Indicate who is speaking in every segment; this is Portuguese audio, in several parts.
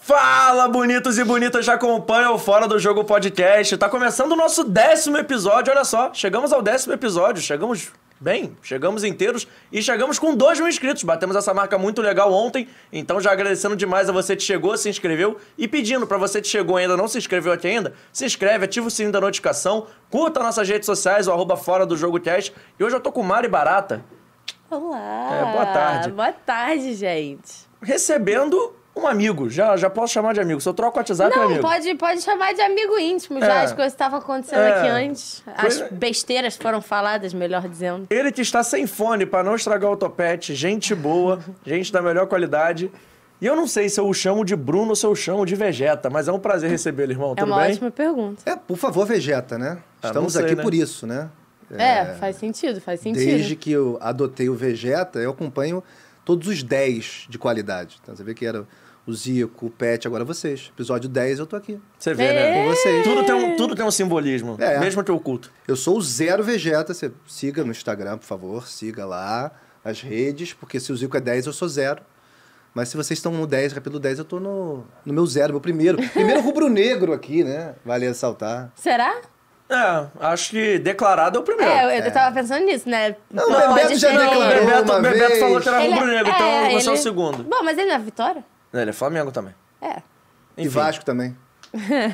Speaker 1: Fala, bonitos e bonitas que acompanham o Fora do Jogo Podcast. Tá começando o nosso décimo episódio, olha só. Chegamos ao décimo episódio, chegamos bem, chegamos inteiros e chegamos com dois mil inscritos. Batemos essa marca muito legal ontem, então já agradecendo demais a você que chegou, se inscreveu e pedindo pra você que chegou e ainda, não se inscreveu aqui ainda, se inscreve, ativa o sininho da notificação, curta nossas redes sociais, o arroba Fora do Jogo Cast. E hoje eu tô com Mari Barata,
Speaker 2: Olá!
Speaker 1: É, boa tarde.
Speaker 2: Boa tarde, gente.
Speaker 1: recebendo um amigo. Já, já posso chamar de amigo. Se eu troco o WhatsApp, é
Speaker 2: Não,
Speaker 1: amigo.
Speaker 2: pode, pode chamar de amigo íntimo já.
Speaker 1: É.
Speaker 2: As coisas estavam acontecendo
Speaker 1: É.
Speaker 2: aqui antes. As
Speaker 1: Coisa-
Speaker 2: besteiras foram faladas, melhor dizendo.
Speaker 1: Ele que está sem fone para não estragar o topete, gente boa, gente da melhor qualidade. E eu não sei se eu o chamo de Bruno ou se eu o chamo de Vegeta, mas é um prazer recebê-lo, irmão.
Speaker 2: É
Speaker 1: Tudo
Speaker 2: uma
Speaker 1: bem?
Speaker 2: ótima pergunta.
Speaker 3: É, por favor, Vegeta, né?
Speaker 1: Ah,
Speaker 3: Estamos
Speaker 1: não sei,
Speaker 3: aqui
Speaker 1: né?
Speaker 3: por isso, né?
Speaker 2: É, faz sentido, faz sentido.
Speaker 3: Desde que eu adotei o Vegeta, eu acompanho todos os 10 de qualidade. Então você vê que era o Zico, o Pet, agora vocês. Episódio 10, eu tô aqui.
Speaker 1: Você vê,
Speaker 2: É.
Speaker 1: né?
Speaker 3: Com vocês.
Speaker 1: Tudo tem um, tudo tem um simbolismo,
Speaker 3: É.
Speaker 1: mesmo que oculto.
Speaker 3: Eu sou o zero Vegeta. Você siga no Instagram, por favor, siga lá as redes, porque se o Zico é 10, eu sou zero. Mas se vocês estão no 10, pelo 10, eu tô no, no meu zero, meu primeiro. Primeiro rubro-negro aqui, né? Vale ressaltar.
Speaker 2: Será?
Speaker 1: É, acho que declarado é o primeiro.
Speaker 2: É, eu, eu tava pensando nisso, né?
Speaker 3: Não, o Bebeto já
Speaker 1: Não, o
Speaker 3: declarou
Speaker 1: Bebeto,
Speaker 3: uma
Speaker 1: o Bebeto
Speaker 3: vez.
Speaker 1: falou que era
Speaker 2: Ele-
Speaker 1: rubro-negro, então
Speaker 2: é,
Speaker 1: você é o
Speaker 2: ele-
Speaker 1: segundo.
Speaker 2: Bom, mas ele não é Vitória?
Speaker 1: Ele é Flamengo também.
Speaker 2: É.
Speaker 3: E Vasco também.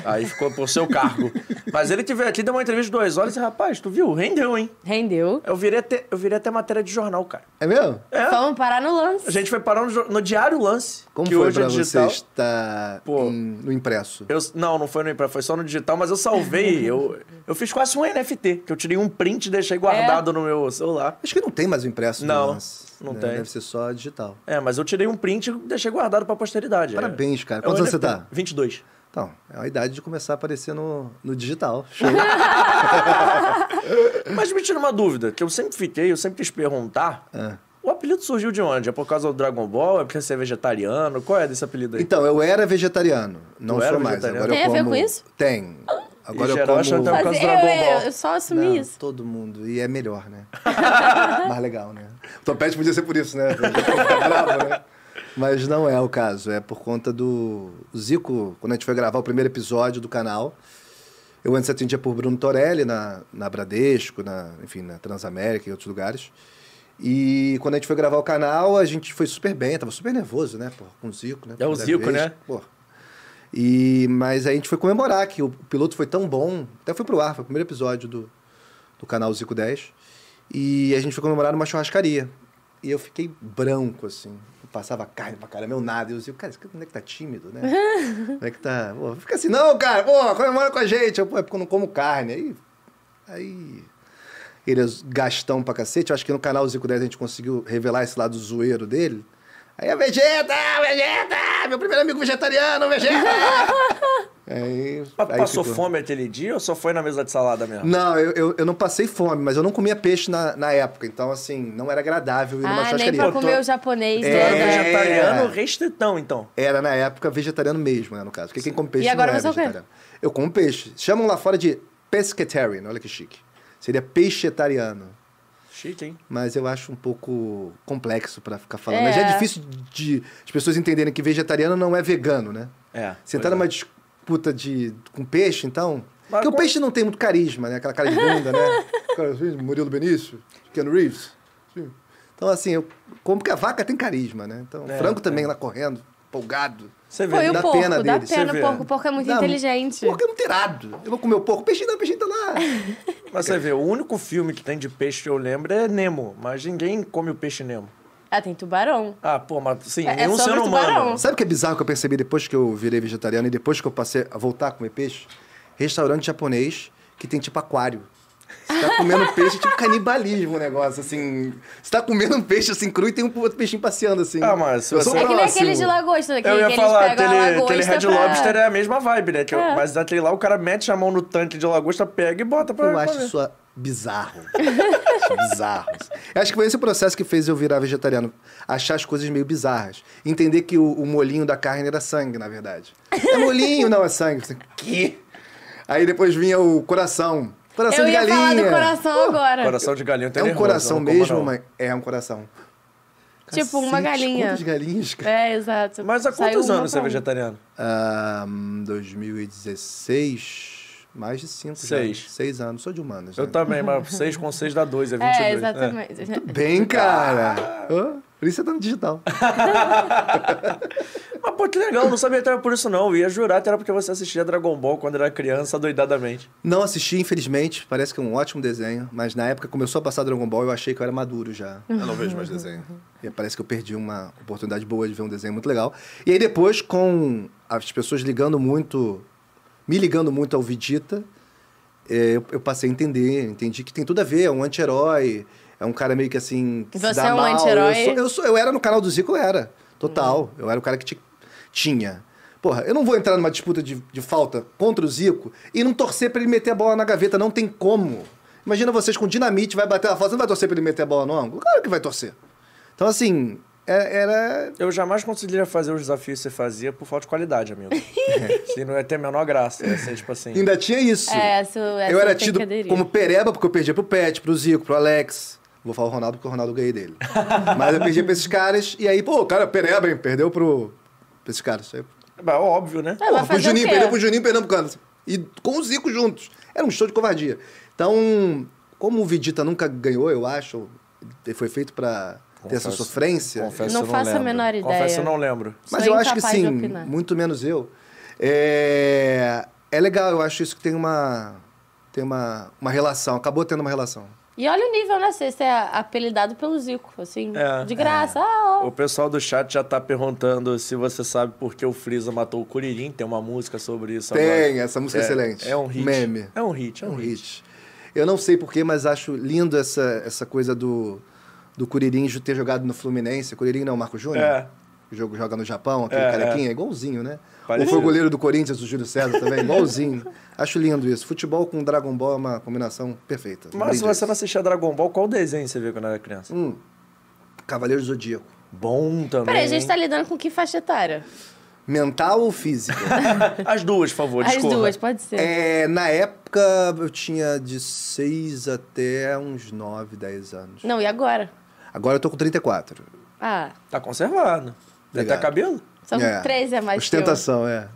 Speaker 1: Aí ficou por seu cargo. Mas ele tiver aqui, deu uma entrevista de duas horas e disse, rapaz, tu viu? Rendeu, hein?
Speaker 2: Rendeu.
Speaker 1: Eu virei até, eu virei até matéria de jornal, cara.
Speaker 3: É mesmo?
Speaker 1: É.
Speaker 2: Vamos parar no lance.
Speaker 1: A gente foi parar no, jo- no Diário Lance.
Speaker 3: Como
Speaker 1: que
Speaker 3: foi
Speaker 1: hoje
Speaker 3: pra
Speaker 1: é digital.
Speaker 3: você estar
Speaker 1: Pô.
Speaker 3: em- no impresso?
Speaker 1: Eu, não, não foi no impresso, foi só no digital, mas eu salvei. eu, eu fiz quase um NFT, que eu tirei um print e deixei
Speaker 3: É?
Speaker 1: guardado no meu celular.
Speaker 3: Acho que não tem mais o impresso. do
Speaker 1: Não,
Speaker 3: lance,
Speaker 1: não
Speaker 3: né?
Speaker 1: tem.
Speaker 3: Deve ser só digital.
Speaker 1: É, mas eu tirei um print e deixei guardado pra posteridade.
Speaker 3: Parabéns, cara.
Speaker 1: É um
Speaker 3: Quantos anos você
Speaker 1: NFT?
Speaker 3: tá?
Speaker 1: 22.
Speaker 3: Então, é a idade de começar a aparecer no, no digital. Show.
Speaker 1: Mas me tira uma dúvida, que eu sempre fiquei, eu sempre quis perguntar.
Speaker 3: É.
Speaker 1: O apelido surgiu de onde? É por causa do Dragon Ball? É porque você é vegetariano? Qual é desse apelido aí?
Speaker 3: Então, eu era vegetariano. Não
Speaker 1: Tu
Speaker 3: sou
Speaker 1: era
Speaker 3: mais.
Speaker 1: vegetariano?
Speaker 3: Agora eu
Speaker 2: Tem a ver
Speaker 3: como-
Speaker 2: com isso?
Speaker 3: Tem. Agora
Speaker 1: Em
Speaker 3: eu
Speaker 1: geral,
Speaker 3: como...
Speaker 1: acho que é por causa do
Speaker 2: eu,
Speaker 1: Dragon
Speaker 2: eu,
Speaker 1: Ball.
Speaker 2: eu só assumi
Speaker 3: Não,
Speaker 2: isso.
Speaker 3: todo mundo. E é melhor, né? Mais legal, né? O topete podia ser por isso, né? Bravo, né? Mas não é o caso. É por conta do Zico, quando a gente foi gravar o primeiro episódio do canal. Eu antes atendia por Bruno Torelli na, na Bradesco, na, enfim, na Transamérica e outros lugares. E quando a gente foi gravar o canal, a gente foi super bem. Tava super nervoso, né? Pô, com o Zico, né?
Speaker 1: É o
Speaker 3: Primeira
Speaker 1: Zico,
Speaker 3: vez.
Speaker 1: né?
Speaker 3: Pô. E, mas aí a gente foi comemorar que o piloto foi tão bom. Até foi pro ar, foi o primeiro episódio do, do canal Zico 10. E a gente foi comemorar numa churrascaria. E eu fiquei branco, assim. Eu Passava carne pra caramba, eu nada. E eu dizia, cara, esse cara não é que tá tímido, né? Não é que tá. Pô, fica assim, não, cara, pô, comemora com a gente. Eu, pô, é porque eu não como carne. Aí. Aí. Eles gastão pra cacete. Eu acho que no canal Zico 10 a gente conseguiu revelar esse lado zoeiro dele. Aí a Vegeta, Vegeta, meu primeiro amigo vegetariano, Vegeta. aí,
Speaker 1: Mas
Speaker 3: aí
Speaker 1: Passou
Speaker 3: ficou.
Speaker 1: fome aquele dia ou só foi na mesa de salada mesmo?
Speaker 3: Não, eu, eu, eu não passei fome, mas eu não comia peixe na, na época. Então, assim, não era agradável
Speaker 1: é
Speaker 3: ir numa
Speaker 2: Ah, nem
Speaker 3: churrascaria.
Speaker 2: pra
Speaker 1: Pô,
Speaker 2: comer
Speaker 1: tô-
Speaker 2: o japonês.
Speaker 1: Tu
Speaker 3: É.
Speaker 1: era
Speaker 2: né?
Speaker 1: vegetariano restritão, então.
Speaker 3: Era, na época, vegetariano mesmo, né, no caso. Porque quem come peixe
Speaker 2: E agora
Speaker 3: não é
Speaker 2: você é o quê?
Speaker 3: vegetariano. Eu como peixe. Chamam lá fora de pescatarian, olha que chique. Seria peixetariano.
Speaker 1: Chique, hein?
Speaker 3: Mas eu acho um pouco complexo pra ficar falando.
Speaker 2: É.
Speaker 3: Mas já é difícil de as pessoas entenderem que vegetariano não é vegano, né?
Speaker 1: É.
Speaker 3: Você tá
Speaker 1: pois é.
Speaker 3: numa disputa de, com peixe, então.
Speaker 1: Mas
Speaker 3: Porque
Speaker 1: com-
Speaker 3: o peixe não tem muito carisma, né? Aquela cara de bunda, né? Cara, assim, Murilo Benício, Ken Reeves. Sim. Então, assim, eu como que a vaca tem carisma, né? Então,
Speaker 1: É,
Speaker 3: frango
Speaker 1: é.
Speaker 3: também lá correndo, empolgado.
Speaker 1: Você vê,
Speaker 2: Foi
Speaker 1: né?
Speaker 2: o
Speaker 3: Dá
Speaker 2: porco,
Speaker 3: pena
Speaker 2: dá
Speaker 3: dele,
Speaker 1: você
Speaker 2: pena
Speaker 1: vê.
Speaker 2: o porco. O porco é muito
Speaker 3: Não,
Speaker 2: inteligente.
Speaker 3: Porco é muito irado. Eu vou comer o porco. Peixe não, peixe tá lá.
Speaker 1: Mas você vê, o único filme que tem de peixe que eu lembro é Nemo, mas ninguém come o peixe Nemo.
Speaker 2: Ah, tem tubarão.
Speaker 1: Ah, pô, mas sim,
Speaker 2: É- é
Speaker 1: nenhum
Speaker 2: sobre
Speaker 1: ser
Speaker 2: o tubarão.
Speaker 1: humano.
Speaker 3: Sabe o que é bizarro que eu percebi depois que eu virei vegetariano e depois que eu passei a voltar a comer peixe? Restaurante japonês que tem tipo aquário. Você tá comendo peixe, tipo canibalismo o negócio, assim. Você tá comendo um peixe assim cru e tem um outro peixinho passeando, assim.
Speaker 1: Ah, mas se
Speaker 3: Eu sou
Speaker 1: você-
Speaker 2: É que nem
Speaker 3: próximo.
Speaker 2: aquele de lagosta, aquele
Speaker 1: assim? Eu ia
Speaker 2: que
Speaker 1: falar,
Speaker 2: eles pegam a
Speaker 1: aquele,
Speaker 2: lagosta
Speaker 1: aquele Red
Speaker 2: pra...
Speaker 1: Lobster é a mesma vibe, né? Que eu-
Speaker 2: É.
Speaker 1: mas daquele lá o cara mete a mão no tanque de lagosta, pega e bota pra
Speaker 3: Eu acho
Speaker 1: comer.
Speaker 3: isso ah, bizarro. Acho bizarro. Eu acho que foi esse processo que fez eu virar vegetariano. Achar as coisas meio bizarras. Entender que o, o molinho da carne era sangue, na verdade. É molinho, não é sangue. Assim, que? Aí depois vinha o coração. Coração
Speaker 2: Eu
Speaker 3: de
Speaker 2: ia
Speaker 3: galinha.
Speaker 2: falar do coração agora.
Speaker 1: Uh, Coração de galinha, eu tô
Speaker 3: É um
Speaker 1: Tá nervoso,
Speaker 3: coração
Speaker 1: eu não como,
Speaker 3: mesmo,
Speaker 1: não.
Speaker 3: mas é um coração.
Speaker 2: tipo, uma
Speaker 3: Cacete,
Speaker 2: galinha.
Speaker 3: Quantas galinhas, cara?
Speaker 2: É, exato.
Speaker 1: Mas há
Speaker 2: Saiu
Speaker 1: quantos
Speaker 2: uma
Speaker 1: anos você
Speaker 2: pra
Speaker 1: é
Speaker 2: um.
Speaker 1: vegetariano?
Speaker 3: Ah, 2016, mais de cinco já.
Speaker 1: Seis.
Speaker 3: Seis anos. Sou de humanas.
Speaker 1: Eu
Speaker 3: né?
Speaker 1: também, mas 6 com 6 dá 2, é 22.
Speaker 2: É,
Speaker 1: né?
Speaker 2: exatamente.
Speaker 3: Bem, cara. Hã? por isso você tá no digital.
Speaker 1: Mas, pô, que legal, não sabia que era por isso, não. Eu ia jurar que era porque você assistia Dragon Ball quando era criança, doidadamente.
Speaker 3: Não assisti, infelizmente. Parece que é um ótimo desenho. Mas na época começou a passar Dragon Ball, eu achei que eu era maduro já. Eu não vejo mais desenho. E parece que eu perdi uma oportunidade boa de ver um desenho muito legal. E aí depois, com as pessoas ligando muito, me ligando muito ao Vegeta, eh, eu, eu passei a entender, entendi que tem tudo a ver, é um anti-herói, é um cara meio que assim. Que
Speaker 2: Você
Speaker 3: se dá
Speaker 2: é um
Speaker 3: mal.
Speaker 2: anti-herói? Uhum.
Speaker 3: Eu, sou- eu, sou- eu era no canal do Zico, eu era. Total. Eu era o cara que ti- tinha. Porra, eu não vou entrar numa disputa de, de falta contra o Zico e não torcer pra ele meter a bola na gaveta, não tem como. Imagina vocês com dinamite, vai bater a falta, você não vai torcer pra ele meter a bola no ângulo? Claro que vai torcer. Então, assim, é- era.
Speaker 1: Eu jamais conseguiria fazer os desafios que você fazia por falta de qualidade, amigo. Se não ia ter a menor graça, ia ser tipo assim.
Speaker 3: Ainda tinha isso.
Speaker 2: É, essa, essa
Speaker 3: eu era
Speaker 2: tem que
Speaker 3: tido
Speaker 2: aderir.
Speaker 3: como pereba, porque eu perdia pro Pet, pro Zico, pro Alex. Vou falar o Ronaldo, porque o Ronaldo eu ganhei dele. Mas eu perdi pra esses caras, e aí, pô, o cara é pereba, hein? Perdeu pro. pra esses caras. Aí,
Speaker 1: Bah, óbvio, né?
Speaker 2: Ah, vai
Speaker 3: pô, pro
Speaker 2: fazer o
Speaker 3: Juninho,
Speaker 2: quê?
Speaker 3: perdeu pro Juninho Pernambucano. E com o Zico juntos. Era um show de covardia. Então, como o Vegeta nunca ganhou, eu acho, ele foi feito pra ter essa
Speaker 1: Confesso-
Speaker 3: sofrência.
Speaker 1: confesso
Speaker 2: Não
Speaker 1: que eu
Speaker 2: faço a
Speaker 1: lembro.
Speaker 2: menor
Speaker 1: Confesso,
Speaker 2: ideia.
Speaker 1: eu não lembro.
Speaker 3: Mas
Speaker 2: Sou
Speaker 3: eu acho que
Speaker 2: incapaz de
Speaker 3: sim,
Speaker 2: opinar.
Speaker 3: muito menos eu. É, é legal, eu acho isso que tem uma tem uma, uma relação, acabou tendo uma relação.
Speaker 2: E olha o nível, né? Você você é apelidado pelo Zico, assim,
Speaker 1: É.
Speaker 2: de graça. Ah, ó.
Speaker 1: O pessoal do chat já tá perguntando se você sabe por que o Freeza matou o Kuririn. Tem uma música sobre isso agora.
Speaker 3: Tem, essa música
Speaker 1: É,
Speaker 3: excelente.
Speaker 1: É um hit.
Speaker 3: Meme.
Speaker 1: É um hit,
Speaker 3: É um hit. Eu não sei porquê, mas acho lindo essa, essa coisa do, do Curirim ter jogado no Fluminense. Curirim não, Marco Júnior?
Speaker 1: É.
Speaker 3: O jogo joga no Japão, aquele
Speaker 1: É,
Speaker 3: carequinha, é. igualzinho, né? Ou foi
Speaker 1: Parecido.
Speaker 3: o goleiro do Corinthians, o Júlio César também, igualzinho. Acho lindo isso. Futebol com Dragon Ball é uma combinação perfeita.
Speaker 1: Mas se
Speaker 3: Lindo
Speaker 1: você não assistia Dragon Ball, qual desenho você viu quando era criança?
Speaker 3: Hum. isso. Cavaleiro do Zodíaco.
Speaker 1: Bom também.
Speaker 2: Peraí, a gente
Speaker 1: hein?
Speaker 2: tá lidando com que faixa etária?
Speaker 3: Mental ou física?
Speaker 1: As duas, por favor,
Speaker 2: As
Speaker 1: discorra.
Speaker 2: duas, pode ser.
Speaker 3: É, na época, eu tinha de 6 até uns 9, 10 anos.
Speaker 2: Não, e agora?
Speaker 3: Agora eu tô com 34.
Speaker 2: Ah,
Speaker 1: Tá conservado. Tem até
Speaker 3: Obrigado.
Speaker 1: cabelo?
Speaker 2: são
Speaker 1: É.
Speaker 2: três a mais que
Speaker 3: É. Ostentação, é.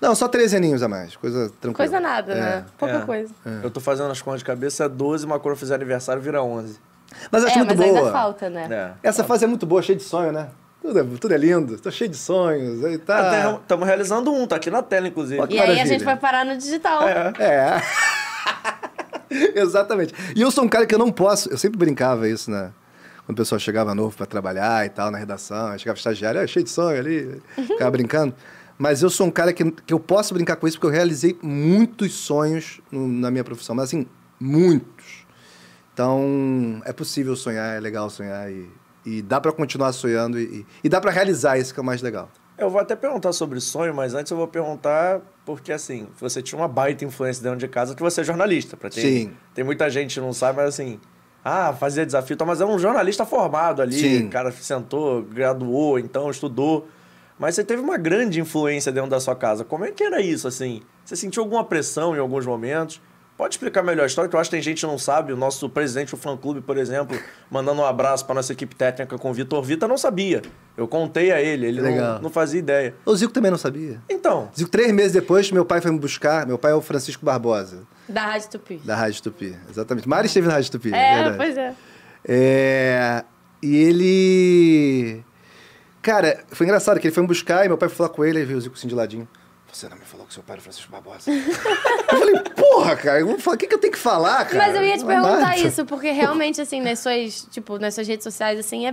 Speaker 3: Não, só 13 aninhos a mais. Coisa tranquila.
Speaker 2: eu. Coisa nada,
Speaker 3: É.
Speaker 2: né? Pouca
Speaker 1: É.
Speaker 2: coisa.
Speaker 1: Eu tô fazendo as contas de cabeça, é 12, mas quando eu fizer aniversário vira 11.
Speaker 3: Mas acho
Speaker 2: é,
Speaker 3: muito
Speaker 2: mas
Speaker 3: boa.
Speaker 2: ainda falta, né?
Speaker 1: É.
Speaker 3: Essa fase é muito boa, cheia de sonho, né? Tudo é, tudo é lindo. Tô cheio de sonhos. Aí tá...
Speaker 1: Estamos Ah, realizando um, tá aqui na tela, inclusive.
Speaker 3: Ok.
Speaker 2: E aí a
Speaker 3: Maravilha.
Speaker 2: gente vai parar no digital.
Speaker 3: É. Exatamente. E eu sou um cara que eu não posso. Eu sempre brincava isso, né? Quando o pessoal chegava novo pra trabalhar e tal, na redação, aí chegava estagiário, ah, cheio de sonho ali, ficava brincando. Mas eu sou um cara que, que eu posso brincar com isso porque eu realizei muitos sonhos no- na minha profissão, mas assim, muitos. Então, é possível sonhar, é legal sonhar e, e dá pra continuar sonhando e, e dá pra realizar isso que é o mais legal.
Speaker 1: Eu vou até perguntar sobre sonho, mas antes eu vou perguntar, porque assim, você tinha uma baita influência dentro de casa, que você é jornalista. Pra quem,
Speaker 3: Sim.
Speaker 1: Tem muita gente que não sabe, mas assim, ah, fazia desafio, e tal, mas é um jornalista formado ali,
Speaker 3: Sim.
Speaker 1: o cara sentou, graduou, então estudou. Mas você teve uma grande influência dentro da sua casa. Como é que era isso, assim? Você sentiu alguma pressão em alguns momentos? Pode explicar melhor a história, que eu acho que tem gente que não sabe. O nosso presidente do fã-clube, por exemplo, mandando um abraço para nossa equipe técnica com o Vitor Vita, não sabia. Eu contei a ele, ele não,
Speaker 3: Legal.
Speaker 1: não fazia ideia.
Speaker 3: O Zico também não sabia.
Speaker 1: Então,
Speaker 3: Zico, três meses depois, meu pai foi me buscar. Meu pai é o Francisco Barbosa.
Speaker 2: Da Rádio Tupi.
Speaker 3: Da Rádio Tupi, exatamente. Mari esteve na Rádio Tupi,
Speaker 2: é,
Speaker 3: verdade.
Speaker 2: pois é.
Speaker 3: É, E ele... Cara, foi engraçado que ele foi me buscar e meu pai foi falar com ele, aí veio o Zico assim de ladinho. Você não me falou que seu pai era Francisco Barbosa. eu falei, porra, cara, eu vou falar, o que, que eu tenho que falar, cara?
Speaker 2: Mas eu ia te
Speaker 3: Não é
Speaker 2: perguntar
Speaker 3: nada.
Speaker 2: isso, porque realmente, assim, nas suas, tipo, nas suas redes sociais, assim, é,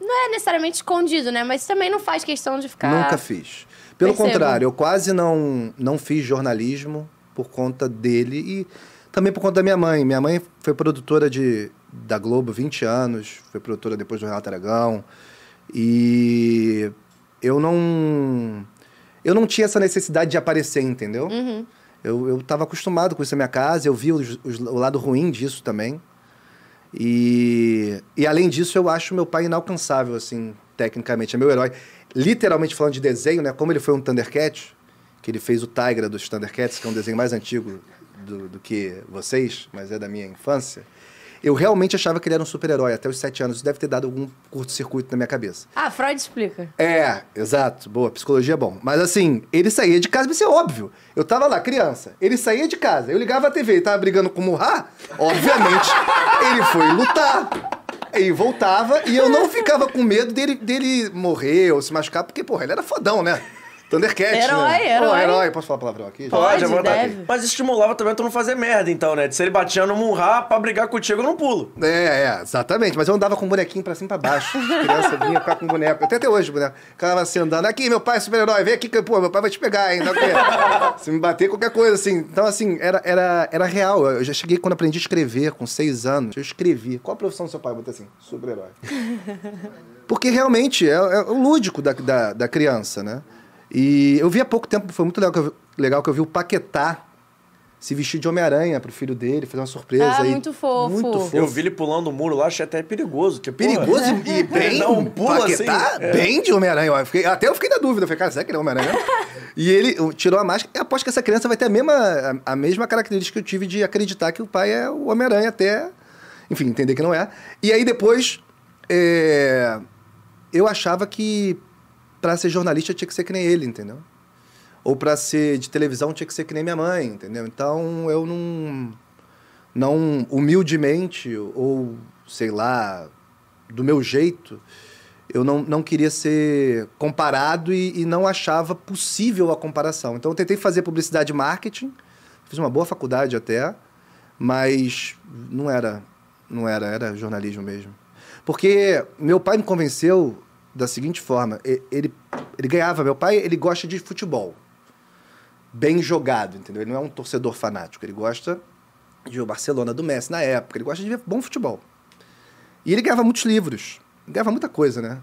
Speaker 2: não é necessariamente escondido, né? Mas também não faz questão de ficar.
Speaker 3: Nunca fiz. Pelo
Speaker 2: Percebo.
Speaker 3: contrário, eu quase não, não fiz jornalismo por conta dele e também por conta da minha mãe. Minha mãe foi produtora de, da Globo 20 anos, foi produtora depois do Renato Aragão. E eu não. Eu não tinha essa necessidade de aparecer, entendeu?
Speaker 2: Uhum.
Speaker 3: Eu, eu tava acostumado com isso na minha casa, eu vi os- os- o lado ruim disso também. E, e além disso, eu acho meu pai inalcançável, assim, tecnicamente. É meu herói. Literalmente falando de desenho, né? Como ele foi um Thundercat, que ele fez o Tigra dos Thundercats, que é um desenho mais antigo do, do que vocês, mas é da minha infância. Eu realmente achava que ele era um super-herói até os sete anos. Isso deve ter dado algum curto-circuito na minha cabeça.
Speaker 2: Ah, Freud explica.
Speaker 3: É, exato. Boa, psicologia é bom. Mas assim, ele saía de casa, isso é óbvio. Eu tava lá, criança. Ele saía de casa. Eu ligava a TV e tava brigando com o Murra. Obviamente, ele foi lutar. E voltava e eu não ficava com medo dele, dele morrer ou se machucar, porque, porra, ele era fodão, né? Thundercat,
Speaker 2: Herói,
Speaker 3: né?
Speaker 2: herói.
Speaker 3: Pô, herói. Posso falar palavrão aqui?
Speaker 2: Pode,
Speaker 1: à vontade.
Speaker 2: deve.
Speaker 1: tá Mas estimulava também tu não fazer merda, então, né? Se ele batia no Munra pra brigar contigo, eu não pulo.
Speaker 3: É, é, exatamente. Mas eu andava com um bonequinho pra cima e pra baixo. Criança vinha ficar com um boneco. Até até hoje, boneco. Ficava assim andando. Aqui, meu pai é super-herói. Vem aqui, que, pô, meu pai vai te pegar, hein? Dá o quê? Se me bater, qualquer coisa, assim. Então, assim, era, era, era real. Eu já cheguei quando aprendi a escrever, com seis anos. Eu escrevi. Qual a profissão do seu pai? Eu botei assim, super-herói. Porque realmente é, é o lúdico da, da, da criança, né? E eu vi há pouco tempo, foi muito legal que eu vi, legal que eu vi o Paquetá se vestir de Homem-Aranha pro filho dele, fazer uma surpresa.
Speaker 2: Ah,
Speaker 3: e-
Speaker 2: muito fofo.
Speaker 3: Muito fofo.
Speaker 1: Eu vi ele pulando o muro lá, achei até perigoso. Que, porra,
Speaker 3: É Perigoso e e bem.
Speaker 1: Dá um pulo
Speaker 3: Paquetá,
Speaker 1: assim, é.
Speaker 3: Bem de Homem-Aranha. Eu fiquei- Até eu fiquei na dúvida. Eu falei, cara, será que ele é Homem-Aranha? mesmo? e ele uh, tirou a máscara. Eu aposto que essa criança vai ter a mesma, a- a mesma característica que eu tive de acreditar que o pai é o Homem-Aranha, até. Enfim, entender que não é. E aí depois. é, Eu achava que pra ser jornalista tinha que ser que nem ele, entendeu? Ou pra ser de televisão tinha que ser que nem minha mãe, entendeu? Então eu não não humildemente ou sei lá do meu jeito eu não, não queria ser comparado e, e não achava possível a comparação então eu tentei fazer publicidade e marketing fiz uma boa faculdade até mas não era não era era jornalismo mesmo porque meu pai me convenceu da seguinte forma e- ele ele ganhava meu pai ele gosta de futebol bem jogado, entendeu? Ele não é um torcedor fanático, ele gosta de o Barcelona do Messi na época, ele gosta de ver bom futebol. E ele ganhava muitos livros, ganhava muita coisa, né?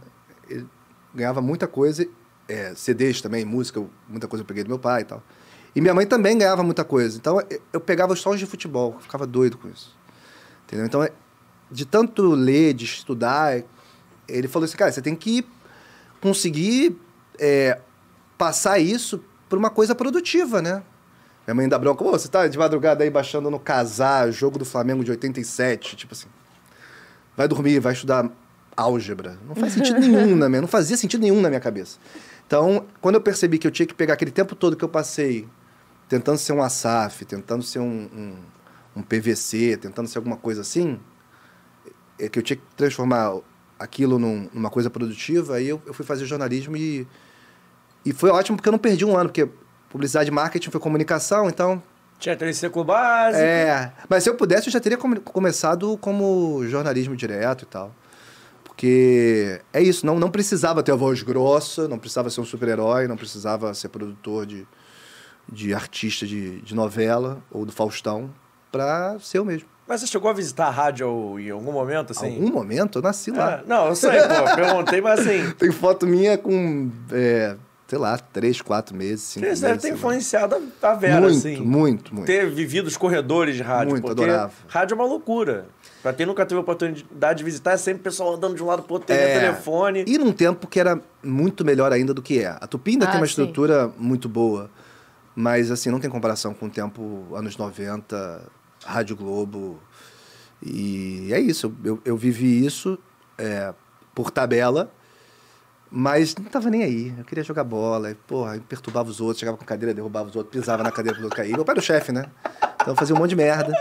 Speaker 3: Ele ganhava muita coisa, é, CDs também, música, eu- muita coisa eu peguei do meu pai e tal. E minha mãe também ganhava muita coisa, então eu- eu pegava só os de futebol, eu ficava doido com isso. Entendeu? Então, é- de tanto ler, de estudar, ele falou assim, cara, você tem que conseguir é, passar isso por uma coisa produtiva, né? Minha mãe dá bronca, "Ô, você tá de madrugada aí baixando no casar, jogo do Flamengo de 87, tipo assim. Vai dormir, vai estudar álgebra. Não faz sentido nenhum na minha, não fazia sentido nenhum na minha cabeça. Então, quando eu percebi que eu tinha que pegar aquele tempo todo que eu passei tentando ser um Asaf, tentando ser um, um, um PVC, tentando ser alguma coisa assim, é que eu tinha que transformar aquilo num- numa coisa produtiva, aí eu, eu fui fazer jornalismo e, e foi ótimo porque eu não perdi um ano, porque publicidade e marketing foi comunicação, então.
Speaker 1: Tinha três ciclo base.
Speaker 3: É. Mas se eu pudesse, eu já teria come- começado como jornalismo direto e tal. Porque é isso, não, não precisava ter a voz grossa, não precisava ser um super-herói, não precisava ser produtor de, de artista de, de novela ou do Faustão pra ser eu mesmo.
Speaker 1: Mas você chegou a visitar a rádio em algum momento, assim?
Speaker 3: Algum momento eu nasci lá.
Speaker 1: Ah, não, eu sei, pô. Perguntei, mas assim.
Speaker 3: Tem foto minha com, é, sei lá, três, quatro meses, cinco
Speaker 1: Você
Speaker 3: meses.
Speaker 1: deve ter
Speaker 3: sei lá.
Speaker 1: influenciado a- a é, Vera,
Speaker 3: né? muito,
Speaker 1: assim.
Speaker 3: Muito, muito.
Speaker 1: Ter vivido os corredores de rádio.
Speaker 3: Muito,
Speaker 1: porque
Speaker 3: adorava.
Speaker 1: Rádio é uma loucura. Pra quem nunca teve a oportunidade de visitar, é sempre o pessoal andando de um lado pro outro, tem
Speaker 3: É,
Speaker 1: telefone.
Speaker 3: E num tempo que era muito melhor ainda do que é. A Tupi ainda
Speaker 2: Ah,
Speaker 3: tem uma
Speaker 2: sim.
Speaker 3: estrutura muito boa, mas assim, não tem comparação com o tempo anos 90, Rádio Globo. E é isso, eu, eu vivi isso é, por tabela, mas não tava nem aí. Eu queria jogar bola, e, porra, eu perturbava os outros, chegava com a cadeira, derrubava os outros, pisava na cadeira pro outro cair. Meu pai era o chefe, né? Então eu fazia um monte de merda.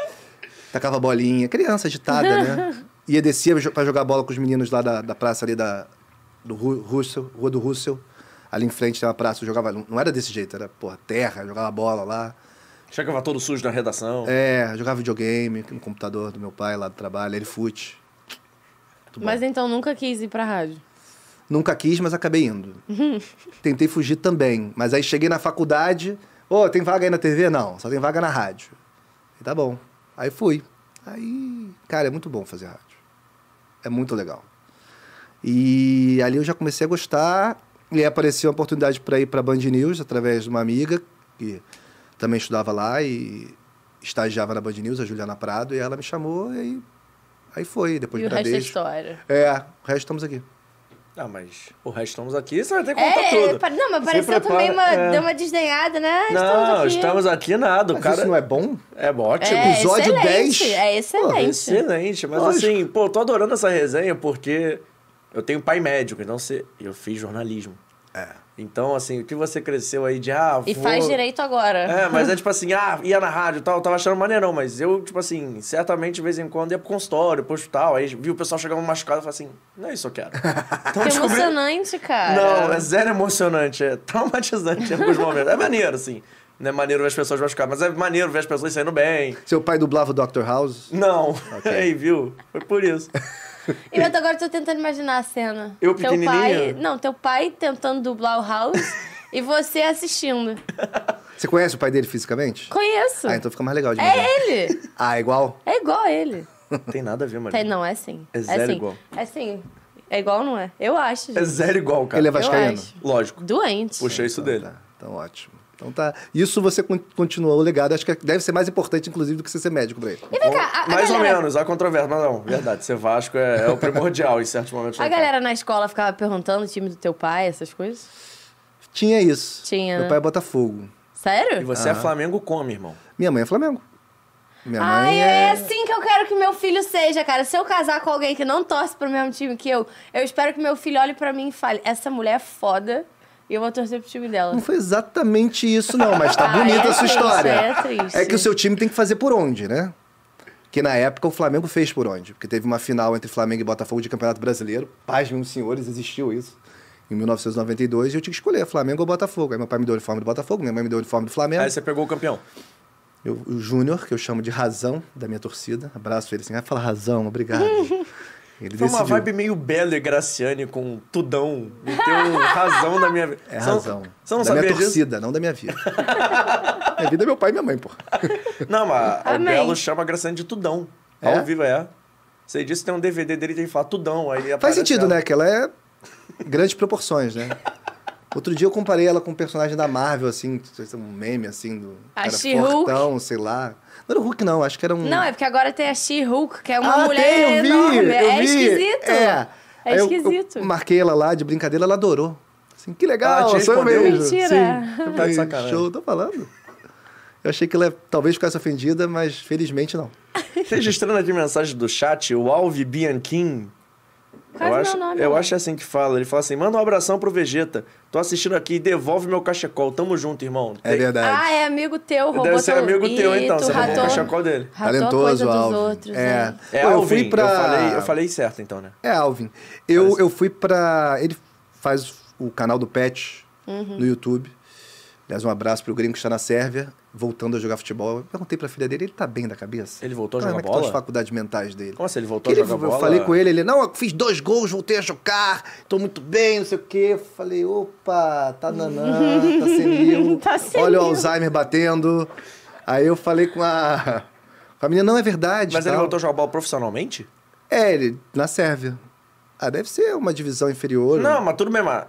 Speaker 3: Tacava bolinha, criança agitada, né? Ia descia jo- pra jogar bola com os meninos lá da, da praça ali da, do Ru- Russell, Rua do Russell. Ali em frente tem uma praça, eu jogava. Não não era desse jeito, era, porra, terra, jogava bola lá.
Speaker 1: Chegava todo sujo na redação.
Speaker 3: É, jogava videogame no computador do meu pai lá do trabalho, ele fute.
Speaker 2: Mas então nunca quis ir pra rádio.
Speaker 3: Nunca quis, mas acabei indo. Tentei fugir também. Mas aí cheguei na faculdade. Ô, tem vaga aí na TV? Não, só tem vaga na rádio. E tá bom. Aí fui. Aí, cara, é muito bom fazer rádio. É muito legal. E ali eu já comecei a gostar. E aí apareceu uma oportunidade para ir para Band News através de uma amiga que também estudava lá e estagiava na Band News, a Juliana Prado, e ela me chamou e aí, aí foi. Depois
Speaker 2: e o
Speaker 3: pra
Speaker 2: resto é
Speaker 3: Beijo.
Speaker 2: história.
Speaker 3: É, o resto estamos aqui.
Speaker 1: Ah, mas o resto estamos aqui, você vai ter que contar
Speaker 2: É,
Speaker 1: tudo.
Speaker 2: é, pa- não, mas
Speaker 1: Se
Speaker 2: pareceu
Speaker 1: prepara,
Speaker 2: também uma,
Speaker 1: é.
Speaker 2: deu uma desdenhada, né? Ah,
Speaker 1: Não, estamos aqui nada. O
Speaker 3: Mas
Speaker 1: cara
Speaker 3: isso não é bom?
Speaker 1: é bom, ótimo.
Speaker 2: É,
Speaker 3: episódio
Speaker 2: excelente,
Speaker 3: 10.
Speaker 2: É excelente.
Speaker 1: Excelente, mas
Speaker 3: Lógico.
Speaker 1: assim, pô, tô adorando essa resenha porque eu tenho pai médico, então se eu fiz jornalismo.
Speaker 3: É.
Speaker 1: Então, assim, o que você cresceu aí de ah,
Speaker 2: e
Speaker 1: vou-
Speaker 2: faz direito
Speaker 3: tá
Speaker 2: agora.
Speaker 1: É, mas é tipo assim, ah, ia na rádio e tal, eu tava achando maneirão, mas eu, tipo assim, certamente de vez em quando ia pro consultório, pro hospital, aí vi o pessoal chegando machucado e falei assim, não é isso que eu quero. Então,
Speaker 2: que
Speaker 1: descobri-
Speaker 2: emocionante, cara.
Speaker 1: Não, é zero emocionante, é traumatizante em alguns momentos. É maneiro, assim. Não é maneiro ver as pessoas machucadas, mas é maneiro ver as pessoas saindo bem.
Speaker 3: Seu pai dublava o Dr. House?
Speaker 1: Não. Aí, viu? Foi por isso.
Speaker 2: Eu até agora tô tentando imaginar a cena.
Speaker 1: Eu
Speaker 2: teu pai,
Speaker 1: pequenininho?
Speaker 2: Não, teu pai tentando dublar o House e você assistindo.
Speaker 3: Você conhece o pai dele fisicamente?
Speaker 2: Conheço.
Speaker 3: Ah, então fica mais legal
Speaker 1: tá
Speaker 3: de imaginar.
Speaker 2: É ele.
Speaker 3: Ah, é igual?
Speaker 2: É igual a ele.
Speaker 1: Tem nada a ver, Maria.
Speaker 2: Tem- não, é sim.
Speaker 1: É zero
Speaker 2: sim.
Speaker 1: igual.
Speaker 2: É sim. É igual ou não é? Eu acho,
Speaker 1: É
Speaker 2: gente.
Speaker 1: zero igual, cara.
Speaker 3: Ele é vascaíno?
Speaker 2: acho.
Speaker 1: Lógico.
Speaker 2: Doente.
Speaker 1: Puxei isso
Speaker 3: Então
Speaker 1: dele.
Speaker 3: Tá. Então ótimo. Então tá. Isso você con- continuou o legado. Acho que é, deve ser mais importante, inclusive, do que você ser médico pra ele.
Speaker 2: E vem cá, a, a
Speaker 1: Mais ou
Speaker 2: galera,
Speaker 1: menos, há controvérsia. Mas não, verdade, ser Vasco é, é o primordial em certos momentos.
Speaker 2: A
Speaker 1: da vida.
Speaker 2: galera na escola ficava perguntando o time do teu pai, essas coisas?
Speaker 3: Tinha isso.
Speaker 2: Tinha,
Speaker 3: Meu
Speaker 2: né?
Speaker 3: pai é Botafogo.
Speaker 1: E
Speaker 2: Sério?
Speaker 1: você é Flamengo come, irmão.
Speaker 3: Minha mãe é Flamengo. Minha
Speaker 2: Ai,
Speaker 3: mãe
Speaker 2: é assim que eu quero que meu filho seja, cara. Se eu casar com alguém que não torce pro mesmo time que eu, eu espero que meu filho olhe pra mim e fale: essa mulher é foda e eu vou torcer pro time dela.
Speaker 3: Não foi exatamente isso, não, mas tá
Speaker 2: Ah,
Speaker 3: bonita
Speaker 2: é
Speaker 3: a sua
Speaker 2: triste,
Speaker 3: história.
Speaker 2: é triste.
Speaker 3: que o seu time tem que fazer por onde, né? Que na época o Flamengo fez por onde? Porque teve uma final entre Flamengo e Botafogo de Campeonato Brasileiro. Paz de uns senhores, existiu isso. Em 1992, e eu tinha que escolher Flamengo ou Botafogo. Aí meu pai me deu o uniforme do Botafogo, minha mãe me deu o uniforme do Flamengo.
Speaker 1: Aí você pegou o campeão.
Speaker 3: Eu- o Júnior, que eu chamo de razão da minha torcida, abraço ele assim, ah, fala razão, obrigado. Ele
Speaker 1: Foi uma
Speaker 3: decidiu.
Speaker 1: vibe meio Bela e Graciane com tudão. Me deu razão na minha vida.
Speaker 3: É
Speaker 1: Você não-
Speaker 3: razão.
Speaker 1: Você não
Speaker 3: da
Speaker 1: sabia
Speaker 3: minha
Speaker 1: disso?
Speaker 3: torcida, não da minha vida. minha vida é meu pai e minha mãe, porra.
Speaker 1: Não, mas o
Speaker 2: Amém.
Speaker 1: Belo chama a Graciane de tudão.
Speaker 3: É?
Speaker 1: Ao vivo, é. Você disse que tem um DVD dele que ele fala tudão. Aí
Speaker 3: Faz sentido, né? Que ela é grandes proporções, né? Outro dia eu comparei ela com um personagem da Marvel, assim, um meme, assim, do
Speaker 2: A
Speaker 3: cara
Speaker 2: She-Hulk.
Speaker 3: fortão, sei lá. Não era o Hulk, não, acho que era um...
Speaker 2: Não, é porque agora tem a She-Hulk, que é uma
Speaker 3: Ah,
Speaker 2: mulher
Speaker 3: tem, eu vi,
Speaker 2: enorme.
Speaker 3: eu
Speaker 2: é
Speaker 3: vi.
Speaker 2: esquisito.
Speaker 3: É,
Speaker 2: É
Speaker 3: Aí eu-
Speaker 2: esquisito.
Speaker 3: Eu, marquei ela lá de brincadeira, ela adorou. Assim, que legal,
Speaker 1: Ah, te
Speaker 3: sou eu
Speaker 1: respondeu? Tá
Speaker 3: mesmo.
Speaker 2: Mentira.
Speaker 3: Sim. Eu
Speaker 1: de
Speaker 3: falei,
Speaker 1: sacanagem.
Speaker 3: Show, tô falando. Eu achei que ela talvez ficasse ofendida, mas felizmente não.
Speaker 1: Registrando aqui a mensagem do chat, o Alvi Bianchim.
Speaker 2: Quase
Speaker 1: eu
Speaker 2: meu
Speaker 1: acho,
Speaker 2: nome,
Speaker 1: eu
Speaker 2: né?
Speaker 1: acho assim que fala. Ele fala assim: manda um abração pro Vegeta. Tô assistindo aqui e devolve meu cachecol. Tamo junto, irmão.
Speaker 3: É
Speaker 1: Tem-
Speaker 3: verdade.
Speaker 2: Ah, é amigo teu, roubou
Speaker 1: Deve ser
Speaker 2: teu-
Speaker 1: amigo teu,
Speaker 2: Ih,
Speaker 1: então.
Speaker 2: tá tu
Speaker 1: Você roubou
Speaker 2: ratou-
Speaker 1: o cachecol dele.
Speaker 2: ratou a
Speaker 3: Talentoso,
Speaker 2: coisa dos
Speaker 3: Alvin.
Speaker 2: outros. né?
Speaker 3: É.
Speaker 2: hein?
Speaker 1: É
Speaker 3: Pô, eu
Speaker 1: Alvin.
Speaker 3: fui pra-
Speaker 1: eu, falei, eu falei certo, então, né?
Speaker 3: É, Alvin. Eu, eu fui pra. Ele faz o canal do Pet
Speaker 2: Uhum.
Speaker 3: no YouTube. Aliás, um abraço pro gringo que está na Sérvia, voltando a jogar futebol. Eu perguntei pra filha dele, ele tá bem da cabeça?
Speaker 1: Ele voltou a
Speaker 3: Como
Speaker 1: jogar
Speaker 3: é que estão
Speaker 1: bola?
Speaker 3: as faculdades mentais dele?
Speaker 1: Como assim, ele voltou
Speaker 3: Que
Speaker 1: a jogar
Speaker 3: Eu
Speaker 1: bola?
Speaker 3: falei com ele, ele, não, eu fiz dois gols, voltei a jogar, tô muito bem, não sei o quê. Eu Falei, opa, tá nanã, tá senil.
Speaker 2: Tá senil.
Speaker 3: Olha o Alzheimer batendo. Aí eu falei com a. Com a menina, não é verdade.
Speaker 1: Mas ele
Speaker 3: tal.
Speaker 1: voltou a jogar bola profissionalmente?
Speaker 3: É, ele, na Sérvia. Ah, deve ser uma divisão inferior.
Speaker 1: Não, mas tudo bem, mas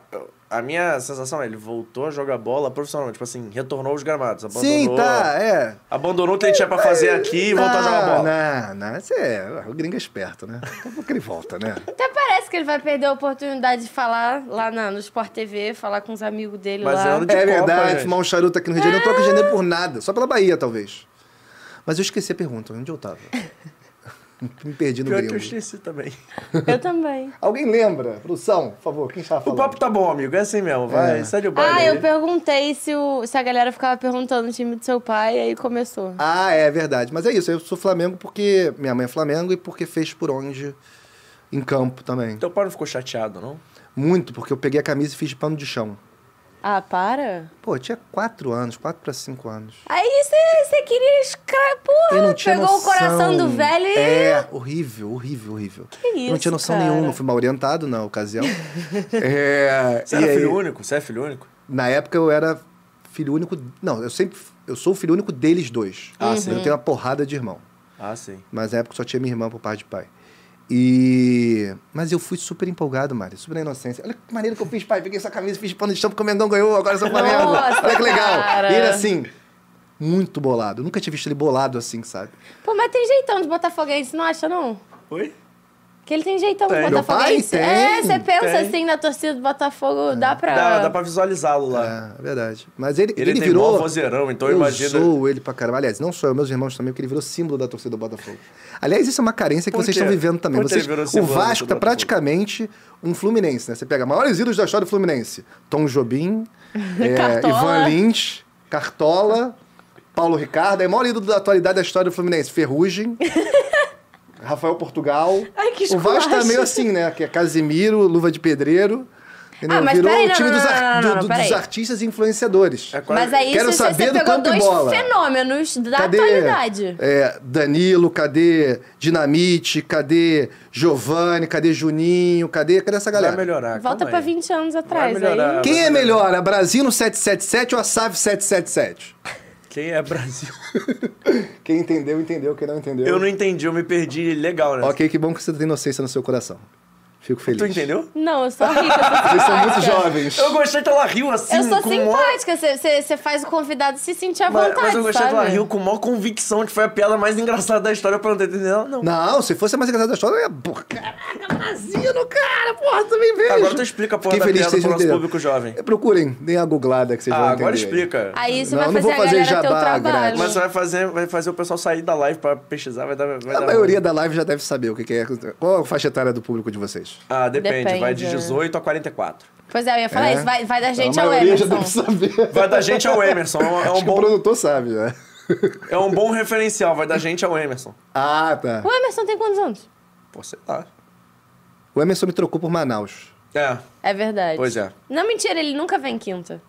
Speaker 1: a minha sensação é: ele voltou a jogar bola profissionalmente. Tipo assim, retornou os gramados. Abandonou,
Speaker 3: Sim, tá, é. Ah, né,
Speaker 1: Abandonou o que ele tinha pra fazer aqui e voltou a jogar bola.
Speaker 3: Não, não, isso é. O gringo é esperto, né? Então por que ele volta, né?
Speaker 2: Até parece que ele vai perder a oportunidade de falar lá na- no Sport TV, falar com os amigos dele
Speaker 1: Mas
Speaker 2: lá.
Speaker 1: é ano de
Speaker 3: é
Speaker 1: Copa,
Speaker 3: verdade,
Speaker 1: gente.
Speaker 3: fumar um charuto aqui no Rio de Janeiro. Eu não troco de janeiro por nada, só pela Bahia, talvez. Mas eu esqueci a pergunta, onde eu tava? Me perdi no
Speaker 1: Pior que eu
Speaker 3: gringo.
Speaker 1: esqueci também.
Speaker 2: Eu também.
Speaker 3: Alguém lembra? Produção, por favor, quem estava
Speaker 1: O
Speaker 3: falando?
Speaker 1: papo tá bom, amigo. É assim mesmo. Vai,
Speaker 3: É.
Speaker 1: sai do baile.
Speaker 2: Ah,
Speaker 1: aí.
Speaker 2: eu perguntei se, o- se a galera ficava perguntando o time do seu pai, e aí começou.
Speaker 3: Ah, é verdade. Mas é isso, eu sou Flamengo porque minha mãe é Flamengo e porque fez por onde em campo também.
Speaker 1: Teu pai não ficou chateado, não?
Speaker 3: Muito, porque eu peguei a camisa e fiz de pano de chão.
Speaker 2: Ah, para?
Speaker 3: Pô, eu tinha quatro anos, quatro pra cinco anos.
Speaker 2: Aí você queria escra... Porra,
Speaker 3: Eu não tinha
Speaker 2: Ah, pegou
Speaker 3: noção.
Speaker 2: o coração do velho e.
Speaker 3: É, horrível, horrível, horrível. eu não
Speaker 2: isso,
Speaker 3: tinha noção
Speaker 2: cara?
Speaker 3: nenhuma, fui mal orientado na ocasião. é,
Speaker 1: Você
Speaker 3: e
Speaker 1: era
Speaker 3: aí,
Speaker 1: filho único? Você é filho único?
Speaker 3: Na época eu era filho único. Não, eu sempre. Eu sou o filho único deles dois. Ah,
Speaker 2: Uhum.
Speaker 3: sim. Eu tenho uma porrada de irmão.
Speaker 1: Ah, sim.
Speaker 3: Mas na época só tinha minha irmã por parte de pai. E. Mas eu fui super empolgado, Mari, super na inocência. Olha que maneiro que eu fiz, pai. Peguei essa camisa, fiz de pano de chão porque o Mengão ganhou, agora eu sou Flamengo.
Speaker 2: Nossa,
Speaker 3: Olha que legal.
Speaker 2: cara.
Speaker 3: E ele assim, muito bolado. Eu nunca tinha visto ele bolado assim, sabe?
Speaker 2: Pô, mas tem jeitão de botafoguense, não acha, não?
Speaker 1: Oi?
Speaker 2: Que ele tem jeitão
Speaker 1: Tem.
Speaker 2: de
Speaker 1: Meu
Speaker 2: botafoguense.
Speaker 3: pai
Speaker 2: É,
Speaker 3: tem,
Speaker 2: você pensa
Speaker 1: tem. É.
Speaker 2: assim na torcida do Botafogo, dá pra...
Speaker 1: Dá, dá pra visualizá-lo lá.
Speaker 3: É, é verdade. Mas ele,
Speaker 1: Ele,
Speaker 3: ele,
Speaker 1: tem
Speaker 3: virou.
Speaker 1: mó vozeirão, então
Speaker 3: eu
Speaker 1: imagina.
Speaker 3: sou ele pra caramba. Aliás, não só eu, meus irmãos também, porque ele virou símbolo da torcida do Botafogo. Aliás, isso é uma carência que
Speaker 1: Por
Speaker 3: vocês
Speaker 1: quê?
Speaker 3: estão vivendo também.
Speaker 1: Por que
Speaker 3: Vocês,
Speaker 1: ele virou
Speaker 3: o
Speaker 1: símbolo da
Speaker 3: Vasco
Speaker 1: torcida
Speaker 3: tá
Speaker 1: do Botafogo?
Speaker 3: praticamente um Fluminense, né? Você pega maiores ídolos da história do Fluminense. Tom Jobim, é,
Speaker 2: Cartola.
Speaker 3: Ivan Lins, Cartola, Paulo Ricardo. É o maior ídolo da atualidade da história do Fluminense. Ferrugem. Rafael Portugal.
Speaker 2: Ai, que
Speaker 3: o Vasco tá
Speaker 2: esculacho.
Speaker 3: meio assim, né? Que é Casimiro, Luva de Pedreiro. entendeu?
Speaker 2: Ah, mas
Speaker 3: Virou
Speaker 2: peraí,
Speaker 3: o
Speaker 2: não,
Speaker 3: time
Speaker 2: não,
Speaker 3: dos,
Speaker 2: não,
Speaker 3: ar-
Speaker 2: não, não,
Speaker 3: do-
Speaker 2: não,
Speaker 3: do-
Speaker 2: peraí.
Speaker 3: dos artistas e influenciadores.
Speaker 1: É quase-
Speaker 2: Mas aí
Speaker 3: Quero
Speaker 2: você, você
Speaker 3: saber do
Speaker 2: pegou
Speaker 3: campo e
Speaker 2: dois
Speaker 3: bola.
Speaker 2: fenômenos da atualidade.
Speaker 3: é, Danilo, cadê Dinamite, cadê Giovanni, cadê Juninho, cadê, cadê essa
Speaker 1: Vai
Speaker 3: galera?
Speaker 1: melhorar.
Speaker 2: Volta
Speaker 1: calma
Speaker 2: pra
Speaker 1: aí.
Speaker 2: 20 anos atrás.
Speaker 1: melhorar.
Speaker 2: Aí...
Speaker 3: Quem é melhor, a Brasil no 777 ou a SAF 777?
Speaker 1: Quem é Brasil?
Speaker 3: Quem entendeu, entendeu. Quem não entendeu...
Speaker 1: Eu não entendi, eu me perdi legal, né?
Speaker 3: Ok, que bom que você tem inocência no seu coração. Fico feliz.
Speaker 1: Tu entendeu?
Speaker 2: Não, eu sou rica.
Speaker 3: Vocês são muito
Speaker 2: simpática.
Speaker 3: jovens.
Speaker 1: Eu gostei que ela riu assim.
Speaker 2: Eu sou
Speaker 1: com mó-
Speaker 2: simpática, você- você você faz o convidado se sentir à
Speaker 1: Mas,
Speaker 2: vontade,
Speaker 1: mas eu gostei que ela
Speaker 2: sabe?
Speaker 1: riu com maior convicção que foi a piada mais engraçada da história pra não ter entendido. Ela, Não.
Speaker 3: Não, se fosse a mais engraçada da história, eu ia... Porra, caraca, Brasino, cara, porra, também vejo.
Speaker 1: Agora tu explica a porra
Speaker 3: Fiquei
Speaker 1: da piada
Speaker 3: feliz que vocês
Speaker 1: pro
Speaker 3: não
Speaker 1: nosso
Speaker 3: entenderam.
Speaker 1: público jovem.
Speaker 3: Procurem, deem a googlada que vocês
Speaker 1: Ah,
Speaker 3: vão entender.
Speaker 1: agora explica.
Speaker 2: Aí isso
Speaker 3: Não, eu
Speaker 2: vai fazer
Speaker 3: não vou
Speaker 2: a
Speaker 3: fazer
Speaker 2: galera ter o
Speaker 3: jabá
Speaker 2: trabalho.
Speaker 3: grátis.
Speaker 1: Mas vai fazer, vai fazer o pessoal sair da live pra pesquisar, vai dar. Vai
Speaker 3: A
Speaker 1: dar
Speaker 3: maioria da live já deve saber o que que é. Qual a faixa etária do público de vocês?
Speaker 1: Ah, depende, Vai de
Speaker 2: Depende, é.
Speaker 1: 18 a 44.
Speaker 2: Pois é, eu ia falar
Speaker 3: É.
Speaker 2: isso. Vai, vai da gente
Speaker 3: a
Speaker 2: ao
Speaker 3: maioria
Speaker 2: Emerson.
Speaker 3: já deve saber.
Speaker 1: Vai da gente ao Emerson. É um- é
Speaker 3: Acho
Speaker 1: um,
Speaker 3: que o
Speaker 1: bom,
Speaker 3: produtor sabe né? já.
Speaker 1: é um bom referencial. Vai da gente ao Emerson.
Speaker 3: Ah, tá.
Speaker 2: O Emerson tem quantos anos?
Speaker 1: Pô, sei lá.
Speaker 3: O Emerson me trocou por Manaus.
Speaker 1: É.
Speaker 2: É verdade.
Speaker 1: Pois é.
Speaker 2: Não, mentira, ele nunca vem quinta.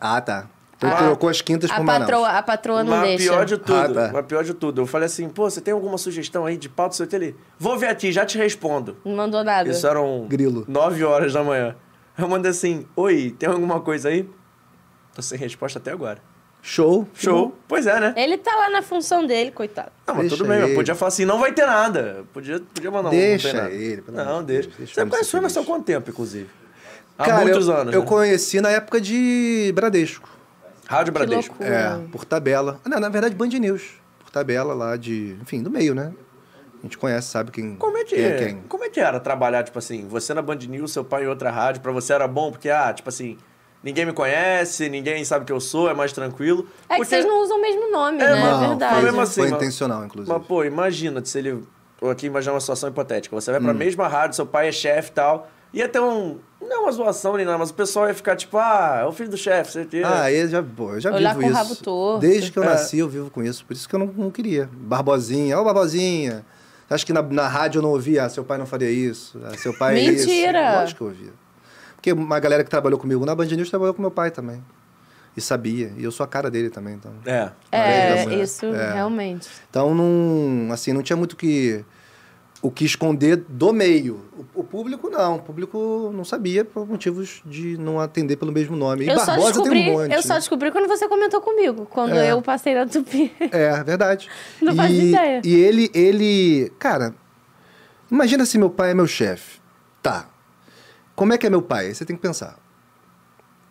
Speaker 3: Ah, tá. Então
Speaker 1: Ah.
Speaker 3: ele trocou as quintas
Speaker 2: A
Speaker 3: por Manaus.
Speaker 2: patroa, a patroa não
Speaker 1: mas
Speaker 2: deixa.
Speaker 1: pior de tudo.
Speaker 3: Ah, tá.
Speaker 1: Mas pior de tudo. Eu falei assim, pô, você tem alguma sugestão aí de pauta seu ele? Vou ver aqui, já te respondo.
Speaker 2: Não mandou nada.
Speaker 1: Isso eram
Speaker 3: Grilo.
Speaker 1: 9 horas da manhã. Eu mandei assim, oi, tem alguma coisa aí? Tô sem resposta até agora.
Speaker 3: Show.
Speaker 1: Show. Pois é, né?
Speaker 2: Ele tá lá na função dele, coitado. É
Speaker 1: Não, mas tudo
Speaker 3: Deixa
Speaker 1: bem, mas
Speaker 3: ele.
Speaker 1: podia falar assim, não vai ter nada. Podia, podia mandar um,
Speaker 3: Deixa
Speaker 1: não tem nada.
Speaker 3: ele, pelo amor
Speaker 1: Não,
Speaker 3: de
Speaker 1: deixa.
Speaker 3: Deus, deixa o
Speaker 1: Você
Speaker 3: homem
Speaker 1: conhece
Speaker 3: ser
Speaker 1: o Emerson há
Speaker 3: feliz.
Speaker 1: quanto tempo, inclusive? Há
Speaker 3: Cara,
Speaker 1: muitos
Speaker 3: eu,
Speaker 1: anos.
Speaker 3: eu
Speaker 1: né?
Speaker 3: conheci na época de Bradesco.
Speaker 1: Rádio
Speaker 2: Que
Speaker 1: Bradesco.
Speaker 2: loucura.
Speaker 3: É, por tabela. Ah, Não, na verdade, Band News. Por tabela lá de... Enfim, do meio, né? A gente conhece, sabe quem,
Speaker 1: Como é, que,
Speaker 3: quem é quem.
Speaker 1: como é que era trabalhar, tipo assim, você na Band News, seu pai em outra rádio, pra você era bom, porque, ah, tipo assim, ninguém me conhece, ninguém sabe que eu sou, é mais tranquilo.
Speaker 2: É que
Speaker 1: Porque-
Speaker 2: vocês não usam o mesmo nome,
Speaker 1: É,
Speaker 2: né?
Speaker 1: não,
Speaker 2: é
Speaker 1: mas
Speaker 2: verdade.
Speaker 1: mesmo assim,
Speaker 3: foi
Speaker 1: mas-
Speaker 3: intencional, inclusive.
Speaker 1: Mas, pô, imagina se ele. Tô aqui imaginar uma situação hipotética. Você
Speaker 3: Hum.
Speaker 1: vai pra mesma rádio, seu pai é chefe e tal. Ia ter um. Não uma zoação nem nada, mas o pessoal ia ficar tipo, ah, é o filho do chefe, sei o quê.
Speaker 3: Ah, eu já, pô, eu já
Speaker 2: É. Olhar
Speaker 3: vivo
Speaker 2: com o
Speaker 3: isso.
Speaker 2: rabo torto.
Speaker 3: Desde que eu
Speaker 1: É.
Speaker 3: nasci, eu vivo com isso. Por isso que eu não, não queria. Barbosinha, ó, Barbosinha. Acho que na, na rádio eu não ouvia, ah, seu pai não faria isso, ah, seu pai é isso.
Speaker 2: Mentira!
Speaker 3: Lógico que eu ouvia. Porque uma galera que trabalhou comigo na Band News trabalhou com meu pai também. E sabia. E eu sou a cara dele também, então.
Speaker 1: É.
Speaker 2: É,
Speaker 3: Parece, né?
Speaker 2: isso
Speaker 3: É.
Speaker 2: realmente.
Speaker 3: Então não, assim, não tinha muito que o que esconder do meio. O, o público não, o público não sabia por motivos de não atender pelo mesmo nome. E
Speaker 2: eu só
Speaker 3: Barbosa
Speaker 2: descobri,
Speaker 3: tem um monte.
Speaker 2: eu só
Speaker 3: né?
Speaker 2: descobri quando você comentou comigo, quando
Speaker 3: É.
Speaker 2: eu passei na Tupi.
Speaker 3: É, verdade.
Speaker 2: Não
Speaker 3: e,
Speaker 2: faz ideia.
Speaker 3: E ele, ele. Cara, imagina se meu pai é meu chefe. Tá. Como é que é meu pai? Aí Você tem que pensar.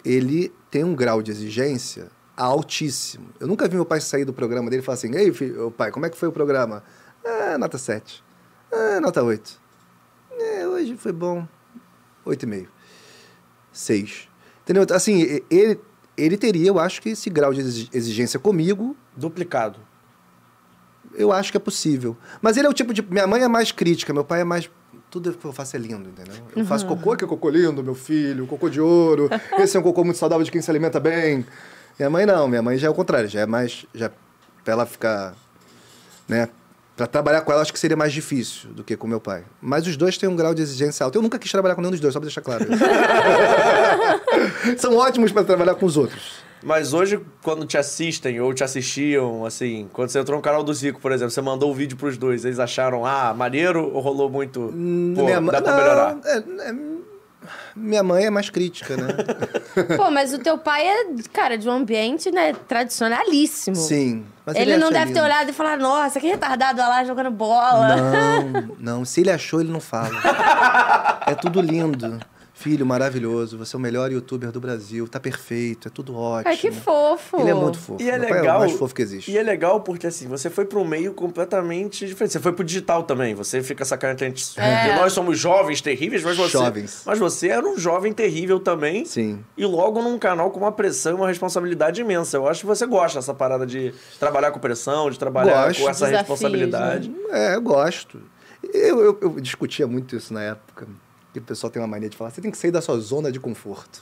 Speaker 3: Ele tem um grau de exigência altíssimo. Eu nunca vi meu pai sair do programa dele e falar assim: Ei, filho, ô, pai, como é que foi o programa? Ah, nota 7. Ah, nota 8. É, hoje foi bom. 8,5. 6. Entendeu? Assim, e- ele, ele teria, eu acho que esse grau de exi- exigência comigo
Speaker 1: Duplicado.
Speaker 3: eu acho que é possível. Mas ele é o tipo de. Minha mãe é mais crítica, meu pai é mais. Tudo que eu faço é lindo, entendeu? Eu faço cocô, que é cocô lindo, meu filho, cocô de ouro. Esse é um cocô muito saudável de quem se alimenta bem. Minha mãe não, minha mãe já é o contrário, já é mais. Já, pra ela ficar. né? Pra trabalhar com ela, acho que seria mais difícil do que com meu pai. Mas os dois têm um grau de exigência alto. Eu nunca quis trabalhar com nenhum dos dois, só pra deixar claro. São ótimos pra trabalhar com os outros.
Speaker 1: Mas hoje, quando te assistem ou te assistiam, assim, quando você entrou no canal do Zico, por exemplo, você mandou o vídeo pros dois, eles acharam, ah, maneiro ou rolou muito? Pô,
Speaker 3: Hum, ma-
Speaker 1: dá pra
Speaker 3: não,
Speaker 1: melhorar.
Speaker 3: é- é- minha mãe é mais crítica, né?
Speaker 2: Pô, mas o teu pai é, cara, de um ambiente, né, tradicionalíssimo.
Speaker 3: Sim. mas
Speaker 2: Tipo, ele não
Speaker 3: acha
Speaker 2: deve ter
Speaker 3: é lindo.
Speaker 2: olhado e falar, nossa, que retardado olha lá jogando bola.
Speaker 3: Não, não. Se ele achou, ele não fala. é tudo lindo. Filho maravilhoso, você é o melhor youtuber do Brasil, tá perfeito, é tudo ótimo.
Speaker 2: Ai, que fofo.
Speaker 3: Ele é muito fofo.
Speaker 1: E é
Speaker 3: Meu pai
Speaker 1: legal.
Speaker 3: o mais fofo que existe.
Speaker 1: E é legal porque assim, você foi para um meio completamente diferente. Você foi pro digital também. Você fica sacando que a gente-
Speaker 2: É.
Speaker 1: que nós somos jovens terríveis, mas você
Speaker 3: Jovens.
Speaker 1: mas você era um jovem terrível também.
Speaker 3: Sim.
Speaker 1: E logo num canal com uma pressão e uma responsabilidade imensa. Eu acho que você gosta dessa parada de trabalhar com pressão, de trabalhar
Speaker 3: Gosto.
Speaker 1: com essa
Speaker 2: Desafios, né?
Speaker 1: responsabilidade.
Speaker 3: É, eu gosto. Eu, eu, eu discutia muito isso na época. E o pessoal tem uma mania de falar, você tem que sair da sua zona de conforto.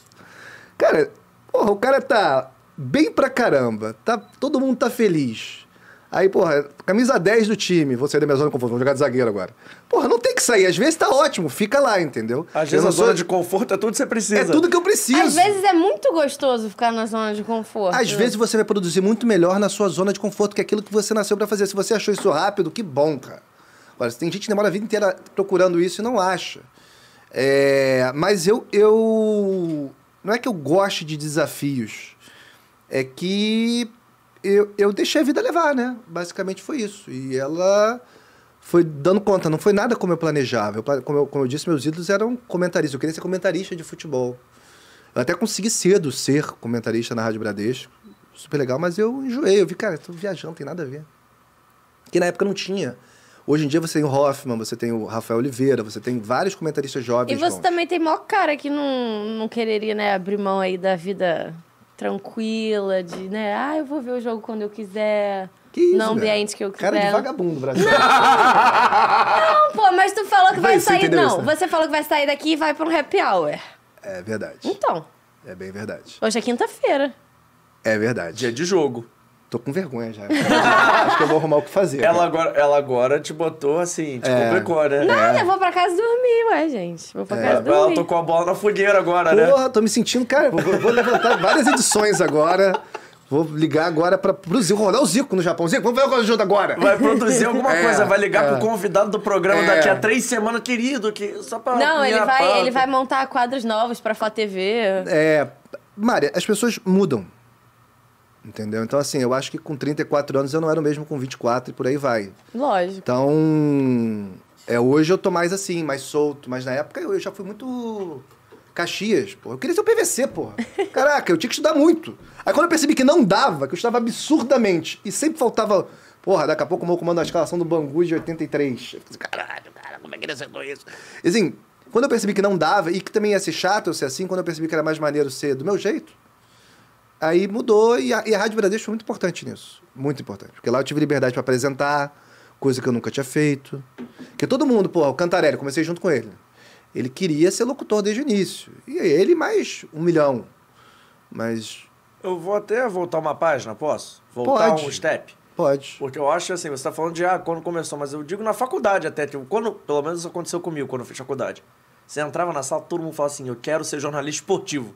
Speaker 3: Cara, porra, o cara tá bem pra caramba. Tá, todo mundo tá feliz. Aí, porra, camisa 10 do time, vou sair da minha zona de conforto, vou jogar de zagueiro agora. Porra, não tem que sair. Às vezes tá ótimo, fica lá, entendeu?
Speaker 1: Às
Speaker 3: Eu
Speaker 1: vezes
Speaker 3: não
Speaker 1: a
Speaker 3: sou-
Speaker 1: zona de conforto é tudo que você precisa.
Speaker 3: É tudo que eu preciso.
Speaker 2: Às vezes é muito gostoso ficar na zona de conforto.
Speaker 3: Às vezes você vai produzir muito melhor na sua zona de conforto, que é aquilo que você nasceu pra fazer. Se você achou isso rápido, que bom, cara. Agora, se tem gente que demora a vida inteira procurando isso e não acha. É, mas eu, eu. Não é que eu goste de desafios. É que eu, eu deixei a vida levar, né? Basicamente foi isso. E ela foi dando conta. Não foi nada como eu planejava. Eu pla- como, eu, como eu disse, meus ídolos eram comentaristas. Eu queria ser comentarista de futebol. Eu até consegui cedo ser comentarista na Rádio Bradesco. Super legal, mas eu enjoei. Eu vi, cara, eu tô viajando, não tem nada a ver. Que na época não tinha. Hoje em dia você tem o Hoffman, você tem o Rafael Oliveira, você tem vários comentaristas
Speaker 2: E
Speaker 3: jovens.
Speaker 2: você
Speaker 3: bons.
Speaker 2: também tem maior cara que não, não quereria, né, abrir mão aí da vida tranquila, de, né, ah, eu vou ver o jogo quando eu quiser.
Speaker 3: Que isso,
Speaker 2: no
Speaker 3: velho?
Speaker 2: ambiente que eu quiser.
Speaker 3: Cara de vagabundo brasileiro.
Speaker 2: Não, pô, mas tu falou que vai
Speaker 3: Mas você
Speaker 2: sair.
Speaker 3: entendeu
Speaker 2: Não,
Speaker 3: isso, né?
Speaker 2: você falou que vai sair daqui e vai pra um happy hour.
Speaker 3: É verdade.
Speaker 2: Então,
Speaker 3: É bem verdade.
Speaker 2: hoje é quinta-feira.
Speaker 3: É verdade.
Speaker 1: Dia de jogo.
Speaker 3: Tô com vergonha já. Acho que eu vou arrumar o que fazer.
Speaker 1: Ela
Speaker 3: cara.
Speaker 1: agora, ela agora te botou assim, te
Speaker 3: É.
Speaker 1: complicou, né?
Speaker 2: Não, eu vou pra casa dormir, ué, gente. Vou pra casa
Speaker 1: Ela, ela
Speaker 2: dormir.
Speaker 1: tocou a bola na fogueira agora, né?
Speaker 3: Porra, tô me sentindo, cara. Vou, vou- vou levantar várias edições agora. Vou ligar agora pra, pro Zico. Vou rodar o Zico no Japão. Zico, vamos ver o jogo agora.
Speaker 1: Vai produzir alguma
Speaker 3: É,
Speaker 1: coisa, vai ligar
Speaker 3: é.
Speaker 1: pro convidado do programa
Speaker 3: É.
Speaker 1: daqui a três semanas, querido, que só pra.
Speaker 2: Não, ele
Speaker 1: minha
Speaker 2: vai,
Speaker 1: pauta.
Speaker 2: ele vai montar quadros novos pra Flá TV.
Speaker 3: É, Mari, as pessoas mudam. Entendeu? Então, assim, eu acho que com 34 anos eu não era o mesmo com 24 e por aí vai.
Speaker 2: Lógico.
Speaker 3: Então, é, hoje eu tô mais assim, mais solto. Mas na época eu, eu já fui muito Caxias, pô. Eu queria ser o PVC, porra. Caraca, eu tinha que estudar muito. Aí quando eu percebi que não dava, que eu estudava absurdamente e sempre faltava... Porra, daqui a pouco o meu comando a escalação do Bangu de 83. Eu falei, Caralho, cara, como é que ele acertou isso? E, assim, quando eu percebi que não dava e que também ia ser chato eu ser assim, quando eu percebi que era mais maneiro ser do meu jeito, Aí mudou e a, e a Rádio Bradesco foi muito importante nisso. Muito importante. Porque lá eu tive liberdade para apresentar, coisa que eu nunca tinha feito. Porque todo mundo, pô, o Cantarelli, eu comecei junto com ele. Ele queria ser locutor desde o início. E ele mais um milhão. Mas
Speaker 1: Eu vou até voltar uma página, posso? Voltar
Speaker 3: Pode.
Speaker 1: um step.
Speaker 3: pode.
Speaker 1: Porque eu acho assim, você tá falando de ah, quando começou, mas eu digo na faculdade até, tipo, quando, pelo menos isso aconteceu comigo quando eu fiz faculdade. Você entrava na sala, todo mundo falava assim, eu quero ser jornalista esportivo.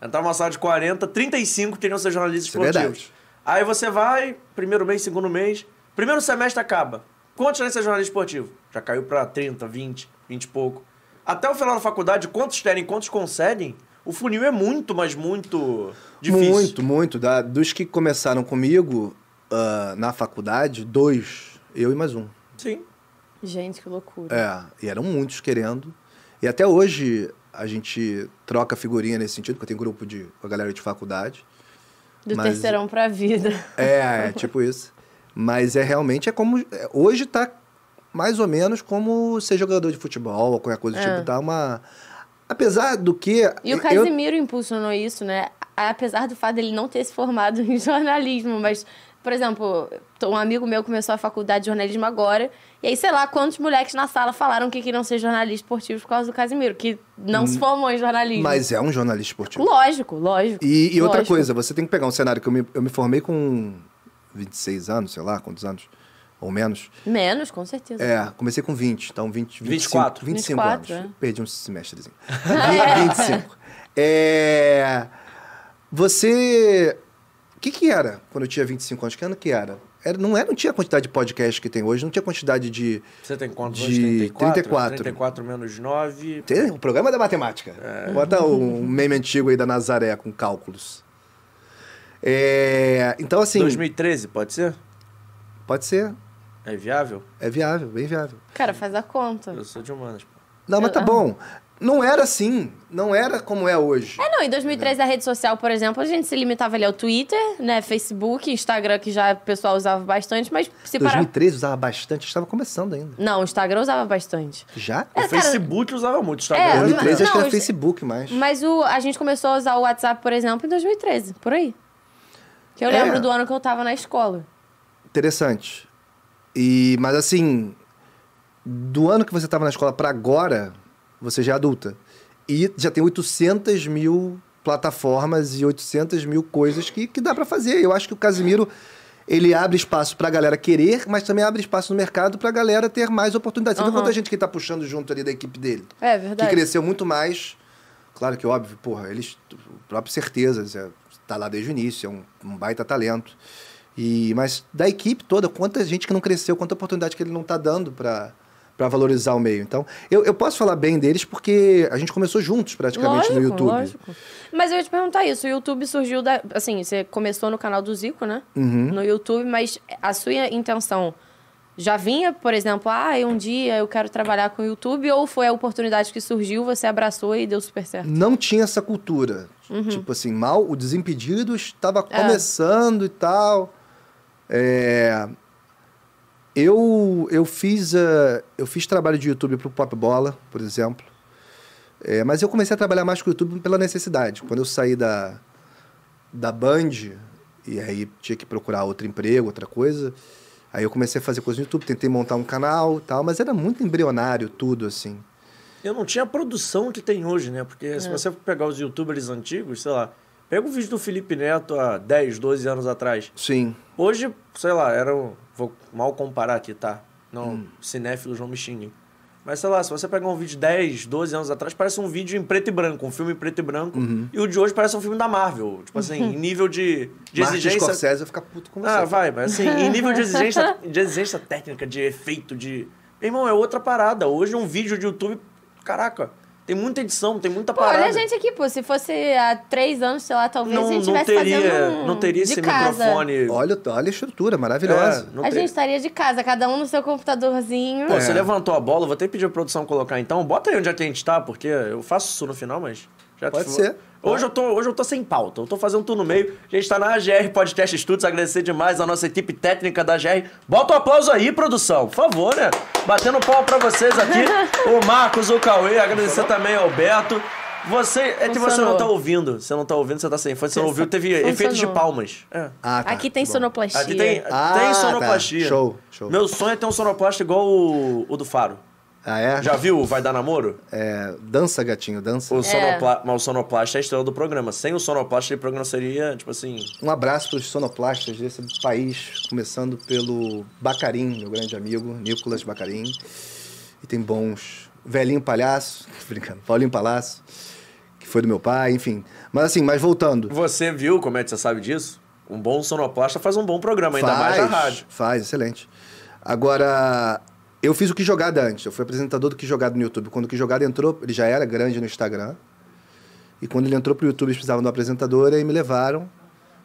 Speaker 1: Entrava numa sala de 40, 35 queriam ser jornalistas
Speaker 3: Isso é verdade.
Speaker 1: esportivos. Aí você vai, primeiro mês, segundo mês, primeiro semestre acaba. Quantos querem ser jornalista esportivo? Já caiu pra 30, 20, 20 e pouco. Até o final da faculdade, quantos querem, quantos conseguem, o funil é muito, mas muito difícil.
Speaker 3: Muito, muito. Da- dos que começaram comigo ah, na faculdade, dois, eu e mais um.
Speaker 1: Sim.
Speaker 2: Gente, que loucura.
Speaker 3: É, e eram muitos querendo. E até hoje a gente troca figurinha nesse sentido, porque eu tenho grupo de, com a galera de faculdade.
Speaker 2: Do
Speaker 3: mas-
Speaker 2: terceirão pra vida.
Speaker 3: É, é tipo isso. Mas é realmente é como. é, Hoje tá mais ou menos como ser jogador de futebol ou qualquer coisa do
Speaker 2: É.
Speaker 3: tipo. Tá uma. Apesar do que.
Speaker 2: E o
Speaker 3: eu-
Speaker 2: Casimiro impulsionou isso, né? Apesar do fato dele não ter se formado em jornalismo, mas, por exemplo, t- um amigo meu começou a faculdade de jornalismo agora, e aí, sei lá, quantos moleques na sala falaram que queriam ser jornalistas esportivos por causa do Casimiro, que não se formou em jornalismo.
Speaker 3: Hum, Mas é um jornalista esportivo.
Speaker 2: Lógico, lógico.
Speaker 3: E, e outra
Speaker 2: lógico.
Speaker 3: coisa, você tem que pegar um cenário que eu me, eu me formei com 26 anos, sei lá, quantos anos? Ou menos.
Speaker 2: Menos, com certeza.
Speaker 3: É, comecei com 20, então 20, 25,
Speaker 1: 24.
Speaker 3: 25
Speaker 2: 24,
Speaker 3: anos.
Speaker 2: é.
Speaker 3: Perdi um semestrezinho. Vi- 25. É, você... O que que era quando eu tinha 25 anos? Que ano que era? era não, era? não tinha a quantidade de podcast que tem hoje, não tinha a quantidade de...
Speaker 1: Você tem quantos
Speaker 3: De
Speaker 1: anos? 34?
Speaker 3: 34.
Speaker 1: 34 menos 9.
Speaker 3: Tem o programa da matemática. Bota um meme antigo aí da Nazaré com cálculos. É, então, assim,
Speaker 1: 2013, pode ser?
Speaker 3: pode ser.
Speaker 1: É viável?
Speaker 3: É viável, bem viável.
Speaker 2: Cara, faz a conta.
Speaker 1: Eu sou de humanas. pô.
Speaker 3: Não, mas tá bom. Não era assim. Não era como é hoje.
Speaker 2: É, não, em
Speaker 3: Né?
Speaker 2: 2003 a rede social, por exemplo, a gente se limitava ali ao Twitter, né, Facebook, Instagram, que já o pessoal usava bastante, mas se parar...
Speaker 3: 2013 usava bastante, estava começando ainda.
Speaker 2: Não, o Instagram usava bastante.
Speaker 1: O
Speaker 3: Já?
Speaker 2: É, cara-
Speaker 1: Facebook usava muito, o
Speaker 2: É,
Speaker 1: Instagram.
Speaker 3: 2013 acho que
Speaker 2: não,
Speaker 3: era
Speaker 2: isso-
Speaker 3: Facebook mais.
Speaker 2: Mas o, a gente começou a usar o WhatsApp, por exemplo, em 2013, por aí. Que eu
Speaker 3: É.
Speaker 2: lembro do ano que eu tava na escola.
Speaker 3: Interessante. E, mas assim, do ano que você estava na escola para agora, você já é adulta. E já tem 800 mil plataformas e 800 mil coisas que, que dá para fazer. Eu acho que o Casimiro, ele abre espaço para a galera querer, mas também abre espaço no mercado para a galera ter mais oportunidades. Você vê
Speaker 2: Aham.
Speaker 3: quanta gente que tá puxando junto ali da equipe dele.
Speaker 2: É
Speaker 3: que
Speaker 2: verdade.
Speaker 3: cresceu muito mais. Claro que óbvio, porra, eles. O próprio Certezas é, tá lá desde o início, é um, um baita talento. E, mas da equipe toda, quanta gente que não cresceu, quanta oportunidade que ele não tá dando para para valorizar o meio. Então, eu, eu posso falar bem deles porque a gente começou juntos praticamente no YouTube.
Speaker 2: Lógico. Mas eu ia te perguntar isso. O YouTube surgiu da. Assim, você começou no canal do Zico, né?
Speaker 3: Uhum.
Speaker 2: No YouTube, mas a sua intenção já vinha, por exemplo, ah, um dia eu quero trabalhar com o YouTube, ou foi a oportunidade que surgiu, você abraçou e deu super certo?
Speaker 3: Não tinha essa cultura. Tipo assim, mal o Desimpedidos estava começando e tal. É, Eu, eu fiz ah, eu fiz trabalho de YouTube pro Pop Bola, por exemplo. É, mas eu comecei a trabalhar mais com o YouTube pela necessidade. Quando eu saí da, da Band, e aí tinha que procurar outro emprego, outra coisa, aí eu comecei a fazer coisa no YouTube, tentei montar um canal e tal, mas era muito embrionário tudo, assim.
Speaker 1: Eu não tinha a produção que tem hoje, né? Porque
Speaker 2: É.
Speaker 1: se você for pegar os youtubers antigos, sei lá, pega o vídeo do Felipe Neto há 10, 12 anos atrás.
Speaker 3: Sim.
Speaker 1: Hoje, sei lá, era um... Vou mal comparar aqui, tá? Não,
Speaker 3: Hum.
Speaker 1: cinéfilos não me xinguem. Mas sei lá, se você pegar um vídeo de 10, 12 anos atrás, parece um vídeo em preto e branco, um filme em preto e branco.
Speaker 3: Uhum.
Speaker 1: E o de hoje parece um filme da Marvel. Tipo assim,
Speaker 2: Uhum.
Speaker 1: em nível de, de
Speaker 3: Martin
Speaker 1: exigência.
Speaker 3: Scorsese vai ficar puto com você.
Speaker 1: Ah, vai, mas assim, em nível de exigência, de exigência técnica, de efeito, de. Meu irmão, é outra parada. Hoje um vídeo de YouTube, caraca, tem muita edição, tem muita
Speaker 2: Pô,
Speaker 1: parada.
Speaker 2: olha a gente aqui, pô. Se fosse há três anos, sei lá, talvez a
Speaker 1: não,
Speaker 2: gente
Speaker 1: não
Speaker 2: tivesse
Speaker 1: teria,
Speaker 2: fazendo um
Speaker 1: não teria
Speaker 2: de
Speaker 1: esse
Speaker 2: casa.
Speaker 1: microfone.
Speaker 3: Olha, olha a estrutura
Speaker 1: É,
Speaker 3: maravilhosa.
Speaker 1: não
Speaker 2: a
Speaker 1: teria.
Speaker 2: gente estaria de casa, cada um no seu computadorzinho.
Speaker 1: Pô,
Speaker 3: É.
Speaker 1: você levantou a bola, vou até pedir a produção colocar então. Bota aí onde é que a gente tá, porque eu faço isso no final, mas. Já
Speaker 3: Pode
Speaker 1: te-
Speaker 3: ser.
Speaker 1: Hoje eu, tô, hoje eu tô sem pauta, eu tô fazendo tudo no meio. A gente tá na AGR Podcast Studios, agradecer demais a nossa equipe técnica da AGR. Bota um aplauso aí, produção, por favor, né? Batendo palma pra vocês aqui, o Marcos, o Cauê, agradecer também ao Beto. Você, é que você não
Speaker 2: Funcionou.
Speaker 1: tá ouvindo, você não tá ouvindo, você tá sem fone, você não ouviu, teve
Speaker 2: Funcionou.
Speaker 1: efeitos de palmas. É.
Speaker 3: Ah, tá.
Speaker 2: Aqui tem
Speaker 3: Bom.
Speaker 2: sonoplastia.
Speaker 1: Aqui tem,
Speaker 3: Ah,
Speaker 1: tem
Speaker 3: tá.
Speaker 1: sonoplastia.
Speaker 3: Show, show.
Speaker 1: Meu sonho é ter um sonoplasta igual o, o do Faro.
Speaker 3: Ah, é?
Speaker 1: Já viu o Vai Dar Namoro?
Speaker 3: É, dança, gatinho, dança.
Speaker 1: O, sonopla... mas o sonoplasta é a estrela do programa. Sem o sonoplasta, o programa seria, tipo assim...
Speaker 3: Um abraço para os sonoplastas desse país, começando pelo Bacarim, meu grande amigo, Nicolas Bacarim. E tem bons. Velhinho Palhaço, tô brincando, Paulinho Palhaço, que foi do meu pai, enfim. Mas assim, mas voltando.
Speaker 1: Você viu como é que você sabe disso? Um bom sonoplasta faz um bom programa, ainda mais na rádio.
Speaker 3: Faz, excelente. Agora, eu fiz o Que Jogada antes. Eu fui apresentador do Que Jogada no YouTube. Quando o Que Jogada entrou, ele já era grande no Instagram. E quando ele entrou pro YouTube, eles precisavam de uma apresentadora e me levaram.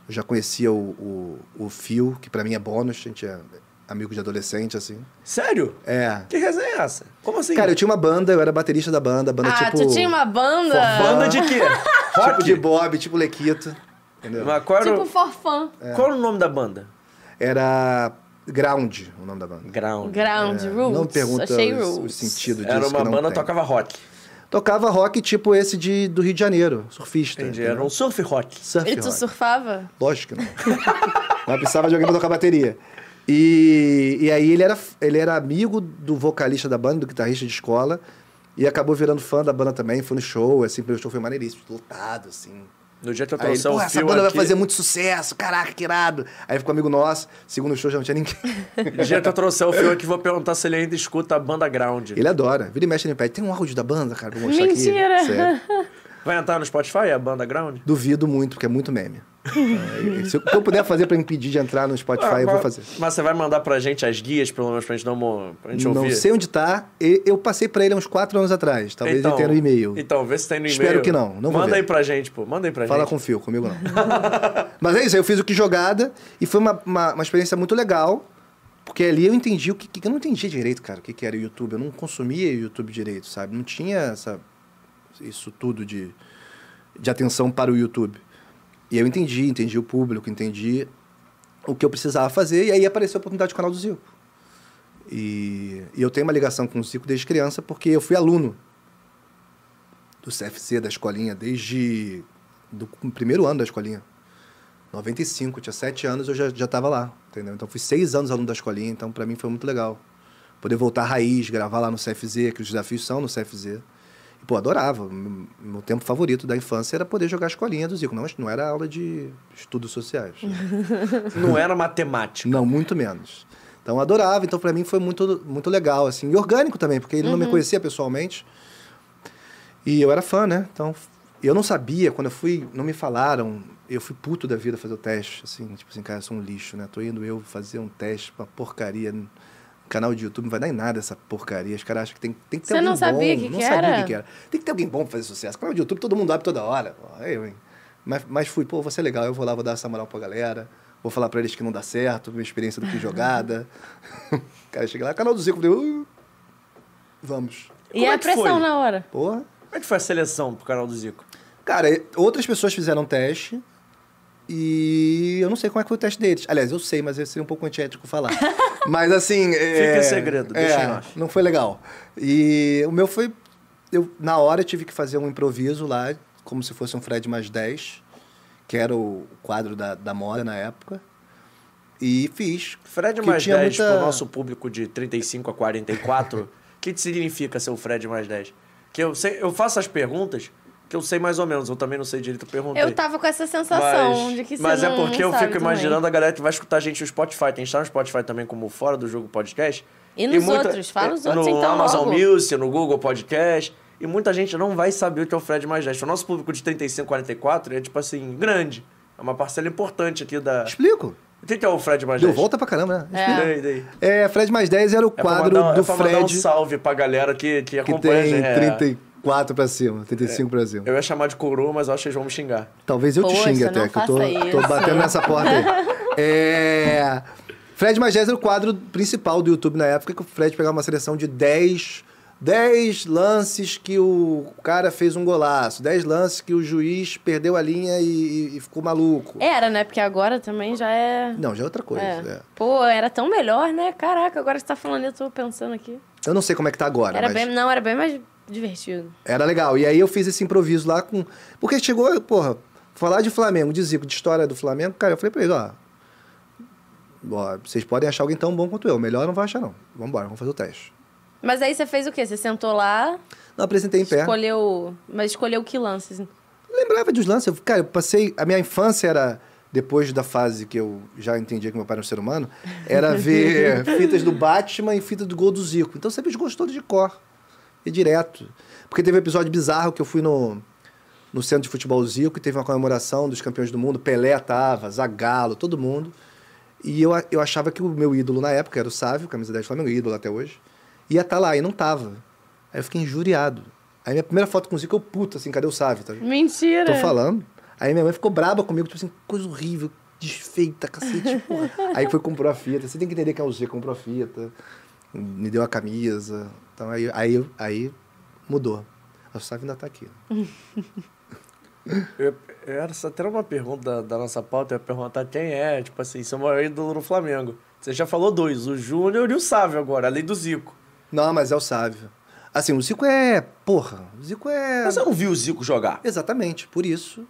Speaker 3: Eu já conhecia o, o, o Phil, que pra mim é bônus. A gente é amigo de adolescente, assim.
Speaker 1: Sério?
Speaker 3: É.
Speaker 1: Que resenha é essa? Como assim?
Speaker 3: Cara, eu tinha uma banda, eu era baterista da banda. Banda
Speaker 2: Ah,
Speaker 3: tipo...
Speaker 2: tu tinha uma banda?
Speaker 1: Banda de quê?
Speaker 3: Tipo
Speaker 1: Rock?
Speaker 3: de Bob, tipo Lequito. Entendeu?
Speaker 1: Mas qual, era o-
Speaker 2: Tipo forfã.
Speaker 3: É.
Speaker 1: qual era o nome da banda?
Speaker 3: Era Ground, o nome da banda.
Speaker 1: Ground.
Speaker 2: Ground, Roots.
Speaker 3: Não pergunta
Speaker 2: Achei
Speaker 3: os- o
Speaker 2: Roots.
Speaker 3: sentido disso.
Speaker 1: Era uma
Speaker 3: que não
Speaker 1: banda
Speaker 3: tem.
Speaker 1: tocava rock.
Speaker 3: Tocava rock tipo esse de, do Rio de Janeiro, surfista.
Speaker 1: Entendi.
Speaker 3: entendeu?
Speaker 1: Era um surf rock.
Speaker 3: surf
Speaker 2: E tu
Speaker 3: rock.
Speaker 2: surfava?
Speaker 3: Lógico que não. Mas precisava de alguém pra tocar bateria. E, e aí ele era, ele era amigo do vocalista da banda, do guitarrista de escola, e acabou virando fã da banda também, foi no show, assim, o show foi maneiríssimo, lotado, assim.
Speaker 1: No dia que eu
Speaker 3: Aí ele,
Speaker 1: trouxe o
Speaker 3: "Pô, essa
Speaker 1: Phil
Speaker 3: banda vai
Speaker 1: é um aqui...
Speaker 3: fazer muito sucesso, caraca, que irado. Aí ficou amigo nosso, segundo show já não tinha ninguém.
Speaker 1: No dia que eu trouxe o Phil aqui, vou perguntar se ele ainda escuta a banda Ground.
Speaker 3: ele adora, vira e mexe ele pede, tem um áudio da banda, cara, pra eu mostrar
Speaker 2: Mentira.
Speaker 3: aqui. Sério.
Speaker 1: Vai entrar no Spotify a banda Ground?
Speaker 3: Duvido muito, porque é muito meme. É, se eu- o que eu puder fazer pra impedir de entrar no Spotify,
Speaker 1: Ah,
Speaker 3: eu vou
Speaker 1: mas-
Speaker 3: fazer.
Speaker 1: Mas você vai mandar pra gente as guias, pelo menos, pra gente, dar uma, pra gente
Speaker 3: Não
Speaker 1: ouvir?
Speaker 3: sei onde tá. E- Eu passei pra ele há uns quatro anos atrás. Talvez ele tenha no e-mail.
Speaker 1: Então, vê se tem no e-mail.
Speaker 3: Espero que não, não vou
Speaker 1: Manda
Speaker 3: ver.
Speaker 1: aí pra gente, pô. Manda aí pra
Speaker 3: Fala
Speaker 1: gente.
Speaker 3: com o Fio, comigo não. Mas é isso, eu fiz o que jogada e foi uma, uma, uma experiência muito legal. Porque ali eu entendi o que, que eu não entendia direito, cara, o que, que era o YouTube. Eu não consumia o YouTube direito, sabe? Não tinha essa isso tudo de, de atenção para o YouTube. E eu entendi, entendi o público, entendi o que eu precisava fazer, e aí apareceu a oportunidade do canal do Zico. E, e eu tenho uma ligação com o Zico desde criança, porque eu fui aluno do CFC, da escolinha, desde do primeiro ano da escolinha. 95, tinha 7 anos, eu já já estava lá, entendeu? Então fui 6 anos aluno da escolinha, então para mim foi muito legal. Poder voltar à raiz, gravar lá no CFZ, que os desafios são no CFZ. E, pô, adorava. Meu meu tempo favorito da infância era poder jogar a escolinha do Zico. Não, não era aula de estudos sociais.
Speaker 1: Não era matemática.
Speaker 3: Não, muito menos. Então adorava, então para mim foi muito, muito legal, assim. E orgânico também, porque ele não me conhecia pessoalmente. E eu era fã, né? Então eu não sabia, quando eu fui, não me falaram. Eu fui puto da vida fazer o teste, assim, tipo assim, cara, eu sou um lixo, né? Tô indo eu fazer um teste, uma porcaria. Canal de YouTube não vai dar em nada essa porcaria. Os caras acham que tem, tem que ter
Speaker 2: Você não
Speaker 3: alguém
Speaker 2: sabia
Speaker 3: bom.
Speaker 2: que
Speaker 3: não
Speaker 2: que
Speaker 3: sabia o
Speaker 2: era?
Speaker 3: que, que era. Tem que ter alguém bom pra fazer sucesso. Canal de YouTube todo mundo abre toda hora. Ó, eu, hein? Mas, mas fui, pô, você é legal, eu vou lá, vou dar essa moral pra galera. Vou falar pra eles que não dá certo, minha experiência do que jogada. o cara chega lá, canal do Zico, eu falei, "Uh, vamos.
Speaker 2: E
Speaker 1: Como é
Speaker 2: a
Speaker 1: que foi?
Speaker 2: pressão na hora.
Speaker 3: Porra.
Speaker 1: Como é que foi a seleção pro canal do Zico?
Speaker 3: Cara, e- outras pessoas fizeram um teste e eu não sei como é que foi o teste deles. Aliás, eu sei, mas eu seria um pouco antiético falar. mas assim. é-
Speaker 1: em segredo, deixa
Speaker 3: é,
Speaker 1: em off.
Speaker 3: Não foi legal. E o meu foi. Eu, na hora eu tive que fazer um improviso lá, como se fosse um Fred mais 10, que era o quadro da, da moda na época. E fiz.
Speaker 1: Fred
Speaker 3: Que
Speaker 1: mais
Speaker 3: tinha
Speaker 1: 10
Speaker 3: muita-
Speaker 1: pro nosso público de 35 a 44. O que, que significa ser o Fred mais 10? Que eu, sei, eu faço as perguntas que eu sei mais ou menos, eu também não sei direito, eu perguntei.
Speaker 2: Eu tava com essa sensação
Speaker 1: mas,
Speaker 2: de que você
Speaker 1: Mas é
Speaker 2: não-
Speaker 1: porque
Speaker 2: não
Speaker 1: eu
Speaker 2: sabe
Speaker 1: fico
Speaker 2: também.
Speaker 1: imaginando a galera que vai escutar a gente no Spotify. Tem que estar no Spotify também como Fora do Jogo Podcast. é,
Speaker 2: E nos outros, fala os outros
Speaker 1: No
Speaker 2: então
Speaker 1: Amazon
Speaker 2: logo.
Speaker 1: Music, no Google Podcast. E muita gente não vai saber o que é o Fred mais 10. O nosso público de 35, 44 é tipo assim, grande. É uma parcela importante aqui da...
Speaker 3: Explico.
Speaker 1: O que que é o Fred mais
Speaker 3: Deu
Speaker 1: 10?
Speaker 3: volta pra caramba, né?
Speaker 1: E daí, e daí?
Speaker 3: É, Fred mais 10 era o
Speaker 1: É pra
Speaker 3: quadro
Speaker 1: mandar-
Speaker 3: do
Speaker 1: é pra
Speaker 3: Fred.
Speaker 1: mandar um salve pra galera que, que
Speaker 3: que
Speaker 1: acompanha a
Speaker 3: tem
Speaker 1: gente. É,
Speaker 3: 34 pra cima, 35 pra cima.
Speaker 1: Eu ia chamar de coroa, mas eu acho que eles vão me xingar.
Speaker 3: Talvez eu te
Speaker 2: Poxa,
Speaker 3: xingue
Speaker 2: não
Speaker 3: até, que eu tô,
Speaker 2: faça
Speaker 3: tô
Speaker 2: isso.
Speaker 3: batendo nessa porta aí. É... Fred Magés era o quadro principal do YouTube na época, que o Fred pegava uma seleção de 10, 10 lances que o cara fez um golaço, 10 lances que o juiz perdeu a linha e, e- e ficou maluco.
Speaker 2: Era, né? Porque agora também já é...
Speaker 3: Não, já é outra coisa.
Speaker 2: é.
Speaker 3: é.
Speaker 2: Pô, era tão melhor, né? Caraca, agora você tá falando, eu tô pensando aqui.
Speaker 3: Eu não sei como é que tá agora,
Speaker 2: Era
Speaker 3: mas...
Speaker 2: bem... Não, era bem mais divertido.
Speaker 3: Era legal. E aí eu fiz esse improviso lá com. Porque chegou, porra, falar de Flamengo, de Zico, de história do Flamengo, cara, eu falei pra eles, ó. ó, vocês podem achar alguém tão bom quanto eu. Melhor não vai achar, não. Vambora, vamos fazer o teste.
Speaker 2: Mas aí você fez o quê? Você sentou lá,
Speaker 3: Não, apresentei em pé.
Speaker 2: escolheu... Mas escolheu que lances?
Speaker 3: Lembrava dos lances. eu- Cara, eu passei. A minha infância era. Depois da fase que eu já entendia que meu pai era um ser humano, era ver fitas do Batman e fita do gol do Zico. Então eu sempre gostou de cor. E direto. Porque teve um episódio bizarro que eu fui no, no centro de futebol Zico e teve uma comemoração dos campeões do mundo. Pelé tava, Zagallo, todo mundo. E eu, a- eu achava que o meu ídolo na época era o Sávio, camisa 10 do Flamengo, ídolo até hoje, ia estar lá e não tava. Aí eu fiquei injuriado. Aí minha primeira foto com o Zico, eu puto, assim, cadê o Sávio? Tá?
Speaker 2: Mentira!
Speaker 1: É.
Speaker 3: Tô falando. Aí minha mãe ficou braba comigo, tipo assim, coisa horrível, desfeita, cacete, porra. aí foi comprou a fita. Você tem que entender que é um Z, comprou a fita. Me deu a camisa. Então aí, aí, aí mudou. A Sávio ainda tá aqui.
Speaker 1: Eu, eu era só até uma pergunta da, da nossa pauta, eu ia perguntar quem é, tipo assim, seu maior ídolo no Flamengo. Você já falou dois, o Júnior e o Sávio agora, além do Zico.
Speaker 3: Não, mas é o Sávio. Assim, o Zico é. Porra. O Zico é.
Speaker 1: Mas eu não vi o Zico jogar.
Speaker 3: Exatamente, por isso.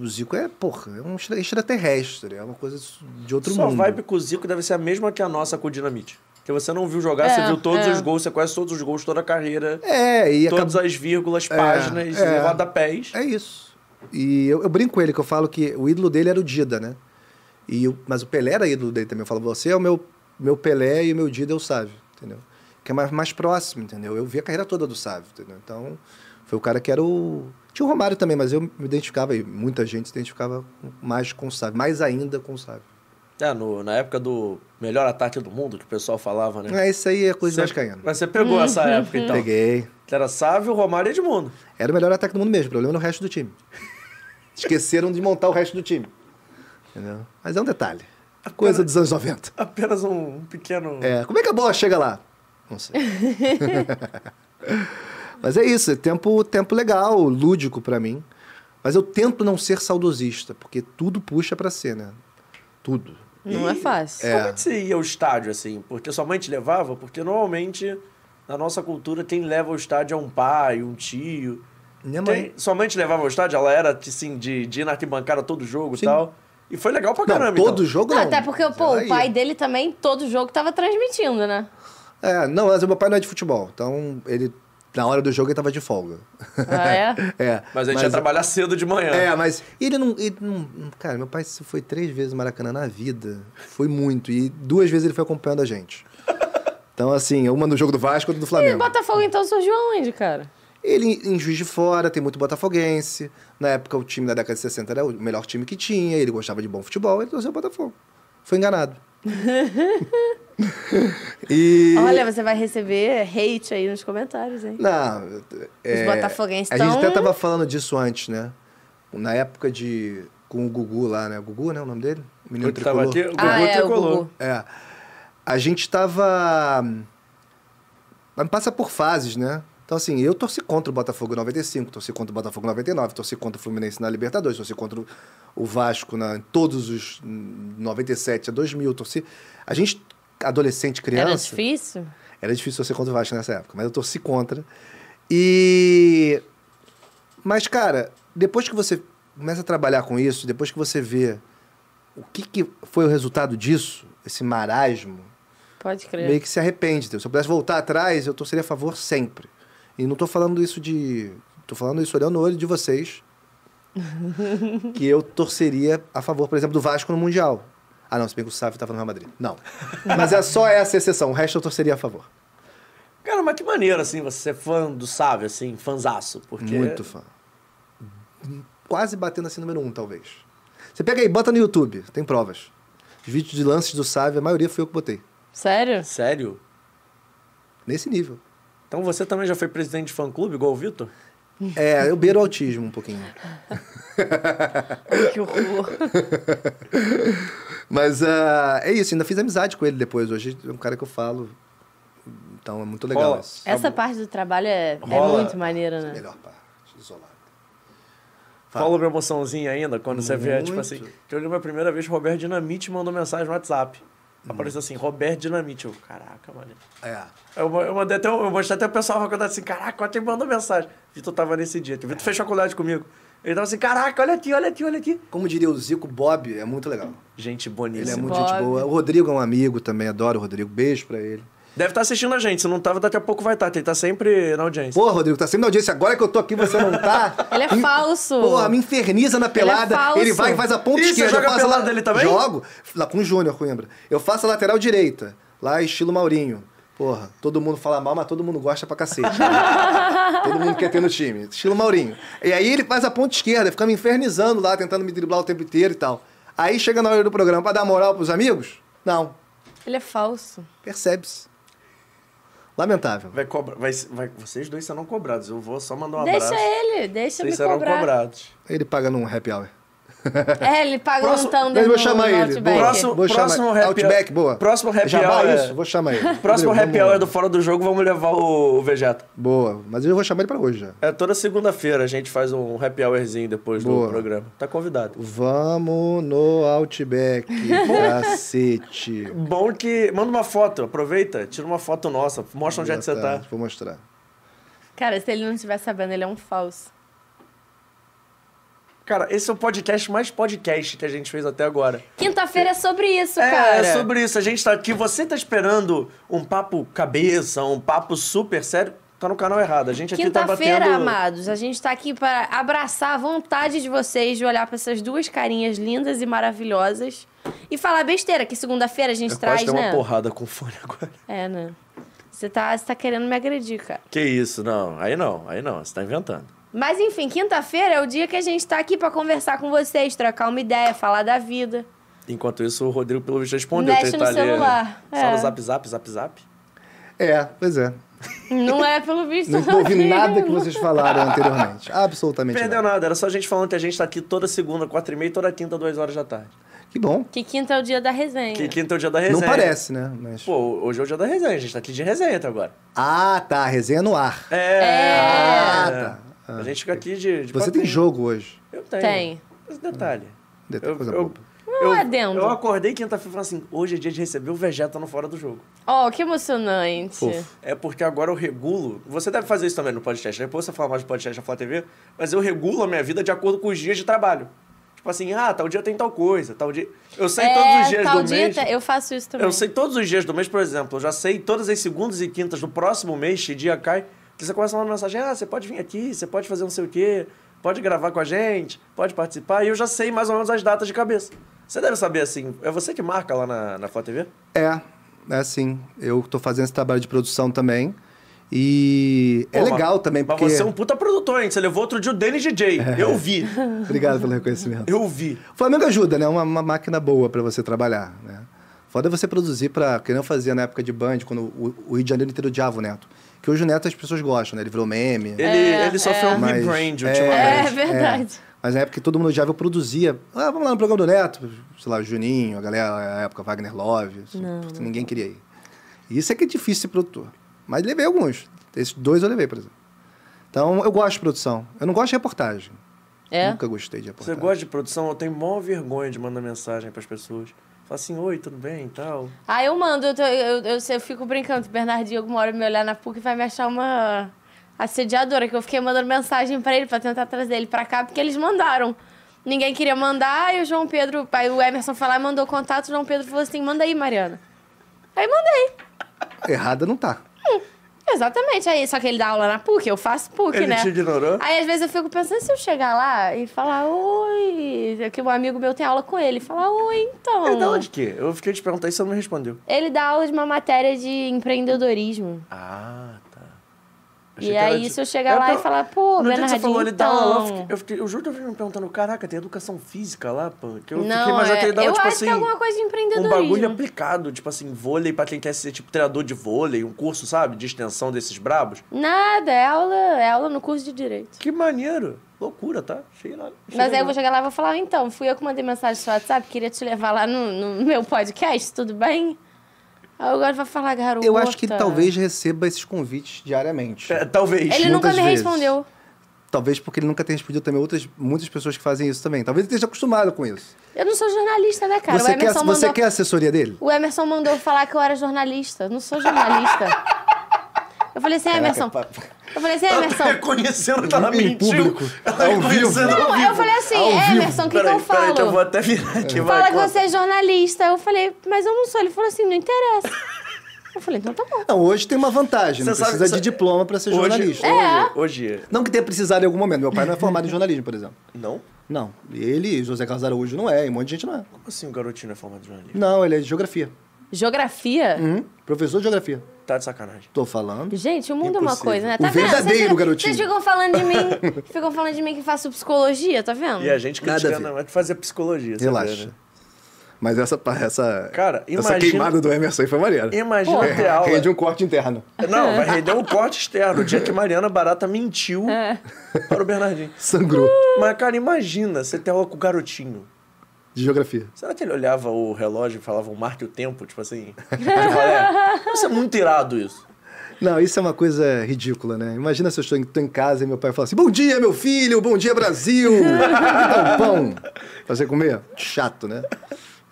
Speaker 3: O Zico é, porra, é um extra- extraterrestre, é uma coisa de outro
Speaker 1: Sua
Speaker 3: mundo.
Speaker 1: vibe com o Zico deve ser a mesma que a nossa com o Dinamite. Porque você não viu jogar, você
Speaker 2: É,
Speaker 1: viu todos
Speaker 2: é.
Speaker 1: os gols, você conhece todos os gols, toda a carreira,
Speaker 3: É, e acabou.
Speaker 1: todas as vírgulas, páginas,
Speaker 3: é.
Speaker 1: rodapés.
Speaker 3: É isso. E eu, eu brinco com ele, que eu falo que o ídolo dele era o Dida, né? E o- mas o Pelé era ídolo dele também. Eu falo, você é o meu, meu Pelé e o meu Dida é o Sávio, entendeu? Que é mais, mais próximo, entendeu? Eu vi a carreira toda do Sávio, entendeu? Então, foi o cara que era o... Tinha o Romário também, mas eu me identificava, e muita gente se identificava mais com o Sávio, mais ainda com o Sávio.
Speaker 1: É, no- na época do melhor ataque do mundo, que o pessoal falava, né?
Speaker 3: É, isso aí é coisa
Speaker 1: Você-
Speaker 3: mais caindo.
Speaker 1: Mas você pegou essa época, então.
Speaker 3: Peguei.
Speaker 1: Que era Sávio, Romário e Edmundo.
Speaker 3: Era o melhor ataque do mundo mesmo, o problema era o resto do time. Esqueceram de montar o resto do time. Entendeu? Mas é um detalhe. Coisa dos anos 90.
Speaker 1: Apenas um, um pequeno...
Speaker 3: É, como é que a bola chega lá? Não sei. Mas é isso, é tempo, tempo legal, lúdico pra mim. Mas eu tento não ser saudosista, porque tudo puxa pra ser, né? Tudo.
Speaker 2: Não é fácil.
Speaker 1: Como é que você ia ao estádio, assim? Porque sua mãe te levava? Porque normalmente, na nossa cultura, quem leva ao estádio é um pai, um tio.
Speaker 3: Minha mãe.
Speaker 1: Quem, sua mãe te levava ao estádio? Ela era, assim, de, de ir na arquibancada todo jogo
Speaker 3: Sim.
Speaker 1: e tal. E foi legal pra
Speaker 3: Não,
Speaker 1: caramba,
Speaker 3: todo
Speaker 1: então.
Speaker 3: jogo não.
Speaker 2: Até porque,
Speaker 3: Mas
Speaker 2: pô,
Speaker 3: ela
Speaker 2: o
Speaker 3: ia.
Speaker 2: pai dele também, todo jogo, tava transmitindo, né?
Speaker 3: É, não, mas meu pai não é de futebol. Então, ele, na hora do jogo, ele tava de folga.
Speaker 2: Ah, é?
Speaker 3: é.
Speaker 1: Mas a gente ia trabalhar cedo de manhã.
Speaker 3: É, mas ele não, ele não. Cara, meu pai se foi três vezes no Maracanã na vida. Foi muito. E duas vezes ele foi acompanhando a gente. Então, assim, uma no jogo do Vasco, outra do
Speaker 2: E
Speaker 3: Flamengo.
Speaker 2: Botafogo então surgiu onde, cara?
Speaker 3: Ele em Juiz de Fora tem muito botafoguense. Na época, o time da década de 60 era o melhor time que tinha. Ele gostava de bom futebol. Ele torceu o Botafogo. Foi enganado. e.
Speaker 2: Olha, você vai receber hate aí nos comentários, hein?
Speaker 3: Não, é,
Speaker 2: botafoguenses
Speaker 3: A gente
Speaker 2: tão-
Speaker 3: até tava falando disso antes, né? Na época de. Com o Gugu lá, né? Gugu, né? O nome dele? O Menino
Speaker 1: Eu tava aqui,
Speaker 3: tricolor.
Speaker 1: o Gugu
Speaker 2: Ah, é, o
Speaker 1: tricolor.
Speaker 2: Gugu.
Speaker 3: É. A gente tava. Mas Passa por fases, né? Então, assim, eu torci contra o Botafogo em 95, torci contra o Botafogo em 99, torci contra o Fluminense na Libertadores, torci contra o- o Vasco na, em todos os. em 97 a 2000, torci. A gente, adolescente, criança.
Speaker 2: Era difícil?
Speaker 3: Era difícil torcer contra o Vasco nessa época, mas eu torci contra. E. Mas, cara, depois que você começa a trabalhar com isso, depois que você vê o que, que foi o resultado disso, esse marasmo,
Speaker 2: Pode crer.
Speaker 3: meio que se arrepende. entendeu? Se eu pudesse voltar atrás, eu torceria a favor sempre. E não tô falando isso de. Tô falando isso olhando no olho de vocês. que eu torceria a favor, por exemplo, do Vasco no Mundial. Ah, não, se bem que o Sávio tava no Real Madrid. Não. Mas é só essa exceção. O resto eu torceria a favor.
Speaker 1: Cara, mas que maneiro, assim, você ser fã do Sávio, assim, fanzaço. Porque...
Speaker 3: Muito fã. Quase batendo assim número um, talvez. Você pega aí, bota no YouTube, tem provas. Os vídeos de lances do Sávio, a maioria foi eu que botei.
Speaker 2: Sério?
Speaker 1: Sério?
Speaker 3: Nesse nível.
Speaker 1: Então você também já foi presidente de fã-clube, igual o Vitor?
Speaker 3: É, eu beiro o autismo um pouquinho.
Speaker 2: Que horror.
Speaker 3: Mas ah, é isso, ainda fiz amizade com ele depois. Hoje é um cara que eu falo. Então é muito legal
Speaker 1: Rola.
Speaker 3: isso.
Speaker 2: Essa parte do trabalho é, é
Speaker 1: Rola.
Speaker 2: muito maneira, né?
Speaker 3: Melhor parte, isolado. Fala.
Speaker 1: Fala uma emoçãozinha ainda, quando você vê, tipo
Speaker 3: Muito.
Speaker 1: assim. que Eu lembro a primeira vez que o Roberto Dinamite mandou mensagem no WhatsApp. Apareceu assim, Roberto Dinamite. Eu, caraca, mano.
Speaker 3: É.
Speaker 1: Eu, ma- eu mandei até, um- eu mostrei até o pessoal na faculdade assim, caraca, olha quem mandou mensagem. Vitor tava nesse dia. O Vitor fez faculdade comigo. Ele tava assim, caraca, olha aqui, olha aqui, olha aqui.
Speaker 3: Como diria o Zico, Bob é muito legal.
Speaker 1: Gente
Speaker 3: Ele é
Speaker 1: boníssima.
Speaker 3: muito
Speaker 2: Bob.
Speaker 3: gente boa. O Rodrigo é um amigo também, adoro o Rodrigo. Beijo pra ele.
Speaker 1: Deve estar assistindo a gente. Se não tava, daqui a pouco vai estar. Ele tá sempre na audiência.
Speaker 3: Porra, Rodrigo, tá sempre na audiência. Agora que eu tô aqui, você não tá.
Speaker 2: Ele é
Speaker 3: Me-
Speaker 2: falso. é
Speaker 3: Porra, me inferniza na pelada.
Speaker 2: falso.
Speaker 3: Ele vai e faz a ponta
Speaker 1: Ih, você
Speaker 3: esquerda.
Speaker 1: joga
Speaker 3: eu
Speaker 1: a
Speaker 3: faço a
Speaker 1: pelada dele também?
Speaker 3: Jogo. Lá com o Júnior, Coimbra. Eu faço a lateral direita. Lá estilo Maurinho. Porra, todo mundo fala mal, mas todo mundo gosta pra cacete. né? todo mundo quer ter no time. Estilo Maurinho. E aí ele faz a ponta esquerda, fica me infernizando lá, tentando me driblar o tempo inteiro e tal. Aí chega na hora do programa pra dar moral pros amigos? Não.
Speaker 2: Ele é falso.
Speaker 3: Percebe-se. Lamentável.
Speaker 1: Vai cobrar. Vai, vai- vocês dois serão cobrados. Eu vou só mandar um
Speaker 2: Deixa
Speaker 1: abraço.
Speaker 2: ele, deixa
Speaker 1: Vocês
Speaker 2: me
Speaker 1: serão
Speaker 2: cobrar.
Speaker 1: cobrados.
Speaker 3: Ele paga num happy hour.
Speaker 2: É, ele paga
Speaker 1: Próximo-
Speaker 2: um thunder
Speaker 3: Mas eu vou
Speaker 2: no-
Speaker 3: chamar
Speaker 2: no
Speaker 3: ele.
Speaker 2: Outback.
Speaker 3: Boa.
Speaker 1: Próximo-
Speaker 3: vou chamar-
Speaker 1: próximo happy
Speaker 3: Outback,
Speaker 1: hour-
Speaker 3: boa.
Speaker 1: próximo happy
Speaker 3: Jabá,
Speaker 1: hour é-
Speaker 3: isso? Vou chamar ele.
Speaker 1: Próximo
Speaker 3: Rodrigo,
Speaker 1: happy
Speaker 3: vamos-
Speaker 1: hour é do Fora do Jogo, vamos levar o, o Vegeta.
Speaker 3: Boa, mas eu vou chamar ele pra hoje já.
Speaker 1: É toda segunda-feira a gente faz um happy hourzinho depois
Speaker 3: Boa.
Speaker 1: do programa. Tá convidado.
Speaker 3: Vamos no Outback, cacete.
Speaker 1: Bom que. Manda uma foto, aproveita, tira uma foto nossa, mostra onde é que você tá.
Speaker 3: Vou mostrar.
Speaker 2: Cara, se ele não estiver sabendo, ele é um falso.
Speaker 1: Cara, esse é o podcast mais podcast que a gente fez até agora.
Speaker 2: Quinta-feira é sobre isso,
Speaker 1: É,
Speaker 2: cara.
Speaker 1: é sobre isso. A gente tá aqui. Você tá esperando um papo cabeça, um papo super sério? Tá no canal errado. A gente aqui tá
Speaker 2: Quinta-feira,
Speaker 1: batendo.
Speaker 2: amados, a gente tá aqui para abraçar a vontade de vocês de olhar para essas duas carinhas lindas e maravilhosas e falar besteira, que segunda-feira a gente
Speaker 1: Eu
Speaker 2: traz,
Speaker 1: quase dei
Speaker 2: né?
Speaker 1: uma porrada com o fone agora.
Speaker 2: É, né? Você tá, você tá querendo me agredir, cara.
Speaker 1: Que isso, não. Aí não, aí não. Você tá inventando.
Speaker 2: Mas enfim, quinta-feira é o dia que a gente tá aqui pra conversar com vocês, trocar uma ideia, falar da vida.
Speaker 1: Enquanto isso, o Rodrigo, pelo visto, respondeu.
Speaker 2: Mexe
Speaker 1: tentar
Speaker 2: no celular,
Speaker 1: Ali, Fala
Speaker 2: é.
Speaker 1: zap, zap, zap, zap.
Speaker 3: É, pois é.
Speaker 2: Não é pelo visto.
Speaker 3: Não não ouvi
Speaker 2: aqui,
Speaker 3: nada que
Speaker 2: não.
Speaker 3: vocês falaram anteriormente. Absolutamente
Speaker 1: Perdeu
Speaker 3: nada.
Speaker 1: nada, era só a gente falando que a gente tá aqui toda segunda, quatro e meia, e toda quinta, duas horas da tarde.
Speaker 3: Que bom.
Speaker 2: Que quinta é o dia da resenha.
Speaker 1: Que quinta é o dia da resenha.
Speaker 3: Não parece, né? Mas...
Speaker 1: Pô, hoje é o dia da resenha, a gente tá aqui de resenha até agora.
Speaker 3: Ah, tá. Resenha no ar.
Speaker 1: É.
Speaker 2: É.
Speaker 3: Ah, tá. Ah,
Speaker 1: a gente fica aqui de. de
Speaker 3: Você tem
Speaker 1: papinho.
Speaker 3: jogo hoje.
Speaker 1: Eu tenho.
Speaker 2: Tem.
Speaker 1: Mas detalhe.
Speaker 3: Detalhe, coisa boba.
Speaker 2: Um adendo.
Speaker 1: eu acordei quinta-feira e falei assim: hoje é dia de receber o Vegeta no Fora do Jogo.
Speaker 2: Ó, que emocionante.
Speaker 3: Fofo.
Speaker 1: É porque agora eu regulo. Você deve fazer isso também no podcast. né? Depois você fala mais do podcast da Flá TV, mas eu regulo a minha vida de acordo com os dias de trabalho. Tipo assim, ah, tal dia tem tal coisa, tal dia. Eu sei
Speaker 2: É,
Speaker 1: todos os dias
Speaker 2: tal
Speaker 1: do
Speaker 2: dia
Speaker 1: mês.
Speaker 2: te- Eu faço isso também.
Speaker 1: Eu sei todos os dias do mês, por exemplo. Eu já sei todas as segundas e quintas do próximo mês, que dia cai. Que você começa uma mensagem, ah, você pode vir aqui, você pode fazer não sei o quê, pode gravar com a gente, pode participar. E eu já sei mais ou menos as datas de cabeça. Você deve saber, assim, é você que marca lá na, na Flá TV?
Speaker 3: É, é assim. Eu tô fazendo esse trabalho de produção também. E
Speaker 1: Pô,
Speaker 3: é
Speaker 1: mas-
Speaker 3: legal também, porque... É.
Speaker 1: Mas você é um puta produtor, hein? Você levou outro dia o Danny DJ. Eu vi.
Speaker 3: Obrigado pelo reconhecimento.
Speaker 1: Eu vi.
Speaker 3: O Flamengo ajuda, né? Uma, uma máquina boa pra você trabalhar, né? Foda é você produzir pra... Que nem eu fazia na época de Band, quando o, o Rio de Janeiro inteiro odiava o Neto. Que hoje o Neto as pessoas gostam, né? Ele virou meme.
Speaker 1: Ele, ele sofreu um
Speaker 3: Mas-
Speaker 1: rebrand
Speaker 3: é,
Speaker 1: ultimamente.
Speaker 2: É verdade.
Speaker 3: Mas na época que todo mundo odiava, eu produzia. Ah, vamos lá no programa do Neto. Sei lá, Juninho, a galera, a época, Wagner Love. assim, putz, Ninguém queria ir. E Isso é que é difícil ser produtor. Mas levei alguns. Esses dois eu levei, por exemplo. Então, eu gosto de produção. Eu não gosto de reportagem.
Speaker 2: É?
Speaker 3: Nunca gostei de
Speaker 1: Você
Speaker 3: reportagem.
Speaker 1: gosta de produção? Eu tenho maior vergonha de mandar mensagem pras pessoas. Fala assim, oi, tudo bem e tal.
Speaker 2: Ah, eu mando, eu, tô- eu, eu, eu fico brincando. O Bernardinho, alguma hora, me olhar na PUC e vai me achar uma assediadora, que eu fiquei mandando mensagem pra ele pra tentar trazer ele pra cá, porque eles mandaram. Ninguém queria mandar, e o João Pedro, aí o Emerson foi lá e mandou contato, o João Pedro falou assim: manda aí, Mariana. Aí mandei.
Speaker 3: Errada não tá.
Speaker 2: Exatamente, aí, só que ele dá aula na PUC, eu faço PUC,
Speaker 1: Ele
Speaker 2: né?
Speaker 1: te ignorou?
Speaker 2: Aí às vezes eu fico pensando, e se eu chegar lá e falar, oi, que um amigo meu tem aula com ele, falar, oi, então.
Speaker 1: Ele dá aula de quê? é? Eu fiquei te perguntando e você não me respondeu.
Speaker 2: Ele dá aula de uma matéria de empreendedorismo.
Speaker 1: Ah, tá.
Speaker 2: e aí, se eu chegar lá e falar, pô,
Speaker 1: É, no dia que
Speaker 2: Bernardinho,
Speaker 1: você falou, ele dá
Speaker 2: então...
Speaker 1: aula, eu, fiquei, eu, fiquei, eu juro que eu fiquei me perguntando, caraca, tem educação física lá, pô? Que eu
Speaker 2: Não,
Speaker 1: fiquei imaginando
Speaker 2: é-
Speaker 1: que ele dava,
Speaker 2: eu
Speaker 1: tipo
Speaker 2: acho
Speaker 1: assim,
Speaker 2: que é alguma coisa de
Speaker 1: um
Speaker 2: empreendedorismo.
Speaker 1: bagulho aplicado, tipo assim, vôlei pra quem quer ser, tipo, treinador de vôlei, um curso, sabe, de extensão desses brabos.
Speaker 2: Nada, é aula, é aula no curso de Direito.
Speaker 1: Que maneiro. Loucura, tá? Cheio lá. achei
Speaker 2: Mas aí eu
Speaker 1: legal.
Speaker 2: vou chegar lá e vou falar, então, fui eu que mandei mensagem no seu WhatsApp, queria te levar lá no, no meu podcast, tudo bem? Aí agora vai falar, garota.
Speaker 3: Eu acho que ele talvez receba esses convites diariamente.
Speaker 1: É, talvez.
Speaker 2: Ele nunca
Speaker 3: muitas
Speaker 2: me
Speaker 3: vezes.
Speaker 2: respondeu.
Speaker 3: Talvez porque ele nunca tenha respondido também outras, muitas pessoas que fazem isso também. Talvez ele esteja acostumado com isso.
Speaker 2: Eu não sou jornalista, né, cara? o
Speaker 3: você, quer,
Speaker 2: Emerson mandou...
Speaker 3: você quer a assessoria dele?
Speaker 2: O Emerson mandou eu falar que eu era jornalista. Eu Não sou jornalista. Eu falei assim, Emerson.
Speaker 3: Caraca, é pa-
Speaker 2: Eu falei assim,
Speaker 1: Ela tá
Speaker 2: Emerson.
Speaker 1: reconhecendo que ela
Speaker 3: Em
Speaker 1: mentiu.
Speaker 3: público,
Speaker 1: Ela tá
Speaker 3: ao vivo.
Speaker 1: reconhecendo ao
Speaker 2: Não,
Speaker 1: vivo.
Speaker 2: eu falei assim,
Speaker 3: ao vivo.
Speaker 2: Emerson, o que, que eu
Speaker 1: Peraí, peraí,
Speaker 2: falo?
Speaker 1: então eu vou até virar aqui, vai.
Speaker 2: Fala que
Speaker 1: conta.
Speaker 2: você é jornalista. Eu falei, mas eu não sou. Ele falou assim, não interessa. Eu falei, então tá bom.
Speaker 3: Não, hoje tem uma vantagem. Não
Speaker 1: Você sabe-
Speaker 3: precisa
Speaker 1: sa-
Speaker 3: de diploma para ser
Speaker 1: Hoje- É.
Speaker 3: jornalista.
Speaker 2: É.
Speaker 1: Hoje, hoje,
Speaker 3: Não que tenha precisado em algum momento. Meu pai não é formado em jornalismo, por exemplo.
Speaker 1: Não?
Speaker 3: Não. Ele, José Carlos Araújo, não é. E um monte de gente não é.
Speaker 1: Como assim o garotinho é formado de jornalista?
Speaker 3: Não, ele é de geografia.
Speaker 2: Geografia?
Speaker 3: Hum? Professor de geografia.
Speaker 1: Tá de sacanagem.
Speaker 3: Tô falando.
Speaker 2: Gente, o mundo é uma
Speaker 3: Impossível.
Speaker 2: coisa, né?
Speaker 3: O
Speaker 2: Tá vendo?
Speaker 3: verdadeiro
Speaker 2: Vocês-
Speaker 3: garotinho.
Speaker 2: Vocês ficam falando de mim, ficam falando de mim que faço psicologia, tá vendo?
Speaker 1: E a gente
Speaker 3: Nada a
Speaker 1: criticando,
Speaker 3: ver.
Speaker 1: não, é que fazer psicologia. você vê,
Speaker 3: Relaxa.
Speaker 1: né?
Speaker 3: Mas essa, pa- essa,
Speaker 1: Cara,
Speaker 3: essa
Speaker 1: imagina-
Speaker 3: queimada do Emerson aí foi maneira.
Speaker 1: Imagina
Speaker 2: Porra.
Speaker 1: ter aula.
Speaker 3: Rende um corte interno.
Speaker 1: Não, vai render um corte externo. O dia que Mariana Barata mentiu para o Bernardinho.
Speaker 3: Sangrou.
Speaker 1: Mas, cara, imagina você ter aula com o garotinho.
Speaker 3: De geografia.
Speaker 1: Será que ele olhava o relógio e falava o marque o tempo? Tipo assim. tipo, olha, Isso é muito irado isso.
Speaker 3: Não, isso é uma coisa ridícula, né? Imagina se eu estou em, tô em casa e meu pai fala assim: Bom dia, meu filho, bom dia, Brasil! Me dá um pão pra você comer? Chato, né?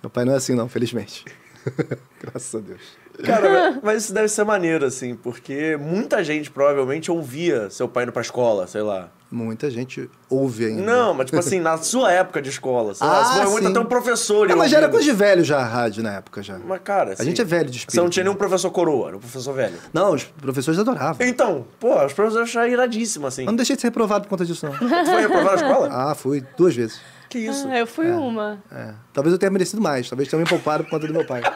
Speaker 3: Meu pai não é assim, não, felizmente. Graças a Deus.
Speaker 1: Cara, mas isso deve ser maneiro, assim, porque muita gente provavelmente ouvia seu pai indo pra escola, sei lá.
Speaker 3: Muita gente ouve ainda.
Speaker 1: Não, mas tipo assim, na sua época de escola, sei lá,
Speaker 3: Ah,
Speaker 1: você foi muito
Speaker 3: sim.
Speaker 1: até um professor.
Speaker 3: É,
Speaker 1: e
Speaker 3: mas já era
Speaker 1: ouvindo.
Speaker 3: coisa de velho já, a rádio na época já.
Speaker 1: Mas, cara, assim,
Speaker 3: gente é velho de
Speaker 1: Você
Speaker 3: espírito,
Speaker 1: não tinha
Speaker 3: né?
Speaker 1: nenhum professor coroa, era um professor velho.
Speaker 3: Não, os professores adoravam.
Speaker 1: Então, pô, os professores acharam iradíssimo, assim.
Speaker 3: Eu não deixei de ser reprovado por conta disso, não.
Speaker 1: Tu foi reprovar na escola?
Speaker 3: Ah, fui duas vezes.
Speaker 1: Que isso?
Speaker 2: Ah, eu fui uma.
Speaker 3: É. Talvez eu tenha merecido mais, talvez tenha me poupado por conta do meu pai.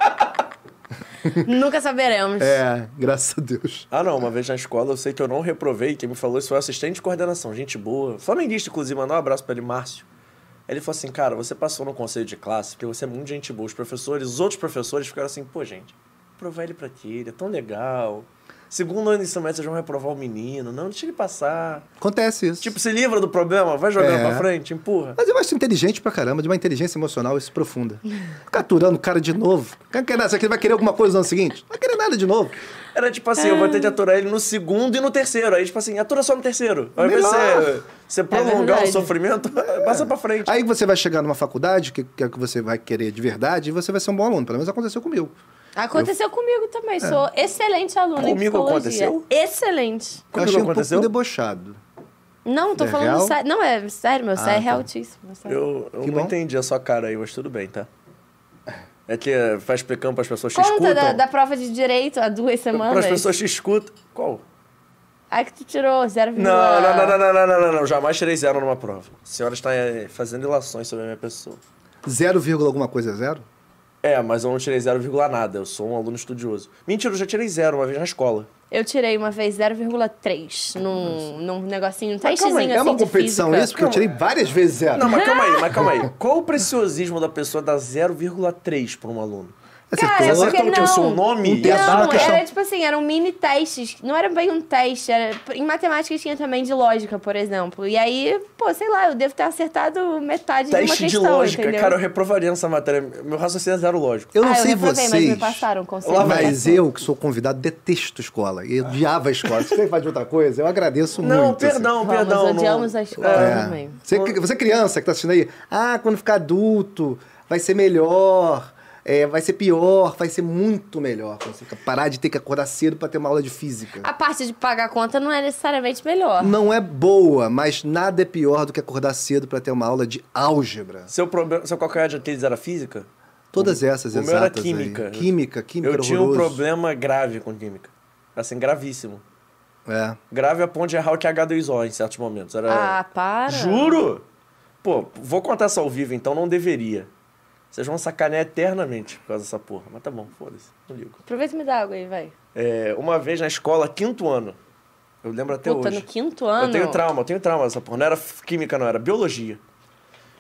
Speaker 2: Nunca saberemos.
Speaker 3: É, graças a Deus.
Speaker 1: Ah, não, uma vez na escola eu sei que eu não reprovei. Quem me falou isso foi o assistente de coordenação, gente boa. Flamenguista, inclusive, mandar um abraço pra ele, Márcio. Ele falou assim, cara, você passou no conselho de classe porque você é muito gente boa. Os professores, os outros professores ficaram assim, pô, gente, provar ele pra quê? Ele é tão legal. segundo ano de ensino médio, vocês vão reprovar o menino. Não, deixa ele passar.
Speaker 3: Acontece isso.
Speaker 1: Tipo, se livra do problema, vai jogando
Speaker 3: É.
Speaker 1: pra frente, empurra.
Speaker 3: Mas eu acho inteligente pra caramba, de uma inteligência emocional isso profunda. Caturando o cara de novo. "Ah, Quer que Será que ele vai querer alguma coisa no ano seguinte? Não vai querer nada de novo.
Speaker 1: Era tipo assim, eu vou ter que aturar ele no segundo e no terceiro. Aí, tipo assim, atura só no terceiro. Ao invés de
Speaker 3: Melhor.
Speaker 1: você, você prolongar o
Speaker 2: verdade.
Speaker 1: sofrimento, passa pra frente.
Speaker 3: Aí você vai chegar numa faculdade, que que é o que você vai querer de verdade, e você vai ser um bom aluno. Pelo menos aconteceu comigo.
Speaker 2: Aconteceu comigo também. Sou excelente aluna em
Speaker 1: É. Comigo
Speaker 2: psicologia.
Speaker 1: aconteceu?
Speaker 2: Excelente.
Speaker 3: eu
Speaker 1: Comigo
Speaker 3: achei um
Speaker 1: aconteceu?
Speaker 3: pouco debochado.
Speaker 2: Não, tô
Speaker 3: É
Speaker 2: falando
Speaker 3: real?
Speaker 2: sério. Não, é sério, meu.
Speaker 3: Ah,
Speaker 2: Sério, é
Speaker 3: tá.
Speaker 2: altíssimo. meu sério.
Speaker 1: Eu, eu
Speaker 3: Que
Speaker 1: não
Speaker 3: bom.
Speaker 1: entendi a sua cara aí, mas tudo bem, tá? É que eh, vai explicando pras pessoas que
Speaker 2: Conta
Speaker 1: escutam.
Speaker 2: da, da prova de direito há
Speaker 1: Pras
Speaker 2: duas semanas.
Speaker 1: pessoas que escutam. Qual?
Speaker 2: Ai, que tu tirou 0,
Speaker 1: Não, não, não, não, não, não, não, não, não. Jamais tirei zero numa prova. A senhora está eh, fazendo ilações sobre a minha pessoa.
Speaker 3: Zero vírgula alguma coisa é zero?
Speaker 1: É, mas eu não tirei zero vírgula nada. Eu sou um aluno estudioso. Mentira, eu já tirei zero uma vez na escola.
Speaker 2: Eu tirei uma vez 0,3 num, num negocinho, um
Speaker 1: Mas calma aí,
Speaker 2: testezinho assim
Speaker 3: é uma
Speaker 2: de
Speaker 3: competição
Speaker 2: física.
Speaker 3: isso? Porque eu tirei várias vezes zero.
Speaker 1: Ah, Não, mas calma aí, mas calma aí. Qual o preciosismo da pessoa dar 0,3 pra um aluno?
Speaker 2: Cara,
Speaker 1: Vocês
Speaker 2: é porque
Speaker 1: acertam que eu sou o
Speaker 2: não.
Speaker 1: nome?
Speaker 3: Um terço de uma
Speaker 2: não,
Speaker 3: questão.
Speaker 2: era tipo assim, eram mini testes. Não era bem um teste. Era... Em matemática tinha também de lógica, por exemplo. E aí, pô, sei lá, eu devo ter acertado metade de uma
Speaker 1: Teste de
Speaker 2: questão,
Speaker 1: lógica.
Speaker 2: entendeu?
Speaker 1: Cara, eu reprovaria nessa matéria. Meu raciocínio é zero lógico.
Speaker 3: Eu não
Speaker 2: ah,
Speaker 3: sei
Speaker 2: eu reprovei,
Speaker 3: vocês.
Speaker 2: mas me passaram o conceito.
Speaker 1: Lá vai.
Speaker 3: Mas eu, que sou convidado, detesto escola. Eu odiava a escola. Se você faz de outra coisa, eu agradeço
Speaker 1: Não,
Speaker 3: muito. assim.
Speaker 1: perdão,
Speaker 2: Vamos,
Speaker 1: perdão. não-
Speaker 2: odiamos a escola
Speaker 1: É.
Speaker 3: É.
Speaker 2: também.
Speaker 3: Você, você criança que tá assistindo aí, ah, quando ficar adulto, vai ser melhor, é, vai ser pior, vai ser muito melhor. Quando você fica- parar de ter que acordar cedo pra ter uma aula de física.
Speaker 2: A parte de pagar a conta não é necessariamente melhor.
Speaker 3: Não é boa, mas nada é pior do que acordar cedo pra ter uma aula de álgebra.
Speaker 1: Seu, problema, seu calcanhar de Aquiles era física?
Speaker 3: Todas essas
Speaker 1: o meu
Speaker 3: exatas
Speaker 1: era
Speaker 3: aí.
Speaker 1: química.
Speaker 3: Química, química
Speaker 1: Eu
Speaker 3: era
Speaker 1: tinha um
Speaker 3: horroroso.
Speaker 1: problema grave com química. Assim, gravíssimo.
Speaker 3: É.
Speaker 1: Grave a ponto de errar o TH2O em certos momentos. Era...
Speaker 2: Ah, para.
Speaker 1: Juro? Pô, vou contar essa ao vivo, então não deveria. Vocês vão sacanear eternamente por causa dessa porra. Mas tá bom, foda-se. Não ligo.
Speaker 2: Aproveita e me dá água aí, vai.
Speaker 1: É, uma vez na escola, quinto ano. Eu lembro até
Speaker 2: Puta,
Speaker 1: hoje.
Speaker 2: no quinto ano.
Speaker 1: Eu tenho trauma, eu tenho trauma dessa porra. Não era f- química, não, era biologia.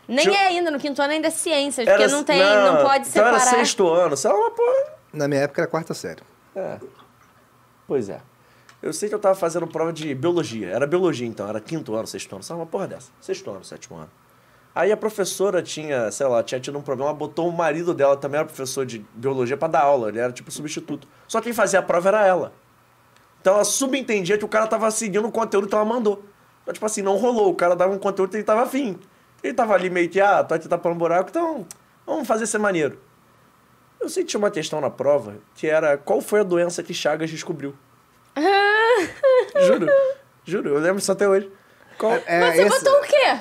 Speaker 2: Nem
Speaker 1: Deixa eu-
Speaker 2: é ainda, no quinto ano ainda é ciências,
Speaker 1: Era,
Speaker 2: porque não tem, não, pode
Speaker 1: então
Speaker 2: separar.
Speaker 1: era sexto ano, sei lá, uma porra.
Speaker 3: Na minha época era quarta série.
Speaker 1: É. Pois é. Eu sei que eu tava fazendo prova de biologia. Era biologia, então. Era quinto ano, sexto ano. Sabe uma porra dessa? Sexto ano, sétimo ano. Aí a professora tinha, sei lá, tinha tido um problema, botou o marido dela, também era professor de biologia, pra dar aula. Ele era tipo substituto. Só quem fazia a prova era ela. Então ela subentendia que o cara tava seguindo o conteúdo que ela mandou. Então, tipo assim, não rolou. O cara dava um conteúdo que ele tava afim. Ele tava ali meio que, ah, tô aqui tapando um buraco, então vamos fazer ser maneiro. Eu sei que tinha uma questão na prova que era qual foi a doença que Chagas descobriu. juro, juro, eu lembro isso até hoje. Qual-
Speaker 3: É,
Speaker 2: Mas você
Speaker 3: esse-
Speaker 2: botou o quê?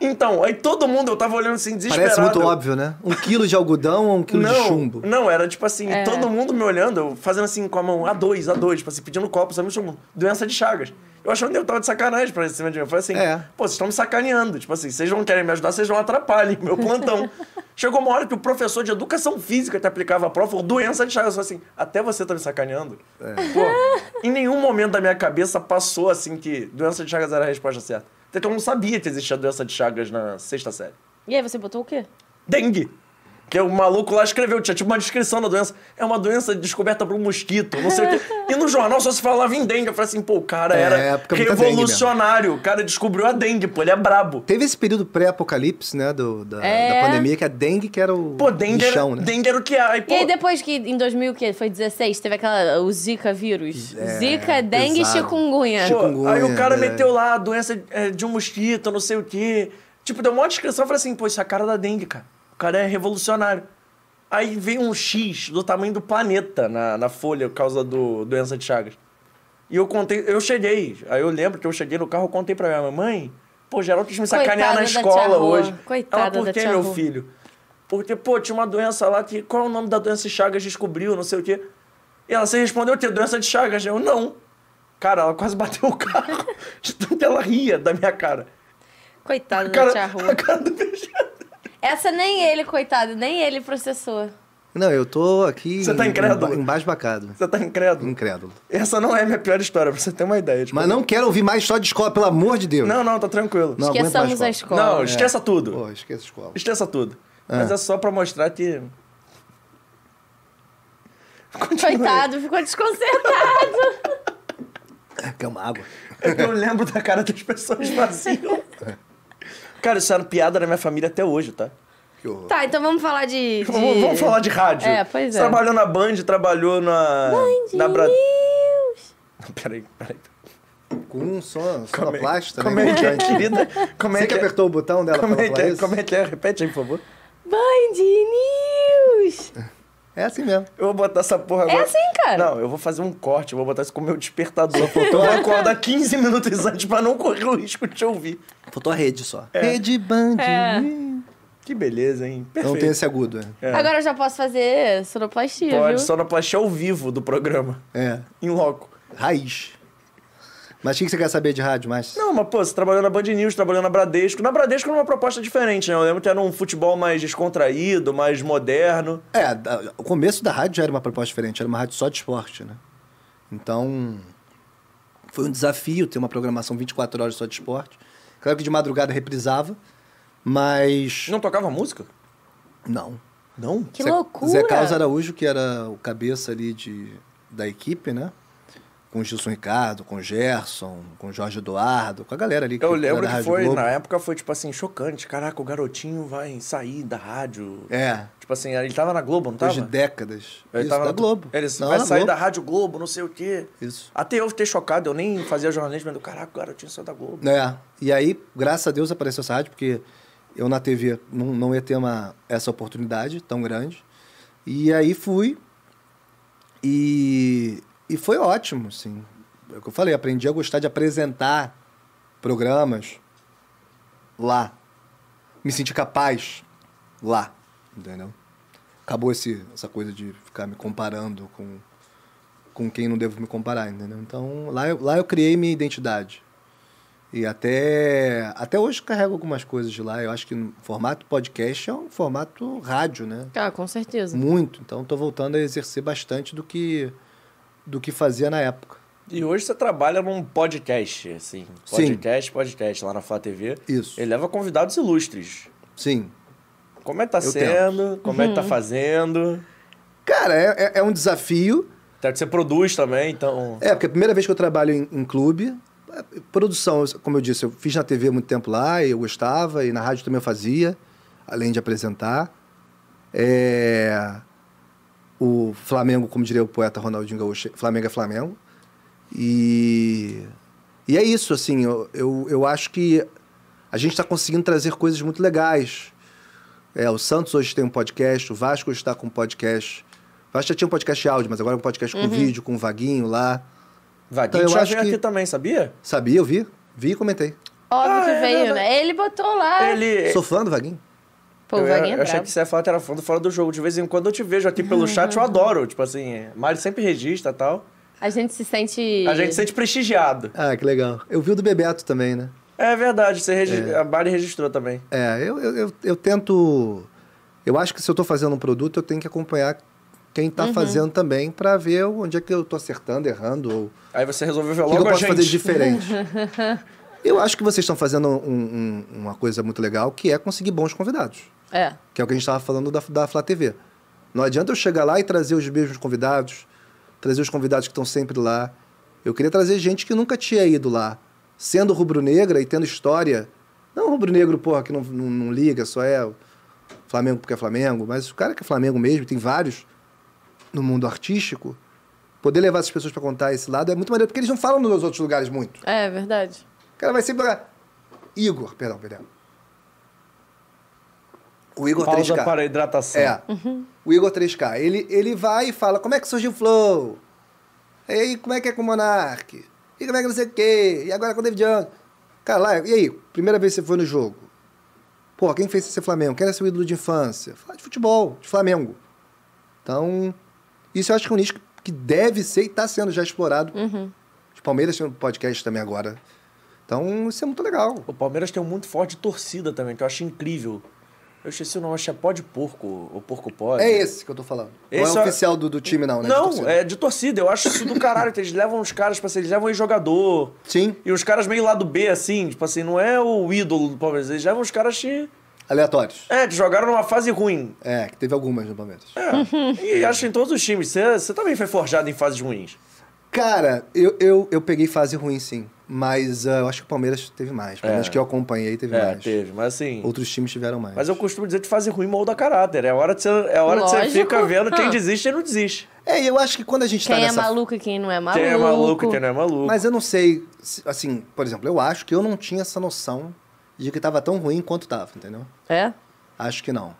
Speaker 1: Então, aí todo mundo, eu tava olhando assim, desesperado.
Speaker 3: Parece muito óbvio, né? Um quilo de algodão ou um quilo
Speaker 1: não,
Speaker 3: de chumbo?
Speaker 1: Não, era tipo assim,
Speaker 2: É.
Speaker 1: todo mundo me olhando, eu fazendo assim com a mão, A2, A2, tipo assim, pedindo copo, sabe? Tipo, doença de Chagas. Eu achando que eu tava de sacanagem pra cima de mim. Eu falei assim,
Speaker 3: É.
Speaker 1: pô, vocês estão me sacaneando. Tipo assim, vocês não querem me ajudar, vocês não atrapalhem meu plantão. Chegou uma hora que o professor de educação física que aplicava a prova falou doença de Chagas. Eu falei assim, até você tá me sacaneando?
Speaker 3: É.
Speaker 1: Pô, em nenhum momento da minha cabeça passou assim que doença de Chagas era a resposta certa. Até que eu não sabia que existia doença de Chagas na sexta série
Speaker 2: E aí, você botou o quê?
Speaker 1: dengue. Que o maluco lá escreveu, tinha tipo uma descrição da doença. É uma doença descoberta por um mosquito, não sei o quê. E no jornal só se falava em dengue. Eu falei assim, pô, o cara
Speaker 3: É,
Speaker 1: era
Speaker 3: época muita dengue
Speaker 1: revolucionário. O cara descobriu a dengue, pô, ele é brabo.
Speaker 3: Teve esse período pré-apocalipse, né? do- da,
Speaker 2: É.
Speaker 3: da pandemia, que a dengue que era o
Speaker 1: Pô, dengue,
Speaker 3: bichão,
Speaker 1: era,
Speaker 3: né?
Speaker 1: dengue era o que é. Aí, pô,
Speaker 2: E aí, depois que em 2000, o quê? Foi 16, teve aquela. O Zika vírus.
Speaker 1: É,
Speaker 2: Zika, dengue e
Speaker 3: pesado.
Speaker 2: chikungunya.
Speaker 1: pô, aí
Speaker 3: chikungunya,
Speaker 1: o cara
Speaker 3: é.
Speaker 1: meteu lá a doença é, de um mosquito, não sei o quê. Tipo, deu uma descrição. Eu falei assim, pô, isso é a cara da dengue, cara. O cara é revolucionário. Aí veio um X do tamanho do planeta na, na folha por causa do doença de Chagas. E eu contei, eu cheguei. Aí eu lembro que eu cheguei no carro, eu contei pra minha mãe, mãe, pô, Geraldo quis me sacanear
Speaker 2: Coitada
Speaker 1: na
Speaker 2: da tia
Speaker 1: escola
Speaker 2: Rô.
Speaker 1: hoje.
Speaker 2: Coitada
Speaker 1: Ela, por
Speaker 2: da
Speaker 1: que,
Speaker 2: tia
Speaker 1: meu
Speaker 2: Rô?"
Speaker 1: filho? Porque, pô, tinha uma doença lá que. Qual é o nome da doença de Chagas descobriu, não sei o quê. E ela se respondeu o quê? Doença de Chagas? Eu, não. Cara, ela quase bateu o carro. De tanto ela ria da minha cara.
Speaker 2: Coitado da
Speaker 1: Cara,
Speaker 2: tia
Speaker 1: a
Speaker 2: Rua.
Speaker 1: cara do Alexandre.
Speaker 2: Essa nem ele, coitado, nem ele processou.
Speaker 3: Não, eu tô aqui
Speaker 1: Você tá incrédulo?
Speaker 3: emba- embasbacado.
Speaker 1: Você tá incrédulo?
Speaker 3: Incrédulo.
Speaker 1: Essa não é a minha pior história, pra você ter uma ideia. Tipo,
Speaker 3: Mas não quero ouvir mais história de escola, pelo amor de Deus.
Speaker 1: Não, não, tá tranquilo.
Speaker 3: Não aguento mais
Speaker 2: Esqueçamos a
Speaker 3: escola.
Speaker 2: escola.
Speaker 1: Não, esqueça tudo.
Speaker 3: Pô, esqueça a escola.
Speaker 1: Esqueça tudo.
Speaker 3: Ah.
Speaker 1: Mas é só pra mostrar que. Continue.
Speaker 2: Coitado, ficou desconcertado.
Speaker 3: Que é uma água.
Speaker 1: É que eu lembro da cara das pessoas vazias. Cara, isso era piada na minha família até hoje, tá?
Speaker 3: Que horror.
Speaker 2: Tá, então vamos falar de. de...
Speaker 1: Vamos, vamos falar de rádio.
Speaker 2: É, pois
Speaker 1: Você
Speaker 2: é.
Speaker 1: Trabalhou na Band, trabalhou na.
Speaker 2: Band
Speaker 1: na Bra...
Speaker 2: News.
Speaker 1: Peraí, peraí.
Speaker 3: Com um só, só
Speaker 1: Como é-
Speaker 3: plasta,
Speaker 1: como
Speaker 3: né?
Speaker 1: é que é,
Speaker 3: Importante.
Speaker 1: querida? Como
Speaker 3: Você
Speaker 1: é
Speaker 3: que
Speaker 1: que é?
Speaker 3: apertou o botão dela
Speaker 1: Como
Speaker 3: pra
Speaker 1: é
Speaker 3: não
Speaker 1: que
Speaker 3: falar
Speaker 1: é?
Speaker 3: isso?
Speaker 1: Como é que é? Repete aí, por favor.
Speaker 2: Band News.
Speaker 3: É assim mesmo.
Speaker 1: Eu vou botar essa porra agora.
Speaker 2: assim, cara.
Speaker 1: Não, eu vou fazer um corte, eu vou botar isso como meu despertador. Eu vou acordar 15 minutos antes pra não correr o risco de te ouvir.
Speaker 3: Faltou a rede só. Rede Band.
Speaker 2: É.
Speaker 1: Que beleza, hein? Perfeito.
Speaker 3: Não tem esse agudo, é.
Speaker 1: É.
Speaker 2: Agora eu já posso fazer sonoplastia,
Speaker 1: Pode,
Speaker 2: viu?
Speaker 1: sonoplastia ao vivo do programa.
Speaker 3: É.
Speaker 1: Em loco.
Speaker 3: Raiz. Mas o que que você quer saber de rádio, mais?
Speaker 1: Não, mas pô, você trabalhou na Band News, trabalhou na Bradesco. Na Bradesco era uma proposta diferente, né? Eu lembro que era um futebol mais descontraído, mais moderno.
Speaker 3: É, da- o começo da rádio já era uma proposta diferente, era uma rádio só de esporte, né? Então, foi um desafio ter uma programação 24 horas só de esporte. Claro que de madrugada reprisava, mas.
Speaker 1: Não tocava música?
Speaker 3: Não.
Speaker 1: Não.
Speaker 2: Que
Speaker 3: Zé-
Speaker 2: loucura.
Speaker 3: Zé Carlos Araújo, que era o cabeça ali de, da equipe, né? Com o Gilson Ricardo, com o Gerson, com o Jorge Eduardo, com a galera ali.
Speaker 1: Eu
Speaker 3: era
Speaker 1: lembro
Speaker 3: da
Speaker 1: que
Speaker 3: Rádio
Speaker 1: foi,
Speaker 3: Globo. É,
Speaker 1: na época foi tipo assim, chocante. Caraca, o garotinho vai sair da rádio.
Speaker 3: É,
Speaker 1: Tipo assim, ele tava na Globo, não tava?
Speaker 3: depois de décadas.
Speaker 1: Ele
Speaker 3: Isso,
Speaker 1: tava
Speaker 3: da
Speaker 1: na-
Speaker 3: Globo.
Speaker 1: Ele
Speaker 3: Não,
Speaker 1: vai
Speaker 3: na
Speaker 1: sair
Speaker 3: Globo.
Speaker 1: da Rádio Globo, não sei o quê.
Speaker 3: Isso.
Speaker 1: Até eu fiquei chocado, eu nem fazia jornalismo, mas eu, caraca, o garotinho saiu da Globo.
Speaker 3: É, e aí, graças a Deus, apareceu essa rádio, porque eu na TV não, não ia ter uma, essa oportunidade tão grande. E aí fui. E, e foi ótimo, assim. É o que eu falei, aprendi a gostar de apresentar programas lá. Me senti capaz lá, entendeu? Acabou esse, essa coisa de ficar me comparando com, com quem não devo me comparar, entendeu? Então, lá eu, lá eu criei minha identidade. E até, até hoje eu carrego algumas coisas de lá. Eu acho que no formato podcast é um formato rádio, né?
Speaker 2: Ah, com certeza.
Speaker 3: Muito. Então estou voltando a exercer bastante do que, do que fazia na época.
Speaker 1: E hoje você trabalha num podcast, assim.
Speaker 3: Sim.
Speaker 1: Podcast, podcast, lá na Flá TV.
Speaker 3: Isso.
Speaker 1: Ele leva convidados ilustres.
Speaker 3: Sim.
Speaker 1: Como é que tá
Speaker 3: Eu
Speaker 1: sendo? Como é que tá
Speaker 2: Uhum.
Speaker 1: fazendo?
Speaker 3: Cara, é, é- é um desafio.
Speaker 1: Até que você produz também, então.
Speaker 3: É, porque é a primeira vez que eu trabalho em, em clube. É, Produção, como eu disse, eu fiz na TV há muito tempo lá e eu gostava, e na rádio também eu fazia, além de apresentar. É, O Flamengo, como diria o poeta Ronaldinho Gaúcho, Flamengo é Flamengo. E, e é isso, assim, eu, eu, eu acho que a gente está conseguindo trazer coisas muito legais. É, o Santos hoje tem um podcast, o Vasco hoje está com um podcast. O Vasco já tinha um podcast de áudio, mas agora é um podcast com vídeo, com o Vaguinho lá.
Speaker 1: Vaguinho
Speaker 3: Então, eu
Speaker 1: já
Speaker 3: acho
Speaker 1: veio
Speaker 3: que-
Speaker 1: aqui também, sabia?
Speaker 3: Sabia, eu vi, vi e comentei.
Speaker 2: Óbvio
Speaker 1: Ah,
Speaker 2: que
Speaker 1: é
Speaker 2: veio,
Speaker 1: verdade.
Speaker 2: né? Ele botou lá.
Speaker 1: Ele.
Speaker 3: Sou fã do Vaguinho.
Speaker 2: Pô, o
Speaker 1: eu, ia-
Speaker 2: Vaguinho é
Speaker 1: eu achei
Speaker 2: brabo. Uhum.
Speaker 1: que você ia falar que era fã do fora do jogo. De vez em quando eu te vejo aqui pelo chat, eu adoro. Tipo assim, Mário sempre registra e tal.
Speaker 2: A gente se sente...
Speaker 1: A gente se sente prestigiado.
Speaker 3: Ah, que legal. Eu vi o do Bebeto também, né?
Speaker 1: É verdade, você regi- a Mari registrou também.
Speaker 3: É, eu, eu, eu, eu tento. Eu acho que se eu estou fazendo um produto, eu tenho que acompanhar quem está
Speaker 1: Uhum.
Speaker 3: fazendo também para ver onde é que eu estou acertando, errando ou
Speaker 1: Aí você resolveu ver
Speaker 3: o que,
Speaker 1: logo
Speaker 3: que eu
Speaker 1: a
Speaker 3: posso
Speaker 1: gente.
Speaker 3: fazer de diferente. eu acho que vocês estão fazendo um- um- uma coisa muito legal, que é conseguir bons convidados.
Speaker 2: É.
Speaker 3: Que é o que a gente estava falando da, da Flá TV. Não adianta eu chegar lá e trazer os mesmos convidados, trazer os convidados que estão sempre lá. Eu queria trazer gente que nunca tinha ido lá. Sendo rubro-negra e tendo história. Não rubro-negro, porra, que não, não, não liga, só é Flamengo porque é Flamengo, mas o cara que é Flamengo mesmo, tem vários no mundo artístico. Poder levar essas pessoas para contar esse lado é muito maneiro, porque eles não falam nos outros lugares muito.
Speaker 2: É, verdade.
Speaker 3: O cara vai sempre lá. Igor, perdão, perdão. O Igor
Speaker 1: Pausa
Speaker 3: 3K.
Speaker 1: para hidratação.
Speaker 3: É. O Igor 3K. Ele, ele vai e fala como é que surgiu o Flow? E aí, como é que é com o Monark? E como é que não sei o quê? E agora com o David Young? Cara, lá, e aí? Primeira vez que você foi no jogo. Pô, quem fez você ser Flamengo? Quem era seu ídolo de infância? Fala de futebol, de Flamengo. Então, isso eu acho que é um nicho que deve ser e está sendo já explorado. Os Palmeiras tem um podcast também agora. Então, isso é muito legal.
Speaker 1: O Palmeiras tem um muito forte de torcida também, que eu acho incrível. Eu esqueci o nome, acho que é pó de porco, ou porco pode.
Speaker 3: É esse que eu tô falando.
Speaker 1: Esse
Speaker 3: não
Speaker 1: é-
Speaker 3: é oficial do, do time, não, né? De
Speaker 1: Não,
Speaker 3: torcida.
Speaker 1: é de torcida. Eu acho isso do caralho. que Eles levam os caras pra ser, eles levam ex-jogador.
Speaker 3: Sim,
Speaker 1: E os caras meio lado B, assim, tipo assim, não é o ídolo do Palmeiras. Eles levam os caras que.
Speaker 3: aleatórios.
Speaker 1: É, que jogaram numa fase ruim.
Speaker 3: É, que teve algumas no Palmeiras.
Speaker 2: Uhum.
Speaker 1: É. e acho em todos os times. Você você também foi forjado em fases ruins.
Speaker 3: Cara, eu, eu, eu peguei fase ruim, sim. Mas ah, eu acho que o Palmeiras teve mais. Pelo menos que eu acompanhei, teve
Speaker 1: É,
Speaker 3: mais.
Speaker 1: teve, mas assim.
Speaker 3: Outros times tiveram mais.
Speaker 1: Mas eu costumo dizer que fase ruim molda caráter. É hora de você, é hora de você
Speaker 2: Lógico.
Speaker 1: fica vendo quem
Speaker 2: Ah.
Speaker 1: desiste e não desiste.
Speaker 3: É, eu acho que quando a gente tá
Speaker 2: Quem é
Speaker 3: nessa...
Speaker 2: maluco e quem não é maluco.
Speaker 1: Quem é maluco, quem não é maluco.
Speaker 3: Mas eu não sei, se- assim, por exemplo, eu acho que eu não tinha essa noção de que tava tão ruim quanto tava, entendeu?
Speaker 2: É?
Speaker 3: Acho que não.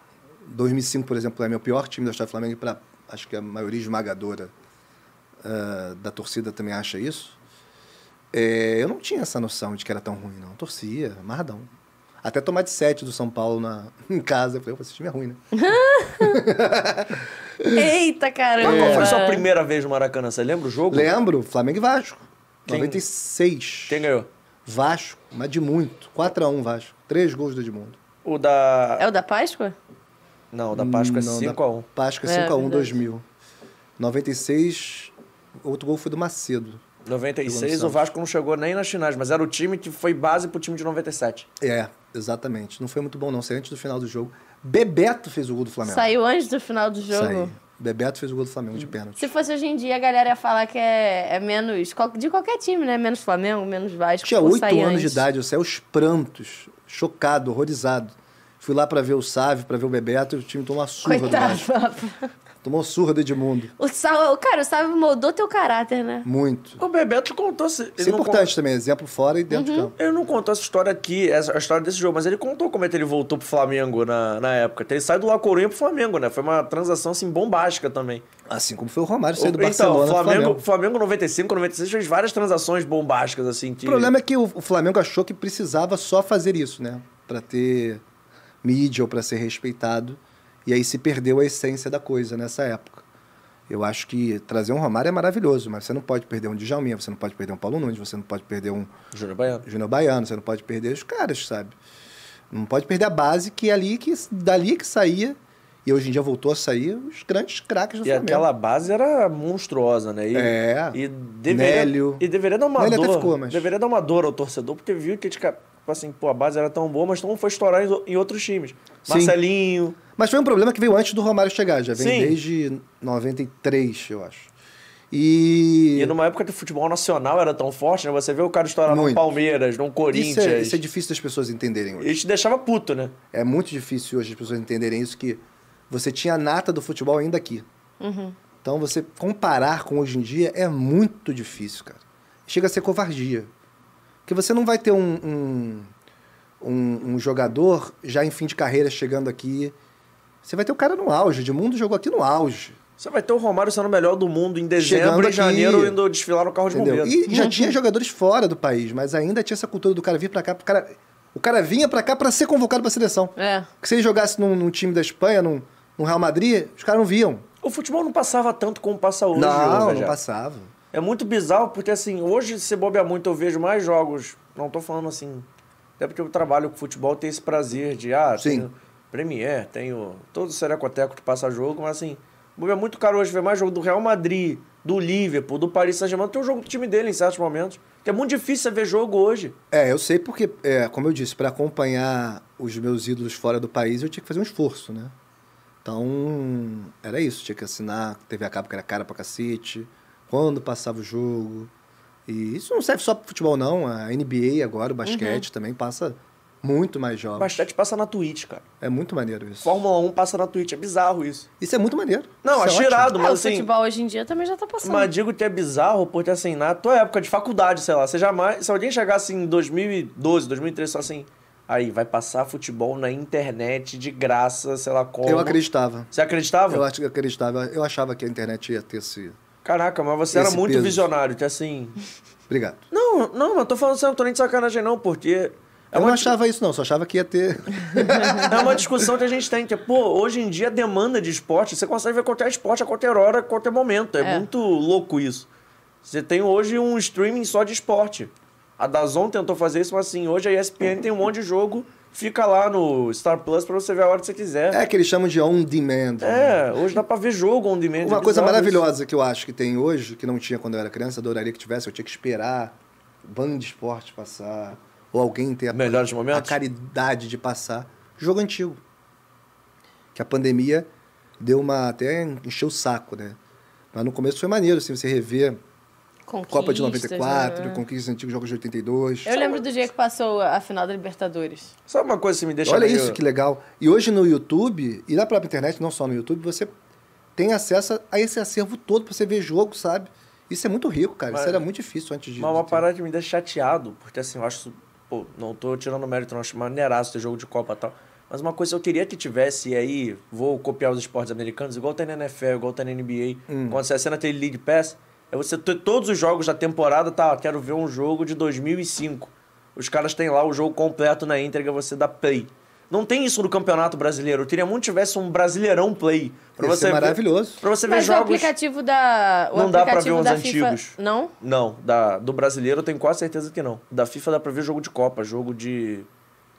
Speaker 3: 2005, por exemplo, é meu pior time da história do Flamengo, pra, acho que a maioria esmagadora ah, da torcida também acha isso. É, eu não tinha essa noção de que era tão ruim, não. Torcia, amarradão. Até tomar de 7 do São Paulo na, em casa, eu falei, "Opa, esse time é ruim, né?
Speaker 2: Eita, caramba.
Speaker 1: Mas qual foi a sua primeira vez no Maracanã? Você lembra o jogo?
Speaker 3: Lembro, Flamengo e Vasco.
Speaker 1: Quem-
Speaker 3: 96.
Speaker 1: Quem ganhou?
Speaker 3: Vasco, mas de muito. 4x1 Vasco. Três gols do Edmundo.
Speaker 1: O da.
Speaker 2: É o da Páscoa?
Speaker 1: Não, o da Páscoa é
Speaker 3: Hum, Não, da
Speaker 1: 5x1.
Speaker 3: Páscoa
Speaker 2: É,
Speaker 3: é 5x1,
Speaker 2: verdade.
Speaker 3: 2000. 96, outro gol foi do Macedo. Pegou no
Speaker 1: 96, o
Speaker 3: Santos.
Speaker 1: Vasco não chegou nem nas finais, mas era o time que foi base pro time de 97.
Speaker 3: É, exatamente. Não foi muito bom, não. Saiu antes do final do jogo. Bebeto fez o gol do Flamengo.
Speaker 2: Saiu antes do final do jogo. Hum.
Speaker 3: Saiu. Bebeto fez o gol do Flamengo de pênalti.
Speaker 2: Se fosse hoje em dia, a galera ia falar que é, é menos. qual- De qualquer time, né? Menos Flamengo, menos Vasco.
Speaker 3: Tinha
Speaker 2: por
Speaker 3: oito
Speaker 2: sair
Speaker 3: anos
Speaker 2: antes.
Speaker 3: de idade, eu saí aos prantos, chocado, horrorizado. Fui lá pra ver o Sávio, pra ver o Bebeto, e o time tomou uma surra do
Speaker 2: Coitado,
Speaker 3: Vasco.
Speaker 2: papo.
Speaker 3: Tomou surra do Edmundo.
Speaker 2: o Sal, Cara, o Sávio moldou teu caráter, né?
Speaker 3: Muito.
Speaker 1: O Bebeto contou. se- ele
Speaker 3: Isso é
Speaker 1: não
Speaker 3: importante também, exemplo fora e
Speaker 2: Uhum.
Speaker 3: dentro de campo.
Speaker 1: contou- Ele não contou essa história aqui, essa, a história desse jogo, mas ele contou como é que ele voltou pro Flamengo na, na época. Ele sai do La Coruña pro Flamengo, né? Foi uma transação assim bombástica também.
Speaker 3: Assim como foi o Romário sair do
Speaker 1: então,
Speaker 3: Barcelona pro
Speaker 1: Flamengo,
Speaker 3: Flamengo.
Speaker 1: Flamengo. 95, 96 fez várias transações bombásticas, assim. Que...
Speaker 3: O problema é que o o Flamengo achou que precisava só fazer isso, né? Pra ter mídia ou pra ser respeitado. E aí se perdeu a essência da coisa nessa época. Eu acho que trazer um Romário é maravilhoso, mas você não pode perder um Djalminha, você não pode perder um Paulo Nunes, você não pode perder um
Speaker 1: Júnior Baiano.
Speaker 3: Júnior Baiano, você não pode perder os caras, sabe? Não pode perder a base que é ali que dali que saía e hoje em dia voltou a sair os grandes craques do
Speaker 1: E
Speaker 3: Flamengo.
Speaker 1: aquela base era monstruosa, né? E,
Speaker 3: É.
Speaker 1: E deveria,
Speaker 3: Nélio.
Speaker 1: E deveria dar uma
Speaker 3: Nélio
Speaker 1: dor.
Speaker 3: até ficou, mas-
Speaker 1: Deveria dar uma dor ao torcedor, porque viu que, tipo assim, pô, a base era tão boa, mas todo mundo foi estourar em, em outros times.
Speaker 3: Sim.
Speaker 1: Marcelinho.
Speaker 3: Mas foi um problema que veio antes do Romário chegar, já vem
Speaker 1: Sim.
Speaker 3: desde 93, eu acho. E,
Speaker 1: E numa época que o futebol nacional era tão forte, né? Você vê o cara estourar no
Speaker 3: Muito.
Speaker 1: Palmeiras, no Corinthians.
Speaker 3: isso, é, isso é difícil das pessoas entenderem hoje.
Speaker 1: Isso te deixava puto, né?
Speaker 3: É muito difícil hoje as pessoas entenderem isso, que você tinha a nata do futebol ainda aqui. Então você comparar com hoje em dia é muito difícil, cara. Chega a ser covardia. Porque você não vai ter um, um, um- um jogador já em fim de carreira chegando aqui. Você vai ter o cara no auge. O Edmundo jogou aqui no auge.
Speaker 1: Você vai ter o Romário sendo o melhor do mundo em
Speaker 3: Chegando
Speaker 1: dezembro e
Speaker 3: aqui.
Speaker 1: janeiro indo desfilar no carro de
Speaker 3: Entendeu?
Speaker 1: bombeiro.
Speaker 3: E já tinha jogadores fora do país, mas ainda tinha essa cultura do cara vir pra cá. pro cara... O cara vinha pra cá pra ser convocado pra seleção.
Speaker 2: É.
Speaker 3: Porque se ele jogasse num, num time da Espanha, num, num Real Madrid, os caras não viam.
Speaker 1: O futebol não passava tanto como passa hoje.
Speaker 3: não,
Speaker 1: né,
Speaker 3: não
Speaker 1: já.
Speaker 3: passava.
Speaker 1: É muito bizarro, porque assim, hoje se bobear muito, eu vejo mais jogos. Não tô falando assim. Até porque eu trabalho com futebol, tenho esse prazer de, ah,
Speaker 3: Sim.
Speaker 1: tenho Premier, tenho todo o Serecoteco que passa jogo, mas assim, bobear muito caro hoje ver mais jogo do Real Madrid, do Liverpool, do Paris Saint-Germain, tem o jogo do time dele em certos momentos. Que é muito difícil você ver jogo hoje.
Speaker 3: É, eu sei porque, é, como eu disse, pra acompanhar os meus ídolos fora do país, eu tinha que fazer um esforço, né? Então, era isso. Tinha que assinar TV a cabo, que era cara pra cacete. Quando passava o jogo. E isso não serve só pro futebol, não. A NBA agora, o basquete
Speaker 1: Uhum.
Speaker 3: também passa muito mais
Speaker 1: O
Speaker 3: jogos.
Speaker 1: basquete passa na Twitch, cara.
Speaker 3: É muito maneiro isso.
Speaker 1: Fórmula 1 passa na Twitch, é bizarro isso.
Speaker 3: Isso é muito maneiro.
Speaker 1: Não,
Speaker 3: Isso é
Speaker 1: acho
Speaker 3: ótimo.
Speaker 1: irado,
Speaker 2: Ah,
Speaker 1: mas
Speaker 2: o
Speaker 1: assim.
Speaker 2: futebol hoje em dia também já tá passando.
Speaker 1: Mas digo que é bizarro, porque assim, na tua época de faculdade, sei lá, você jamais. Se alguém chegasse em 2012, 2013, só assim, aí vai passar futebol na internet de graça, sei lá como.
Speaker 3: Eu acreditava.
Speaker 1: Você acreditava?
Speaker 3: Eu acho que acreditava. Eu achava que a internet ia ter esse.
Speaker 1: Caraca, mas você
Speaker 3: Esse
Speaker 1: era muito
Speaker 3: peso.
Speaker 1: visionário, que assim.
Speaker 3: Obrigado.
Speaker 1: Não, não, eu tô falando sério, não tô nem de sacanagem, não, porque. É
Speaker 3: eu
Speaker 1: uma,
Speaker 3: não achava isso, não. Só achava que ia ter.
Speaker 1: é uma discussão que a gente tem, que, é, pô, hoje em dia a demanda de esporte, você consegue ver qualquer esporte a qualquer hora, a qualquer momento. É,
Speaker 2: É.
Speaker 1: muito louco isso. Você tem hoje um streaming só de esporte. A Dazon tentou fazer isso, mas assim, hoje a ESPN tem um monte de jogo, fica lá no Star Plus pra você ver a hora que você quiser.
Speaker 3: É que eles chamam de on demand. né?
Speaker 1: É, hoje dá pra ver jogo on demand.
Speaker 3: Uma
Speaker 1: é
Speaker 3: coisa
Speaker 1: bizarro
Speaker 3: maravilhosa que eu acho que tem hoje, que não tinha quando eu era criança, adoraria que tivesse, eu tinha que esperar o Band Esporte passar, ou alguém ter a,
Speaker 1: isso. Melhores
Speaker 3: a
Speaker 1: momentos?
Speaker 3: caridade de passar. Jogo antigo. Que a pandemia deu uma. até encheu o saco, né? Mas no começo foi maneiro, assim, você rever Copa de 94,
Speaker 2: né?
Speaker 3: Conquista dos Antigos Jogos de 82.
Speaker 2: Eu lembro do dia que passou a final da Libertadores.
Speaker 1: Sabe uma coisa que me deixa
Speaker 3: Olha
Speaker 1: meio-
Speaker 3: isso, que legal. E hoje no YouTube, e na própria internet, não só no YouTube, você tem acesso a esse acervo todo pra você ver jogo, sabe? Isso é muito rico, cara.
Speaker 1: Mas-
Speaker 3: Isso era muito difícil antes de...
Speaker 1: Mas uma
Speaker 3: de-
Speaker 1: parada que me deixa chateado, porque assim, eu acho. Pô, não tô tirando mérito, não. Acho maneiraço ter jogo de Copa e tal. Mas uma coisa que eu queria que tivesse, e aí vou copiar os esportes americanos, igual tem na NFL, igual tem na NBA,
Speaker 3: Hum.
Speaker 1: quando você assina aquele League Pass, é você ter todos os jogos da temporada, tá? ó, Quero ver um jogo de 2005. Os caras têm lá o jogo completo na íntegra, você dá play. Não tem isso no Campeonato Brasileiro. Eu queria muito que tivesse um Brasileirão Play. Pra
Speaker 3: Ia
Speaker 1: você
Speaker 3: ser maravilhoso.
Speaker 1: Ver, pra você ver
Speaker 2: Mas o
Speaker 1: jogos.
Speaker 2: aplicativo da. O
Speaker 1: Não dá pra
Speaker 2: aplicativo
Speaker 1: ver os
Speaker 2: da FIFA...
Speaker 1: antigos.
Speaker 2: Não?
Speaker 1: Não, da, do brasileiro eu tenho quase certeza que não. Da FIFA dá pra ver jogo de Copa, jogo de.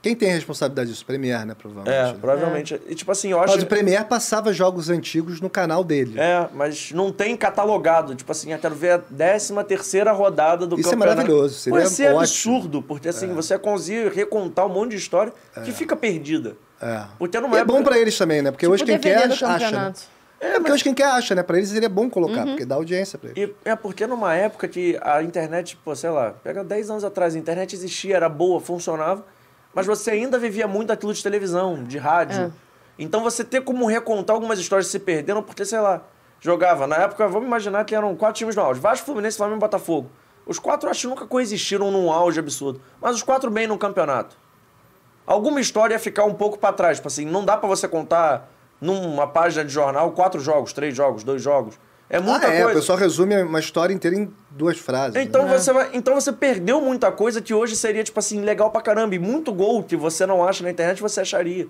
Speaker 3: Quem tem a responsabilidade disso? Premier, né, provavelmente.
Speaker 1: É,
Speaker 3: né?
Speaker 1: provavelmente. E tipo assim, eu
Speaker 3: Mas
Speaker 1: acho.
Speaker 3: o Premier passava jogos antigos no canal dele.
Speaker 1: É, mas não tem catalogado. Tipo assim, eu quero ver a 13 terceira rodada do
Speaker 3: Isso é
Speaker 1: campeonato.
Speaker 3: maravilhoso, seria
Speaker 1: Pô, isso é
Speaker 3: ótimo. É.
Speaker 1: absurdo, porque assim, você consegue recontar um monte de história que fica perdida.
Speaker 3: É.
Speaker 1: Porque
Speaker 3: E
Speaker 1: numa
Speaker 3: é
Speaker 1: época-
Speaker 3: bom pra eles também, né? Porque hoje
Speaker 2: Tipo
Speaker 3: quem quer
Speaker 2: DVD do
Speaker 3: acha. né?
Speaker 2: campeonato.
Speaker 3: É, porque hoje quem quer acha, né? Pra eles seria bom colocar, porque dá audiência pra eles.
Speaker 1: E é porque numa época que a internet, pô, sei lá, pega 10 anos atrás, a internet existia, era boa, funcionava, mas você ainda vivia muito aquilo de televisão, de rádio.
Speaker 2: É.
Speaker 1: Então você ter como recontar algumas histórias que se perderam, porque, sei lá, jogava. Na época, vamos imaginar que eram quatro times no auge: Vasco, Fluminense, Flamengo e Botafogo. Os quatro acho que nunca coexistiram num auge absurdo, mas os quatro bem no campeonato alguma história ia ficar um pouco pra trás. Tipo assim, não dá pra você contar numa página de jornal quatro jogos, três jogos, dois jogos. É muita
Speaker 3: ah, é, o
Speaker 1: coisa.
Speaker 3: pessoal resume uma história inteira em duas frases.
Speaker 1: Então,
Speaker 3: né?
Speaker 1: você vai- então você perdeu muita coisa que hoje seria, tipo assim, legal pra caramba. E muito gol que você não acha na internet, você acharia.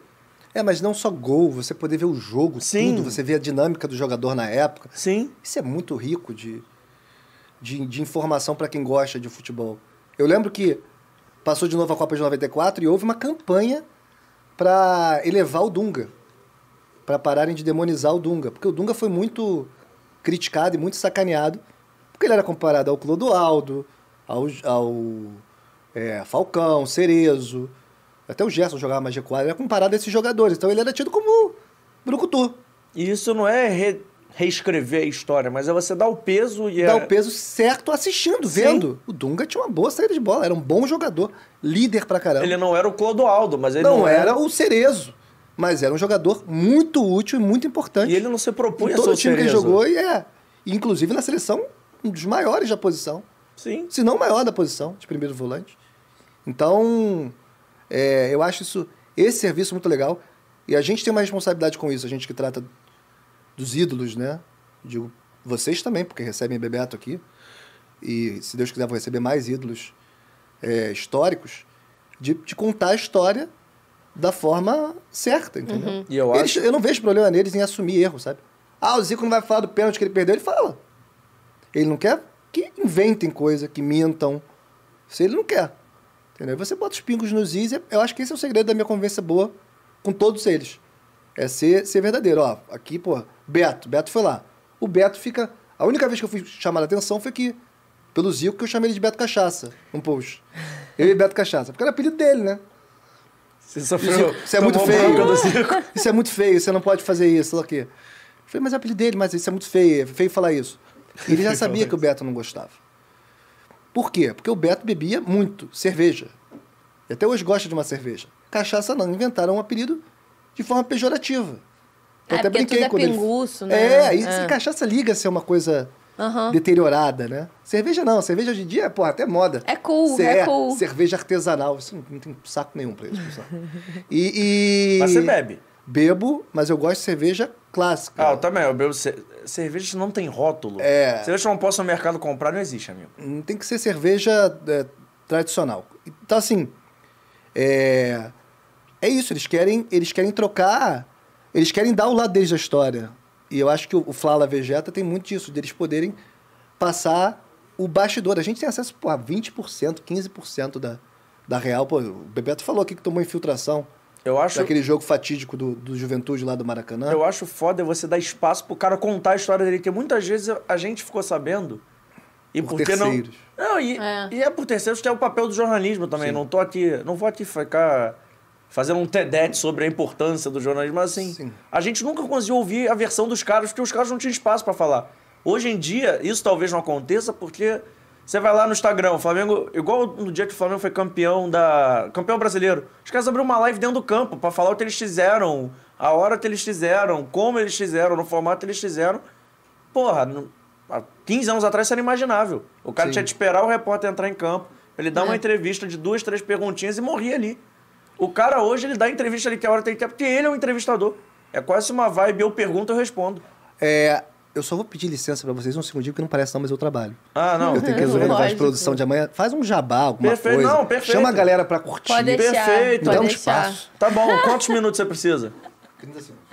Speaker 3: É, mas não só gol, você poder ver o jogo,
Speaker 1: Sim.
Speaker 3: tudo, você ver a dinâmica do jogador na época.
Speaker 1: Sim.
Speaker 3: Isso é muito rico de, de, de informação pra quem gosta de futebol. Eu lembro que passou de novo a Copa de 94 e houve uma campanha pra elevar o Dunga. Pra pararem de demonizar o Dunga. Porque o Dunga foi muito criticado e muito sacaneado. Porque ele era comparado ao Clodoaldo, ao, ao é, Falcão, Cerezo. Até o Gerson jogava mais recuado. Ele era comparado a esses jogadores. Então ele era tido como brucutu.
Speaker 1: E isso não é re- reescrever a história, mas é você dar o peso e...
Speaker 3: dá
Speaker 1: é-
Speaker 3: o peso certo assistindo,
Speaker 1: Sim.
Speaker 3: vendo. O Dunga tinha uma boa saída de bola, era um bom jogador, líder pra caramba.
Speaker 1: Ele não era o Clodoaldo, mas ele
Speaker 3: não,
Speaker 1: não, é
Speaker 3: era o Cerezo, mas era um jogador muito útil e muito importante.
Speaker 1: E ele não se propunha
Speaker 3: Em
Speaker 1: a ser
Speaker 3: todo
Speaker 1: o
Speaker 3: time que ele
Speaker 1: Cerezo.
Speaker 3: jogou, e é. E, Inclusive na seleção, um dos maiores da posição.
Speaker 1: Sim.
Speaker 3: Se não o maior da posição, de primeiro volante. Então, é, eu acho isso, esse serviço muito legal. E a gente tem uma responsabilidade com isso, a gente que trata dos ídolos, né? Digo, vocês também, porque recebem Bebeto aqui. E se Deus quiser, vão receber mais ídolos é, históricos, de, de contar a história da forma certa, entendeu?
Speaker 1: Uhum. E eu
Speaker 3: Eles- eu não vejo problema neles em assumir erro, sabe? Ah, o Zico não vai falar do pênalti que ele perdeu, ele fala. Ele não quer que inventem coisa, que mintam. Se ele não quer. Entendeu? E Você bota os pingos nos is, e eu acho que esse é o segredo da minha convivência boa com todos eles. É ser, ser verdadeiro. Ó, aqui, pô, Beto, Beto foi lá. O Beto fica. A única vez que eu fui chamar a atenção foi que, pelo Zico, que eu chamei ele de Beto Cachaça, num post. Eu e Beto Cachaça. Porque era apelido dele, né?
Speaker 1: Você
Speaker 3: Isso,
Speaker 1: sofreu...
Speaker 3: isso é muito
Speaker 1: tomou bronca do Zico.
Speaker 3: feio. Isso é muito feio, você não pode fazer isso, sei lá o quê. Eu falei, mas é apelido dele, mas isso é muito feio, é feio falar isso. E Ele já sabia que o Beto não gostava. Por quê? Porque o Beto bebia muito cerveja. E até hoje gosta de uma cerveja. Cachaça não, inventaram um apelido de forma pejorativa. Eu
Speaker 2: É, porque
Speaker 3: até brinquei
Speaker 2: tudo é
Speaker 3: quando ele-
Speaker 2: pinguço,
Speaker 3: É,
Speaker 2: né?
Speaker 3: aí
Speaker 2: É.
Speaker 3: cachaça liga a ser uma coisa
Speaker 2: Aham.
Speaker 3: deteriorada, né? Cerveja não, cerveja hoje em dia é, porra, até moda.
Speaker 2: É cool,
Speaker 3: Ce-
Speaker 2: é cool.
Speaker 3: Cerveja artesanal, isso não, não tem saco nenhum pra isso, pessoal. E, e-
Speaker 1: Mas você bebe.
Speaker 3: Bebo, mas eu gosto de cerveja clássica.
Speaker 1: Ah, eu também. Eu bebo ce- cerveja não tem rótulo.
Speaker 3: É.
Speaker 1: Cerveja que eu não posso no mercado comprar, não existe, amigo.
Speaker 3: Não Tem que ser cerveja é, tradicional. Então, assim, é, é isso. Eles querem, eles querem trocar, eles querem dar o lado deles da história. E eu acho que o, o Flala Vegeta tem muito disso, deles poderem passar o bastidor. A gente tem acesso pô, a 20%, 15% da, da real. Pô, o Bebeto falou aqui que tomou infiltração
Speaker 1: Eu acho,
Speaker 3: daquele jogo fatídico do, do Juventude lá do Maracanã.
Speaker 1: eu acho foda você dar espaço pro cara contar a história dele, porque muitas vezes a gente ficou sabendo. E
Speaker 3: Por
Speaker 1: por, que não.
Speaker 3: terceiros.
Speaker 1: Não, e
Speaker 2: É.
Speaker 1: é. e é por terceiros que é o papel do jornalismo também. Não tô aqui. Não vou aqui ficar fazendo um TEDx sobre a importância do jornalismo, mas assim,
Speaker 3: Sim.
Speaker 1: a gente nunca conseguiu ouvir a versão dos caras, porque os caras não tinham espaço pra falar. Hoje em dia, isso talvez não aconteça porque você vai lá no Instagram, o Flamengo, igual no dia que o Flamengo foi campeão da, campeão brasileiro, os caras abriram uma live dentro do campo pra falar o que eles fizeram, a hora que eles fizeram, como eles fizeram, no formato que eles fizeram. Porra, no- há 15 anos atrás isso era imaginável. O cara
Speaker 3: Sim.
Speaker 1: tinha de esperar o repórter entrar em campo, ele dar
Speaker 2: É.
Speaker 1: uma entrevista de duas, três perguntinhas e morria ali. O cara hoje, ele dá entrevista ali que a hora tem que porque ele é o entrevistador. É quase uma vibe, eu pergunto, eu respondo.
Speaker 3: É, eu só vou pedir licença pra vocês um segundinho, porque não parece não, mas eu trabalho.
Speaker 1: Ah, não.
Speaker 3: Eu tenho que resolver a
Speaker 2: Lógico.
Speaker 3: produção de amanhã. Faz um jabá, alguma
Speaker 1: Perfeito,
Speaker 3: coisa.
Speaker 1: não, perfeito.
Speaker 3: Chama a galera pra curtir.
Speaker 2: Pode deixar.
Speaker 1: Perfeito.
Speaker 3: Me
Speaker 2: Pode
Speaker 3: dá um
Speaker 2: deixar.
Speaker 3: espaço.
Speaker 1: Tá bom, quantos minutos você precisa?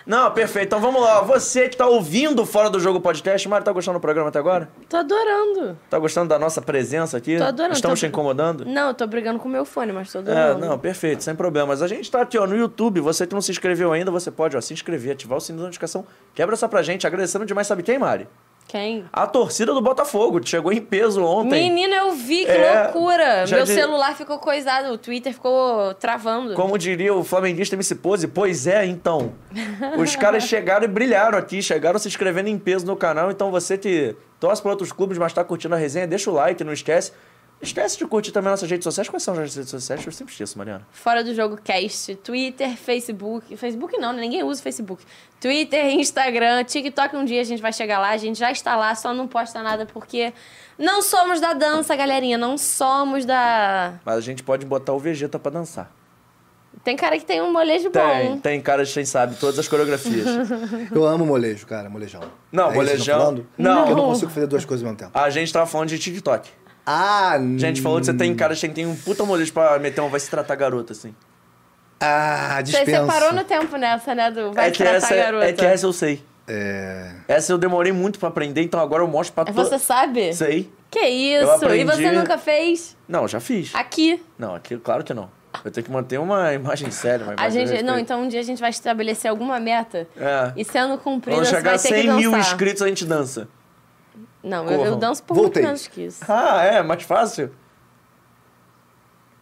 Speaker 1: Não, perfeito. Então vamos lá. Você que tá ouvindo o Fora do Jogo Podcast, Mário, tá gostando do programa até agora?
Speaker 2: Tô adorando.
Speaker 1: Tá gostando da nossa presença aqui?
Speaker 2: Tô adorando.
Speaker 1: Estamos
Speaker 2: tô-
Speaker 1: te incomodando?
Speaker 2: Não, eu tô brigando com o meu fone, mas tô
Speaker 1: É,
Speaker 2: adorando.
Speaker 1: não, perfeito, sem problemas. A gente tá aqui, ó, no YouTube. Você que não se inscreveu ainda, você pode, ó, se inscrever, ativar o sininho da notificação. Quebra essa pra gente, agradecendo demais, sabe quem, Mari?
Speaker 2: Quem?
Speaker 1: A torcida do Botafogo, que chegou em peso ontem.
Speaker 2: Menino, eu vi, que
Speaker 1: É,
Speaker 2: loucura.
Speaker 1: já
Speaker 2: Meu
Speaker 1: de-
Speaker 2: celular ficou coisado, o Twitter ficou travando.
Speaker 1: Como diria o flamenguista MC Pose, pois é, então. Os caras chegaram e brilharam aqui, chegaram se inscrevendo em peso no canal. Então você que torce para outros clubes, mas tá curtindo a resenha, deixa o like, não esquece. Esquece de curtir também nossas redes sociais. Quais são as nossas redes sociais? Eu sempre esqueço, Mariana.
Speaker 2: Fora do jogo cast, Twitter, Facebook. Facebook não, né? ninguém usa Facebook. Twitter, Instagram, TikTok, um dia a gente vai chegar lá, a gente já está lá, só não posta nada porque não somos da dança, galerinha, não somos da.
Speaker 1: Mas a gente pode botar o Vegeta pra dançar.
Speaker 2: Tem cara que tem um molejo
Speaker 1: Tem,
Speaker 2: bom.
Speaker 1: tem cara de quem sabe todas as coreografias.
Speaker 3: Eu amo molejo, cara, molejão.
Speaker 1: Não,
Speaker 3: É isso que eu tô
Speaker 1: molejão-
Speaker 3: falando?
Speaker 1: não.
Speaker 3: Eu não consigo fazer duas coisas ao mesmo tempo.
Speaker 1: A gente tava falando de TikTok.
Speaker 3: Ah,
Speaker 1: A gente falou que você tem cara de quem tem um puta molejo pra meter um vai se tratar garota, assim.
Speaker 3: Ah,
Speaker 2: Você
Speaker 3: dispensa.
Speaker 2: separou no tempo nessa, né, do vai
Speaker 1: é, que
Speaker 2: tratar
Speaker 1: essa,
Speaker 2: garota.
Speaker 1: é que essa eu sei.
Speaker 3: É...
Speaker 1: Essa eu demorei muito pra aprender, então agora eu mostro pra
Speaker 2: É, Você
Speaker 1: todos.
Speaker 2: sabe?
Speaker 1: Sei.
Speaker 2: Que
Speaker 1: Eu
Speaker 2: isso?
Speaker 1: aprendi-
Speaker 2: E você nunca fez?
Speaker 1: Não, já fiz.
Speaker 2: Aqui.
Speaker 1: Não, aqui, claro que não. Eu tenho que manter uma imagem séria. Uma
Speaker 2: A
Speaker 1: imagem
Speaker 2: gente,
Speaker 1: de
Speaker 2: não,
Speaker 1: respeito.
Speaker 2: então um dia a gente vai estabelecer alguma meta.
Speaker 1: É.
Speaker 2: E sendo cumprida,
Speaker 1: Quando
Speaker 2: você
Speaker 1: chegar
Speaker 2: vai
Speaker 1: a
Speaker 2: ter que
Speaker 1: 100 mil
Speaker 2: dançar.
Speaker 1: inscritos, a gente dança.
Speaker 2: Não, eu, eu
Speaker 1: Corram.
Speaker 2: danço por
Speaker 3: Voltei.
Speaker 2: muito menos que isso.
Speaker 1: Ah, é? Mais fácil?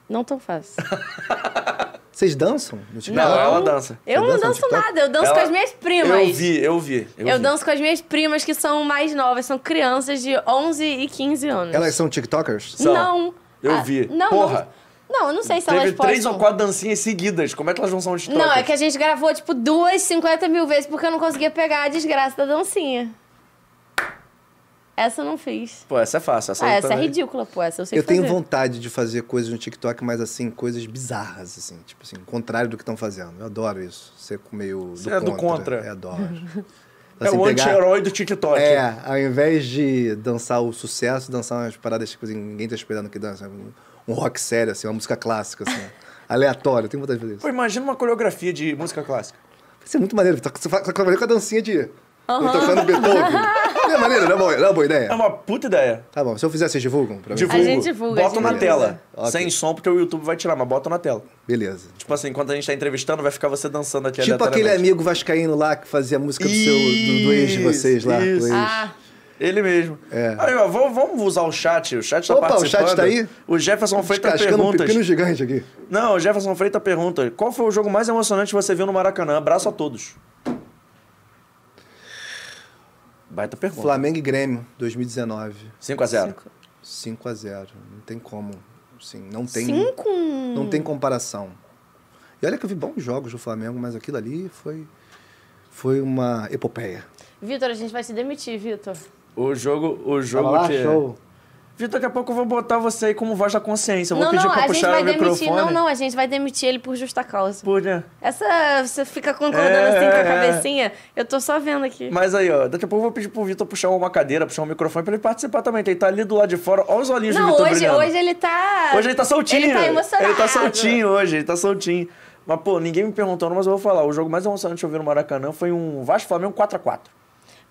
Speaker 2: Não tão fácil.
Speaker 3: Vocês dançam no
Speaker 1: Não,
Speaker 3: TikTok?
Speaker 1: ela dança.
Speaker 2: Eu não
Speaker 3: Você dança no
Speaker 2: danço
Speaker 3: TikTok?
Speaker 2: nada, eu danço
Speaker 1: Ela-
Speaker 2: com as minhas primas.
Speaker 1: Eu vi, eu vi. Eu,
Speaker 2: Eu,
Speaker 1: vi.
Speaker 2: danço com as minhas primas que são mais novas, são crianças de 11 e 15 anos.
Speaker 3: Elas são tiktokers?
Speaker 1: são?
Speaker 2: Não.
Speaker 1: Eu
Speaker 2: Ah,
Speaker 1: vi.
Speaker 2: Não,
Speaker 1: Porra.
Speaker 2: Não, não, eu não sei se
Speaker 1: Teve
Speaker 2: elas postam.
Speaker 1: três ou quatro dancinhas seguidas. Como é que elas não são de
Speaker 2: Não, é que a gente gravou, tipo, duas, 50 mil vezes porque eu não conseguia pegar a desgraça da dancinha. Essa eu não fiz.
Speaker 1: Pô, essa é fácil. Essa
Speaker 2: ah,
Speaker 1: aí
Speaker 2: essa é
Speaker 1: também.
Speaker 2: ridícula, pô. Essa eu sei
Speaker 3: Eu tenho
Speaker 2: fazer.
Speaker 3: vontade de fazer coisas no TikTok, mas assim, coisas bizarras, assim, tipo assim, contrário do que estão fazendo. Eu adoro isso. Ser com meio do
Speaker 1: Você é do contra.
Speaker 3: Eu adoro.
Speaker 1: É
Speaker 3: Assim,
Speaker 1: o
Speaker 3: pegar-
Speaker 1: anti-herói do TikTok.
Speaker 3: É, ao invés de dançar o sucesso, dançar umas paradas que assim, ninguém tá esperando que dança. Um, um rock sério, assim, uma música clássica, assim. aleatório, eu tenho vontade de fazer isso.
Speaker 1: Pô, imagina uma coreografia de música clássica.
Speaker 3: Vai ser muito maneiro. Só que você trabalhou com a dancinha de. Eu tocando Beethoven. não é maneiro, não é boa, não é uma
Speaker 1: É
Speaker 3: boa ideia.
Speaker 1: uma puta ideia.
Speaker 3: Tá bom, se eu fizer, vocês divulgam pra mim?
Speaker 1: Divulgo.
Speaker 2: gente divulga, a
Speaker 1: Bota
Speaker 2: gente
Speaker 1: na
Speaker 2: divulga.
Speaker 1: tela.
Speaker 3: Ok.
Speaker 1: Sem som, porque o YouTube vai tirar, mas bota na tela.
Speaker 3: Beleza.
Speaker 1: Tipo assim, enquanto a gente tá entrevistando, vai ficar você dançando aqui
Speaker 3: Tipo aquele
Speaker 1: aleatoriamente.
Speaker 3: amigo vascaíno lá que fazia a música do, seu, do, do ex de vocês lá. do
Speaker 1: Isso,
Speaker 3: ex.
Speaker 2: Ah,
Speaker 1: Ele mesmo.
Speaker 3: É.
Speaker 1: Aí, ó, vamos, vamos usar o chat. O chat tá
Speaker 3: Opa, o
Speaker 1: participando.
Speaker 3: chat tá aí?
Speaker 1: O Jefferson Freitas
Speaker 3: Descascando um
Speaker 1: perguntas.
Speaker 3: pepino gigante aqui.
Speaker 1: Não, o Jefferson Freitas pergunta: qual foi o jogo mais emocionante que você viu no Maracanã? Abraço a todos. Baita pergunta.
Speaker 3: Flamengo e Grêmio, 2019.
Speaker 1: 5x0.
Speaker 3: 5x0. Não tem como. Assim, não tem.
Speaker 2: 5
Speaker 3: Não tem comparação. E olha que eu vi bons jogos do Flamengo, mas aquilo ali foi. Foi uma epopeia.
Speaker 2: Vitor, a gente vai te demitir, Vitor.
Speaker 1: O jogo, o
Speaker 3: Tava
Speaker 1: jogo
Speaker 3: lá,
Speaker 1: que... é
Speaker 3: show.
Speaker 1: Vitor, daqui a pouco eu vou botar você aí como voz da consciência. Eu Então vou
Speaker 2: Não,
Speaker 1: pedir
Speaker 2: não,
Speaker 1: pra
Speaker 2: a gente
Speaker 1: puxar
Speaker 2: vai
Speaker 1: o
Speaker 2: demitir.
Speaker 1: microfone.
Speaker 2: Não, não, a gente vai demitir ele por justa causa.
Speaker 1: Por, né?
Speaker 2: Essa, você fica concordando
Speaker 1: É,
Speaker 2: assim com a
Speaker 1: é.
Speaker 2: cabecinha? Eu tô só vendo aqui.
Speaker 1: Mas aí, ó, daqui a pouco eu vou pedir pro Vitor puxar uma cadeira, puxar um microfone pra ele participar também. que Ele tá ali do lado de fora. Olha os olhinhos do
Speaker 2: Não,
Speaker 1: Vitor
Speaker 2: hoje,
Speaker 1: brilhando.
Speaker 2: hoje ele tá.
Speaker 1: Hoje ele tá soltinho.
Speaker 2: Ele tá emocionado.
Speaker 1: Ele tá soltinho hoje, ele tá soltinho. Mas, pô, ninguém me perguntou, não, mas eu vou falar. O jogo mais emocionante que eu vi no Maracanã foi um Vasco Flamengo 4x4.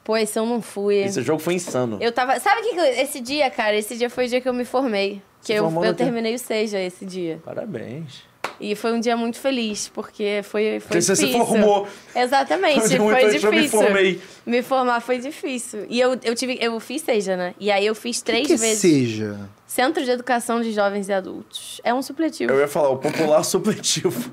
Speaker 2: Pô, esse eu não fui.
Speaker 1: Esse jogo foi insano.
Speaker 2: É. Eu tava. Sabe o que, que eu- esse dia, cara? Esse dia foi o dia que eu me formei.
Speaker 1: Se
Speaker 2: Que eu,
Speaker 1: formou
Speaker 2: eu
Speaker 1: no quê?
Speaker 2: terminei o Seja esse dia.
Speaker 1: Parabéns.
Speaker 2: E foi um dia muito feliz, porque foi, foi
Speaker 1: Porque você
Speaker 2: difícil.
Speaker 1: se formou.
Speaker 2: Exatamente,
Speaker 1: Foi
Speaker 2: foi,
Speaker 1: muito antes que
Speaker 2: difícil.
Speaker 1: eu me formei.
Speaker 2: Me formar foi difícil. E eu, eu tive. Eu fiz Seja, né? E aí eu fiz três
Speaker 1: é
Speaker 3: que
Speaker 2: vezes.
Speaker 3: seja.
Speaker 2: Centro de Educação de Jovens e Adultos. É um supletivo.
Speaker 1: Eu ia falar, o popular supletivo.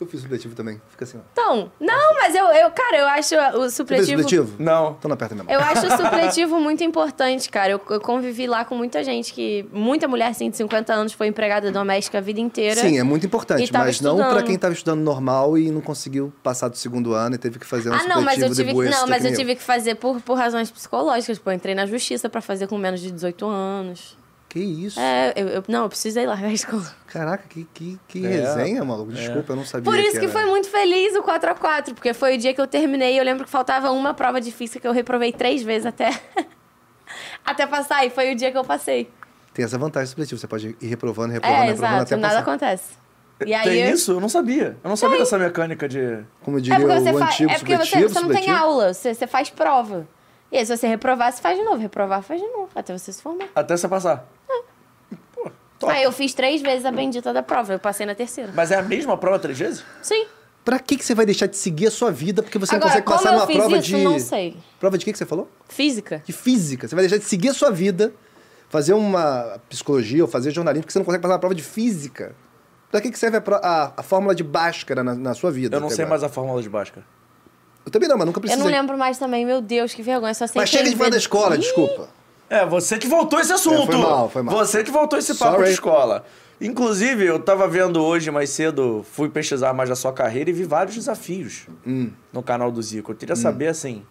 Speaker 3: Eu fiz supletivo também. Fica assim, ó.
Speaker 2: Então, não, mas eu, eu cara, eu acho o
Speaker 3: Você fez
Speaker 2: supletivo.
Speaker 3: supletivo?
Speaker 1: Não.
Speaker 3: Então não aperta minha mão.
Speaker 2: Eu acho o supletivo muito importante, cara. Eu, eu convivi lá com muita gente que. Muita mulher, assim, de 50 anos foi empregada doméstica a vida inteira.
Speaker 3: Sim, é muito
Speaker 2: E
Speaker 3: importante,
Speaker 2: tava
Speaker 3: mas não pra
Speaker 2: estudando.
Speaker 3: quem tava estudando normal e não conseguiu passar do segundo ano e teve que fazer um
Speaker 2: Ah, não, mas eu
Speaker 3: supletivo
Speaker 2: tive, que-
Speaker 3: depois.
Speaker 2: não, mas eu
Speaker 3: técnico.
Speaker 2: tive que fazer por, por razões psicológicas. Pô, eu entrei na justiça pra fazer com menos de 18 anos.
Speaker 3: Que isso?
Speaker 2: É, eu, eu- não, eu precisei largar a escola.
Speaker 3: Caraca, que, que, que
Speaker 1: É.
Speaker 3: resenha, maluco. Desculpa, eu não sabia.
Speaker 2: Por isso que
Speaker 3: era.
Speaker 2: foi muito feliz o 4x4, porque foi o dia que eu terminei. Eu lembro que faltava uma prova de física que eu reprovei três vezes até, até passar, e foi o dia que eu passei.
Speaker 3: Tem essa vantagem supletivo. Você pode ir reprovando, reprovando,
Speaker 2: É,
Speaker 3: reprovando
Speaker 2: exato,
Speaker 3: até
Speaker 2: nada
Speaker 3: passar.
Speaker 2: acontece. E aí,
Speaker 1: Tem isso? Eu não sabia. Eu não sabia dessa mecânica de.
Speaker 3: Como
Speaker 2: é
Speaker 3: diria
Speaker 2: porque você,
Speaker 3: o
Speaker 2: fa-
Speaker 3: antigo
Speaker 2: é porque você,
Speaker 3: supletivo,
Speaker 2: você não tem
Speaker 3: supletivo.
Speaker 2: aula, você, você faz prova. E aí, se você reprovar, você faz de novo, reprovar, faz de novo, até você se formar.
Speaker 1: Até você passar. Pô, top.
Speaker 2: Ah, eu fiz três vezes a bendita da prova, eu passei na terceira.
Speaker 1: Mas é a mesma prova três vezes?
Speaker 2: Sim.
Speaker 3: Pra que, que você vai deixar de seguir a sua vida porque você
Speaker 2: Agora,
Speaker 3: não consegue
Speaker 2: como
Speaker 3: passar
Speaker 2: eu
Speaker 3: numa
Speaker 2: fiz
Speaker 3: prova
Speaker 2: isso,
Speaker 3: de.
Speaker 2: não sei.
Speaker 3: Prova de quê que você falou?
Speaker 2: Física.
Speaker 3: De física. Você vai deixar de seguir a sua vida, fazer uma psicologia ou fazer jornalismo porque você não consegue passar uma prova de física. Pra que, que serve a, pro- a- a fórmula de Bhaskara na, na sua vida?
Speaker 1: Eu não
Speaker 3: até
Speaker 1: sei
Speaker 3: agora?
Speaker 1: mais a fórmula de Bhaskara.
Speaker 3: Eu também não, mas nunca
Speaker 2: Eu
Speaker 3: precisei.
Speaker 2: não lembro mais também, meu Deus, que vergonha. Só sei
Speaker 3: Mas
Speaker 2: que
Speaker 3: chega de falar da escola,
Speaker 2: Ih,
Speaker 3: desculpa.
Speaker 1: É, você que voltou esse assunto.
Speaker 3: É, foi mal, foi mal.
Speaker 1: Você que voltou esse papo
Speaker 3: Sorry.
Speaker 1: de escola. Inclusive, eu tava vendo hoje mais cedo, fui pesquisar mais da sua carreira e vi vários desafios
Speaker 3: Hum.
Speaker 1: no canal do Zico. Eu queria saber, assim,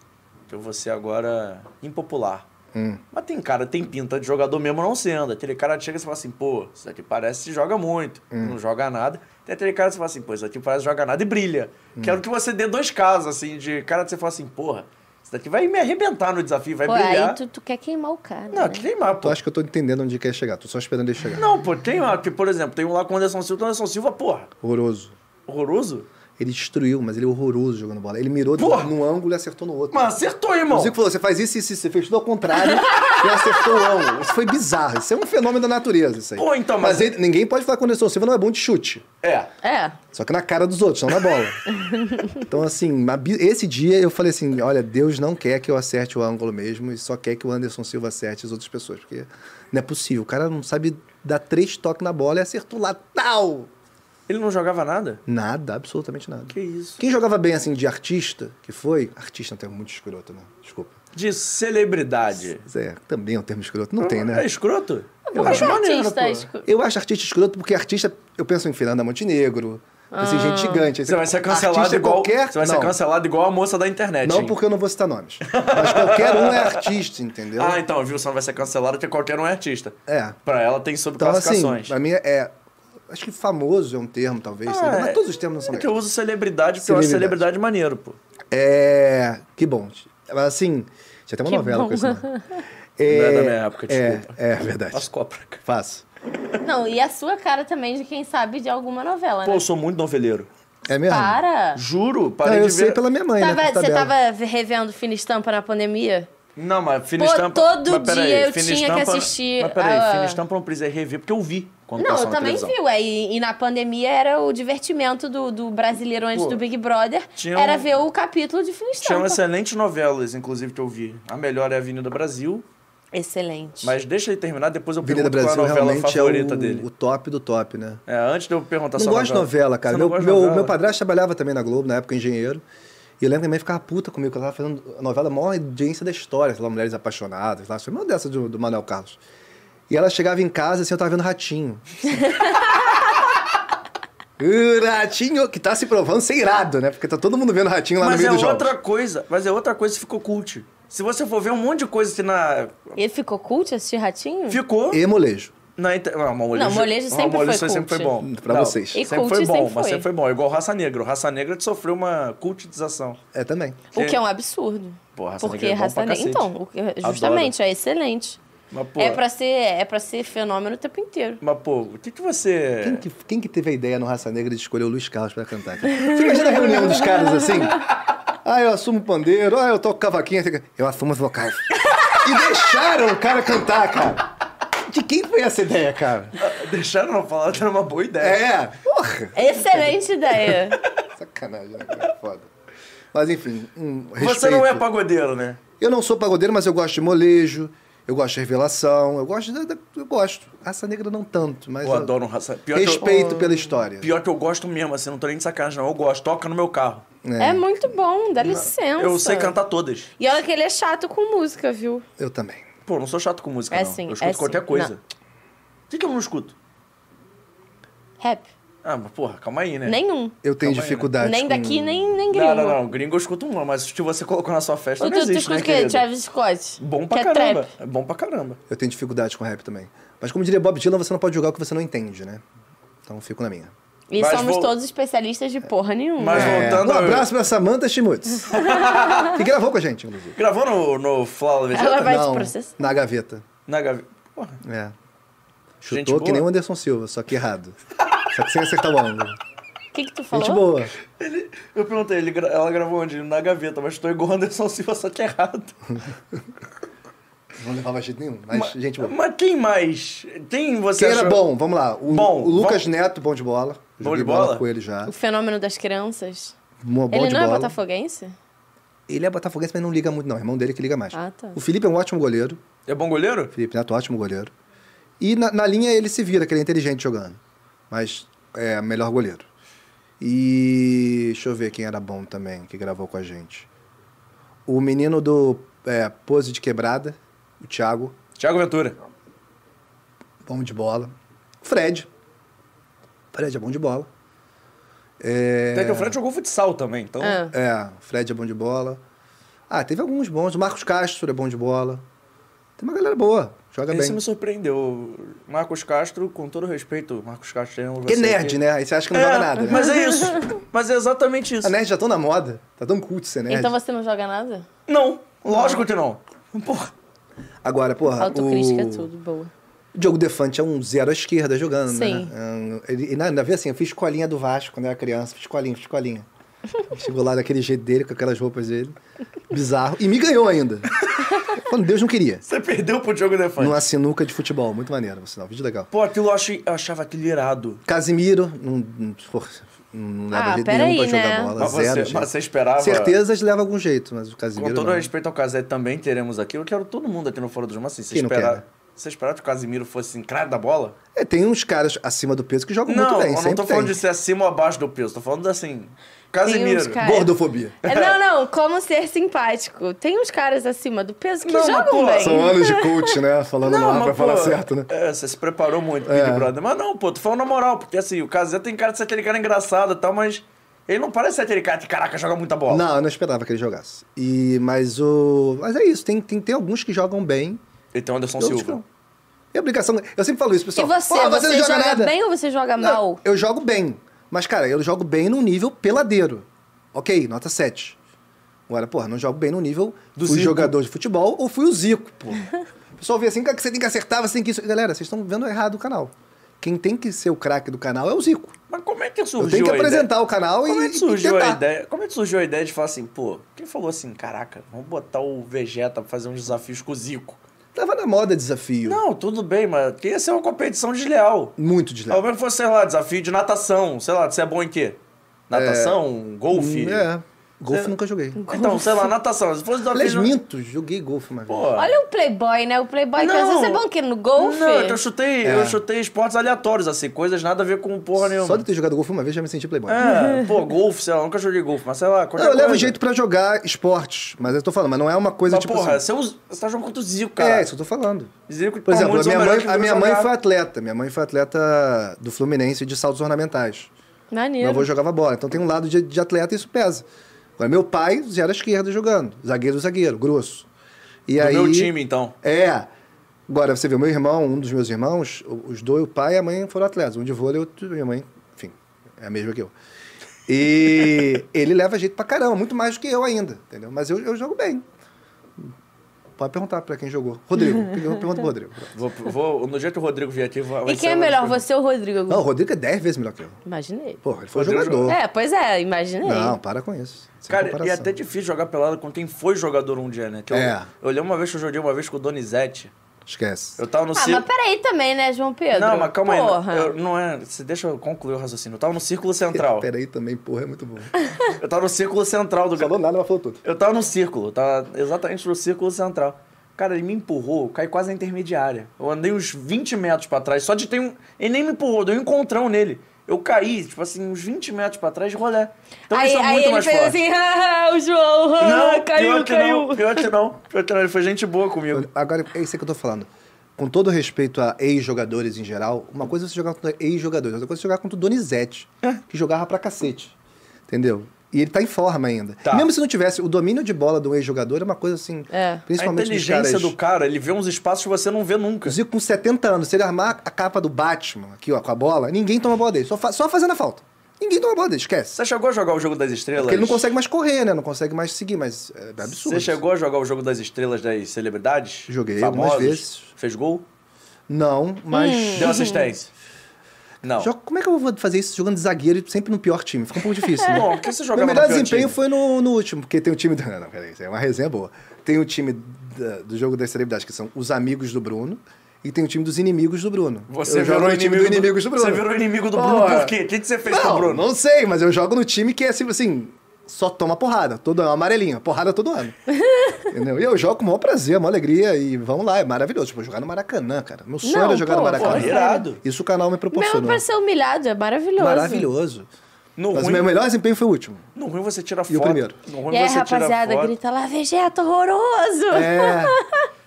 Speaker 1: que eu vou ser agora é impopular.
Speaker 3: Hum.
Speaker 1: Mas tem cara, tem pinta de jogador mesmo não sendo. É Aquele cara que chega e você fala assim, pô, isso aqui parece que joga muito,
Speaker 3: Hum.
Speaker 1: não joga nada. Tem aquele cara que você fala assim, pô, isso aqui parece que joga nada e brilha.
Speaker 3: Hum.
Speaker 1: Quero que você dê dois casos, assim, de cara que você fala assim, porra, isso daqui vai me arrebentar no desafio, vai
Speaker 2: Pô,
Speaker 1: brilhar.
Speaker 2: aí tu, tu quer queimar o cara.
Speaker 1: Não,
Speaker 2: né?
Speaker 1: que queimar,
Speaker 3: Tu
Speaker 1: pô.
Speaker 3: acha que eu tô entendendo onde quer chegar, tô só esperando ele chegar.
Speaker 1: Não, pô, tem lá, que, por exemplo, tem um lá com o Anderson Silva, o Anderson Silva, porra,
Speaker 3: Horroroso.
Speaker 1: horroroso.
Speaker 3: Ele destruiu, mas ele é horroroso jogando bola. Ele mirou
Speaker 1: Porra!
Speaker 3: num ângulo e acertou no outro.
Speaker 1: Mas acertou, irmão.
Speaker 3: O Zico falou: você faz isso, isso, isso. Você fez tudo ao contrário e acertou o ângulo. Isso foi bizarro. Isso é um fenômeno da natureza, isso aí.
Speaker 1: Pô, então, mas-
Speaker 3: ele- ninguém pode falar que o Anderson Silva não é bom de chute.
Speaker 1: É.
Speaker 2: É.
Speaker 3: Só que na cara dos outros, não na bola. então, assim, ma- bi- esse dia eu falei assim: olha, Deus não quer que eu acerte o ângulo mesmo e só quer que o Anderson Silva acerte as outras pessoas. Porque não é possível. O cara não sabe dar três toques na bola e acertou lá. Tal!
Speaker 1: Ele não jogava nada?
Speaker 3: Nada, absolutamente nada.
Speaker 1: Que isso.
Speaker 3: Quem jogava bem, assim, de artista, que foi. Artista é um termo muito escroto, né? Desculpa.
Speaker 1: De celebridade.
Speaker 3: Mas é, também é um termo escroto. Não tem,
Speaker 1: É
Speaker 3: né?
Speaker 1: escroto?
Speaker 2: Mas artista,
Speaker 1: né,
Speaker 2: é
Speaker 1: pô.
Speaker 2: esco-
Speaker 3: Eu acho artista escroto porque artista. Eu penso em Fernanda Montenegro. Assim, gente gigante.
Speaker 1: Ah. Você vai ser cancelado
Speaker 3: Artista é
Speaker 1: igual.
Speaker 3: Qualquer...
Speaker 1: Você vai
Speaker 3: não,
Speaker 1: ser cancelado igual a moça da internet.
Speaker 3: Não
Speaker 1: hein?
Speaker 3: porque eu não vou citar nomes. Mas qualquer um é artista, entendeu?
Speaker 1: Ah, então, viu? Você não vai ser cancelado porque qualquer um é artista.
Speaker 3: É.
Speaker 1: Pra ela tem
Speaker 3: então, assim,
Speaker 1: subclassificações.
Speaker 3: pra mim é. Acho que famoso é um termo, talvez. sei lá,
Speaker 1: Ah,
Speaker 3: mas todos os termos não são
Speaker 1: É que eu uso celebridade porque eu acho
Speaker 3: Celebridade.
Speaker 1: celebridade maneiro, pô.
Speaker 3: É. Que bom. Mas assim, tinha até uma
Speaker 2: Que
Speaker 3: novela
Speaker 2: bom.
Speaker 3: com esse nome.
Speaker 1: Não é da minha época,
Speaker 3: é,
Speaker 1: desculpa.
Speaker 3: é verdade.
Speaker 1: As copras. cara.
Speaker 3: Faço.
Speaker 2: Não, e a sua cara também de quem sabe de alguma novela,
Speaker 1: Pô,
Speaker 2: né?
Speaker 1: eu sou muito noveleiro.
Speaker 3: É mesmo?
Speaker 2: Para!
Speaker 1: Juro,
Speaker 3: Não,
Speaker 1: parei
Speaker 3: eu
Speaker 1: de
Speaker 3: sei
Speaker 1: ver.
Speaker 3: pela minha mãe,
Speaker 2: Tava-
Speaker 3: né? por
Speaker 2: você
Speaker 3: tabela.
Speaker 2: tava revendo Fina Estampa na pandemia?
Speaker 1: Não, mas Fina
Speaker 2: Pô,
Speaker 1: Estampa...
Speaker 2: todo
Speaker 1: mas peraí,
Speaker 2: dia eu
Speaker 1: Fina
Speaker 2: tinha que
Speaker 1: Estampa-
Speaker 2: assistir
Speaker 1: Mas peraí,
Speaker 2: a-
Speaker 1: Fina Estampa é eu não precisei rever, porque eu vi quando
Speaker 2: Não,
Speaker 1: passou
Speaker 2: eu
Speaker 1: na
Speaker 2: também
Speaker 1: televisão.
Speaker 2: vi, ué. E, e na pandemia era o divertimento do, do brasileiro antes
Speaker 1: Pô,
Speaker 2: do Big Brother.
Speaker 1: tinha
Speaker 2: Era
Speaker 1: um-
Speaker 2: ver o capítulo de Fina
Speaker 1: Tinha um
Speaker 2: Estampa.
Speaker 1: excelentes novelas, inclusive, que eu vi. A melhor é Avenida Brasil,
Speaker 2: Excelente.
Speaker 1: mas deixa ele terminar, depois eu
Speaker 3: Avenida
Speaker 1: pergunto
Speaker 3: Brasil
Speaker 1: qual é a novela
Speaker 3: realmente é
Speaker 1: favorita
Speaker 3: o,
Speaker 1: dele.
Speaker 3: o top do top, né?
Speaker 1: É, antes de eu perguntar
Speaker 3: não
Speaker 1: sua
Speaker 3: gosto de novela, cara.
Speaker 1: Você não
Speaker 3: Meu,
Speaker 1: gosta de
Speaker 3: meu,
Speaker 1: novela?
Speaker 3: meu padrasto trabalhava também na Globo, na época engenheiro. E eu lembro que a minha mãe ficava puta comigo, que ela tava fazendo a novela maior audiência da história, sei lá, Mulheres Apaixonadas, lá, foi uma dessa do, do Manuel Carlos. E ela chegava em casa, assim, eu tava vendo Ratinho. Uh, ratinho, que tá se provando ser irado, né? Porque tá todo mundo vendo Ratinho lá no
Speaker 1: Mas é
Speaker 3: meio do jogo.
Speaker 1: outra coisa, mas é outra coisa que ficou cult. Se você for ver um monte de coisa que na...
Speaker 2: Ele ficou cult assistir Ratinho?
Speaker 1: Ficou...
Speaker 3: E molejo.
Speaker 1: Na inter... Não, molejo,
Speaker 2: Não, molejo sempre foi
Speaker 1: molejo sempre
Speaker 2: cult.
Speaker 1: foi bom.
Speaker 3: Pra
Speaker 1: Não,
Speaker 3: vocês.
Speaker 2: E
Speaker 1: Sempre
Speaker 2: cult
Speaker 1: foi bom,
Speaker 2: sempre
Speaker 1: mas
Speaker 2: foi.
Speaker 1: sempre foi bom. É Igual Raça Negra. O Raça Negra sofreu uma cultização.
Speaker 3: É também.
Speaker 2: O que é um absurdo.
Speaker 1: Pô, Raça
Speaker 2: Porque
Speaker 1: Negra é bom pra cacete.
Speaker 2: Então, o que-
Speaker 1: Adoro.
Speaker 2: justamente, é excelente.
Speaker 1: Mas, pô,
Speaker 2: É pra, ser, é pra ser fenômeno o tempo inteiro.
Speaker 1: mas, pô o que, que você.
Speaker 3: Quem que, quem que teve a ideia no Raça Negra de escolher o Luiz Carlos pra cantar? cara? Você imagina a reunião dos caras assim? Ah, eu assumo pandeiro, ah, eu toco cavaquinho. assim, Eu assumo os vocais. E deixaram o cara cantar, cara. De quem foi essa ideia, cara?
Speaker 1: Ah, Deixaram eu falar que era uma boa ideia.
Speaker 3: É, porra.
Speaker 2: Excelente ideia.
Speaker 3: Sacanagem, né, cara? Foda. Mas enfim, um
Speaker 1: Você
Speaker 3: respeito.
Speaker 1: não é pagodeiro, né?
Speaker 3: Eu não sou pagodeiro, mas eu gosto de molejo. Eu gosto de revelação, eu gosto. da- da- eu gosto. Raça Negra não tanto, mas.
Speaker 1: Eu adoro um raça. Pior que
Speaker 3: Respeito pela história.
Speaker 1: eu, pior que eu gosto mesmo, assim, não tô nem de sacanagem, não. Eu gosto. Toca no meu carro.
Speaker 3: né?
Speaker 2: É. muito bom, dá licença.
Speaker 1: Eu sei cantar todas.
Speaker 2: E olha que ele é chato com música, viu?
Speaker 3: Eu também.
Speaker 1: Pô, eu não sou chato com música,
Speaker 2: É
Speaker 1: não.
Speaker 2: sim,
Speaker 1: eu
Speaker 2: é
Speaker 1: escuto
Speaker 2: sim.
Speaker 1: qualquer coisa.
Speaker 2: Não.
Speaker 1: O que, que eu não escuto?
Speaker 2: Rap.
Speaker 1: Ah, mas porra, calma aí, né?
Speaker 2: Nenhum.
Speaker 3: Eu
Speaker 1: Calma
Speaker 3: tenho
Speaker 1: aí, né?
Speaker 3: dificuldade.
Speaker 2: nem
Speaker 3: com-
Speaker 2: daqui, nem, nem gringo.
Speaker 1: Não, não, não. Gringo eu escuto uma, mas se você colocou na sua festa,
Speaker 2: Ou
Speaker 1: não
Speaker 2: tu, tu
Speaker 1: existe,
Speaker 2: escuta
Speaker 1: né,
Speaker 2: o quê?
Speaker 1: querido?
Speaker 2: é Travis Scott?
Speaker 1: Bom pra
Speaker 2: que É
Speaker 1: caramba.
Speaker 2: trap.
Speaker 1: É bom pra caramba.
Speaker 3: Eu tenho dificuldade com rap também. Mas como diria Bob Dylan, você não pode julgar o que você não entende, né? Então fico na minha.
Speaker 2: E
Speaker 1: Mas
Speaker 2: somos
Speaker 1: vou-
Speaker 2: todos especialistas de porra nenhuma.
Speaker 1: Mas
Speaker 2: É.
Speaker 1: voltando.
Speaker 3: Um abraço pra Samantha Schmutz. que gravou com a gente, inclusive.
Speaker 1: Gravou no, no Flávio
Speaker 2: Ela
Speaker 1: Vegeta?
Speaker 2: vai
Speaker 3: não,
Speaker 2: te processar.
Speaker 3: na gaveta.
Speaker 1: Na gaveta. Porra.
Speaker 3: É.
Speaker 1: Gente
Speaker 3: Chutou que
Speaker 1: boa.
Speaker 3: nem o Anderson Silva, só que errado. só que sem acertar o ângulo.
Speaker 2: O que, que tu falou?
Speaker 3: Gente boa.
Speaker 1: Ele- eu perguntei, ele gra- ela gravou onde? Na gaveta, mas tô igual o Anderson Silva, só que errado.
Speaker 3: Não levava jeito nenhum, mas gente boa.
Speaker 1: Mas quem mais? Quem você
Speaker 3: Quem era
Speaker 1: achou-
Speaker 3: bom? Vamos lá. O,
Speaker 1: Bom,
Speaker 3: o Lucas
Speaker 1: bom-
Speaker 3: Neto, bom de bola.
Speaker 1: de
Speaker 3: Joguei
Speaker 1: bola?
Speaker 3: com ele já.
Speaker 2: O fenômeno das crianças?
Speaker 3: Mo- Bom
Speaker 2: ele
Speaker 3: de
Speaker 2: não
Speaker 3: bola.
Speaker 2: é botafoguense?
Speaker 3: Ele é botafoguense, mas não liga muito, não. O irmão dele que liga mais.
Speaker 2: Ah, tá.
Speaker 3: O Felipe é um ótimo goleiro.
Speaker 1: É bom goleiro?
Speaker 3: Felipe Neto, ótimo goleiro. E na, na linha ele se vira, que ele é inteligente jogando. Mas é melhor goleiro. E deixa eu ver quem era bom também, que gravou com a gente. O menino do é, Pose de Quebrada, o Thiago,
Speaker 1: Thiago Ventura.
Speaker 3: bom de bola. Fred. Fred é bom de bola. É,
Speaker 1: Até que o Fred jogou futsal também, então.
Speaker 2: Ah.
Speaker 3: é, o Fred é bom de bola. Ah, teve alguns bons. O Marcos Castro é bom de bola. Tem uma galera boa, joga
Speaker 1: Esse
Speaker 3: bem.
Speaker 1: me surpreendeu. Marcos Castro, com todo respeito, Marcos Castro é um.
Speaker 3: Que
Speaker 1: você
Speaker 3: nerd,
Speaker 1: que-
Speaker 3: né? Aí você acha que não
Speaker 1: É,
Speaker 3: joga nada, né?
Speaker 1: Mas é isso. Mas é exatamente isso.
Speaker 3: A nerd já tão na moda. Tá tão culto ser
Speaker 1: é.
Speaker 3: nerd.
Speaker 2: Então você não joga nada?
Speaker 1: Não, lógico que não. Porra.
Speaker 3: Agora,
Speaker 1: Ah,
Speaker 3: porra,
Speaker 2: Autocrítica
Speaker 3: o...
Speaker 2: é tudo, boa.
Speaker 3: Diogo Defante é um zero à esquerda jogando,
Speaker 2: Sim.
Speaker 3: né? É um- Ele, e na- ainda vê assim, eu fiz escolinha do Vasco quando eu era criança. Fiz escolinha, fiz escolinha. Chegou lá daquele jeito dele, com aquelas roupas dele. Bizarro. E me ganhou ainda. Quando Deus não queria.
Speaker 1: Você perdeu pro Diogo Defante.
Speaker 3: Numa sinuca de futebol. Muito maneiro, por sinal. Vídeo legal.
Speaker 1: Pô, aquilo eu, achei, eu achava aquilo irado.
Speaker 3: Casimiro, não, não, pô, não leva
Speaker 2: Ah,
Speaker 3: jeito
Speaker 2: pera
Speaker 3: nenhum pra
Speaker 2: aí,
Speaker 3: jogar
Speaker 2: né?
Speaker 3: bola.
Speaker 1: Mas você,
Speaker 3: zero.
Speaker 1: mas
Speaker 3: jeito.
Speaker 1: você esperava.
Speaker 3: Certezas leva algum jeito, mas o Casimiro.
Speaker 1: Com todo
Speaker 3: não.
Speaker 1: respeito ao Casé, também teremos aqui. Eu quero todo mundo aqui no Fora dos Mas, assim, se
Speaker 3: Quem não
Speaker 1: esperar.
Speaker 3: quer? né?
Speaker 1: Se esperar que o Casimiro fosse encrado da bola.
Speaker 3: É, tem uns caras acima do peso que jogam
Speaker 1: não,
Speaker 3: muito bem.
Speaker 1: eu não
Speaker 3: sempre
Speaker 1: tô falando
Speaker 3: tem.
Speaker 1: de ser acima ou abaixo do peso. Tô falando assim.
Speaker 2: Tem uns
Speaker 1: Casimiro.
Speaker 2: caras-
Speaker 3: Gordofobia.
Speaker 2: É, Não, não, como ser simpático. Tem uns caras acima do peso que
Speaker 1: Não, mas, pô,
Speaker 2: jogam bem.
Speaker 3: São anos de coach, né? Falando mal pra
Speaker 1: mas,
Speaker 3: falar
Speaker 1: pô,
Speaker 3: certo, né? É.
Speaker 1: É, você se preparou muito, Big Brother. Mas não, pô, tô falando na moral, porque assim, o Casé tem cara de ser aquele cara engraçado e tal, mas ele não parece ser aquele cara que, caraca, joga muita bola.
Speaker 3: Não, eu não esperava que ele jogasse. E, mas o. Mas é isso, tem, tem, tem alguns que jogam bem
Speaker 1: Ele tem o Anderson
Speaker 3: e outros que
Speaker 1: Silva.
Speaker 3: não. É obrigação. Eu sempre falo isso,
Speaker 2: E
Speaker 3: pessoal.
Speaker 2: você,
Speaker 3: Pô,
Speaker 2: você,
Speaker 3: não
Speaker 2: joga, bem ou você joga
Speaker 3: Não,
Speaker 2: mal?
Speaker 3: Eu jogo bem. Mas, cara, eu jogo bem num nível peladeiro. Ok, nota 7. Agora, porra, não jogo bem no nível
Speaker 1: Do
Speaker 3: do fui
Speaker 1: Zico.
Speaker 3: jogador de futebol ou fui o Zico, pô. O pessoal vê assim, cara, que você tem que acertar, você tem que isso. Galera, vocês estão vendo errado o canal. Quem tem que ser o craque do canal é o Zico.
Speaker 1: Mas como é que surgiu
Speaker 3: Eu tenho que
Speaker 1: a ideia?
Speaker 3: apresentar o canal e,
Speaker 1: Como é
Speaker 3: e
Speaker 1: que surgiu a
Speaker 3: tentar.
Speaker 1: ideia? Como é que surgiu a ideia de falar assim, pô, quem falou assim, caraca, vamos botar o Vegeta pra fazer uns desafios com o Zico?
Speaker 3: Tava na moda desafio.
Speaker 1: Não, tudo bem, mas que ia ser uma competição desleal.
Speaker 3: Muito desleal.
Speaker 1: Talvez fosse, sei lá, desafio de natação, sei lá, você é bom em quê? Natação, golfe?
Speaker 3: É. Golfe
Speaker 1: Você- um-
Speaker 3: nunca joguei.
Speaker 1: Então, sei lá, natação. Se fosse desafio
Speaker 3: Aliás,
Speaker 1: de-
Speaker 3: minto, joguei golfe uma vez.
Speaker 1: Pô.
Speaker 2: Olha o playboy, né? O playboy, que às
Speaker 1: Não.
Speaker 2: vezes é bom que no golfe...
Speaker 1: Não, é que eu chutei,
Speaker 3: É.
Speaker 1: eu chutei esportes aleatórios, assim, coisas nada a ver com porra nenhuma.
Speaker 3: Só de ter jogado golfe uma vez já me senti playboy.
Speaker 1: É, pô, golfe, sei lá, nunca joguei golfe, mas sei lá,
Speaker 3: Não,
Speaker 1: qualquer
Speaker 3: eu levo
Speaker 1: coisa.
Speaker 3: jeito pra jogar esportes, mas eu tô falando, mas não é uma coisa
Speaker 1: Mas,
Speaker 3: tipo
Speaker 1: porra,
Speaker 3: assim.
Speaker 1: você, usa- você tá jogando contra o Zico,
Speaker 3: É,
Speaker 1: cara.
Speaker 3: isso que eu tô falando.
Speaker 1: Zico e
Speaker 3: Por exemplo, a
Speaker 1: Palmeiras são
Speaker 3: minha,
Speaker 1: melhores
Speaker 3: mãe,
Speaker 1: que
Speaker 3: a minha
Speaker 1: vão
Speaker 3: mãe
Speaker 1: jogar.
Speaker 3: foi atleta. Minha mãe foi atleta do Fluminense de saltos ornamentais. Meu
Speaker 2: Maneiro.
Speaker 3: avô jogava bola. Então tem um lado de, de atleta e isso pesa. Agora, meu pai, zero à esquerda jogando. Zagueiro, zagueiro, grosso. E
Speaker 1: Do
Speaker 3: aí,
Speaker 1: meu time, então.
Speaker 3: É. Agora, você vê, o meu irmão, um dos meus irmãos, o- os dois, o pai e a mãe foram atletas. Um de vôlei, outro, minha mãe, enfim, é a mesma que eu. E ele leva jeito pra caramba, muito mais do que eu ainda, entendeu? Mas eu, eu jogo bem. Pode perguntar pra quem jogou. Rodrigo, pergunta pro Rodrigo.
Speaker 1: Vou, vou, no dia que o Rodrigo vier aqui, vai vai
Speaker 2: E quem
Speaker 1: ser
Speaker 2: é
Speaker 1: uma
Speaker 2: melhor,
Speaker 1: das
Speaker 2: você ou o Rodrigo?
Speaker 3: Não, o Rodrigo é 10 vezes melhor que eu.
Speaker 2: Imaginei.
Speaker 3: Porra, ele foi um
Speaker 1: Rodrigo
Speaker 3: jogador.
Speaker 2: É, pois é, imaginei.
Speaker 3: Não, para com isso. Sem
Speaker 1: Cara, e é
Speaker 3: comparação.
Speaker 1: até difícil jogar pelada com quem foi jogador um dia, né? Que eu,
Speaker 3: É.
Speaker 1: eu lembro uma vez que eu joguei uma vez com o Donizete.
Speaker 3: Esquece.
Speaker 1: Eu tava no
Speaker 2: Ah, mas
Speaker 1: círculo.
Speaker 2: peraí também, né, João Pedro?
Speaker 1: Não, mas calma
Speaker 2: Porra.
Speaker 1: aí. Eu, não é. se- Deixa eu concluir o raciocínio. Eu tava no círculo central.
Speaker 3: Peraí também, porra, é muito bom.
Speaker 1: Eu tava no círculo central do
Speaker 3: Não falou nada, mas falou tudo.
Speaker 1: Eu tava no círculo, tava exatamente no círculo central. Cara, ele me empurrou, eu caí quase na intermediária. Eu andei uns 20 metros pra trás, só de ter um. Ele nem me empurrou, deu um encontrão nele. Eu caí, tipo assim, uns 20 metros pra trás de rolé. Então
Speaker 2: aí
Speaker 1: eles são
Speaker 2: aí
Speaker 1: muito
Speaker 2: ele
Speaker 1: mais
Speaker 2: fez
Speaker 1: fortes.
Speaker 2: assim, ah, o João, ah,
Speaker 1: não,
Speaker 2: caiu,
Speaker 1: pior que
Speaker 2: caiu.
Speaker 1: não, pior que não. Pior que não, ele foi gente boa comigo.
Speaker 3: Agora, é isso que eu tô falando. Com todo respeito a ex-jogadores em geral, uma coisa é você jogar contra ex-jogadores, outra coisa é você jogar contra o Donizete,
Speaker 1: É.
Speaker 3: que jogava pra cacete. Entendeu? E ele tá em forma ainda.
Speaker 1: Tá.
Speaker 3: Mesmo se não tivesse, o domínio de bola de um ex-jogador é uma coisa assim.
Speaker 2: É.
Speaker 1: A
Speaker 3: Principalmente dos
Speaker 1: inteligência
Speaker 3: caras-
Speaker 1: do cara, ele vê uns espaços que você não vê nunca.
Speaker 3: O Zico com 70 anos, se ele armar a capa do Batman aqui, ó, com a bola, ninguém toma a bola dele. Só, fa- só fazendo a falta. Ninguém toma a bola dele, esquece.
Speaker 1: Você chegou a jogar o jogo das estrelas?
Speaker 3: Porque ele não consegue mais correr, né? Não consegue mais seguir, mas é absurdo.
Speaker 1: Você chegou a jogar o jogo das estrelas das celebridades?
Speaker 3: Joguei
Speaker 1: Famosos?
Speaker 3: algumas vezes.
Speaker 1: Fez gol?
Speaker 3: Não, mas.
Speaker 2: Hum.
Speaker 1: Deu assistência? Não.
Speaker 3: Joga- Como é que eu vou fazer isso jogando de zagueiro e sempre no pior time? Fica um pouco difícil, né?
Speaker 1: Bom, porque você jogava
Speaker 3: Meu melhor
Speaker 1: no pior
Speaker 3: desempenho
Speaker 1: time?
Speaker 3: foi no, no último, porque tem o time. Do... Não, peraí, isso é uma resenha boa. Tem o time da- do jogo das celebridades, que são os amigos do Bruno, e tem o time dos inimigos do Bruno.
Speaker 1: Você
Speaker 3: eu jogo
Speaker 1: virou
Speaker 3: no time
Speaker 1: inimigo
Speaker 3: do inimigos do Bruno.
Speaker 1: Você virou inimigo do Bruno
Speaker 3: Porra.
Speaker 1: por quê? O que, que você fez com o
Speaker 3: né? é. Não,
Speaker 1: Bruno?
Speaker 3: não sei, mas eu jogo no time que é assim, assim só toma porrada, todo ano, amarelinha, porrada todo ano. Entendeu? E eu jogo com o maior prazer, maior alegria, e vamos lá, é maravilhoso. Tipo, jogar no Maracanã, cara. Meu sonho
Speaker 2: Não,
Speaker 3: era jogar
Speaker 2: pô,
Speaker 3: no Maracanã.
Speaker 1: pô, irado.
Speaker 3: Isso o canal me
Speaker 2: Mesmo
Speaker 3: proporcionou.
Speaker 2: pra ser humilhado, é maravilhoso.
Speaker 3: Maravilhoso.
Speaker 1: No
Speaker 3: Mas o
Speaker 1: assim, ruim,
Speaker 3: meu melhor desempenho foi o último.
Speaker 1: no ruim você tira foto.
Speaker 3: E o primeiro?
Speaker 1: No ruim
Speaker 2: E aí,
Speaker 1: você tira
Speaker 2: rapaziada,
Speaker 1: foto.
Speaker 2: grita lá, Vegeta, horroroso!
Speaker 3: É.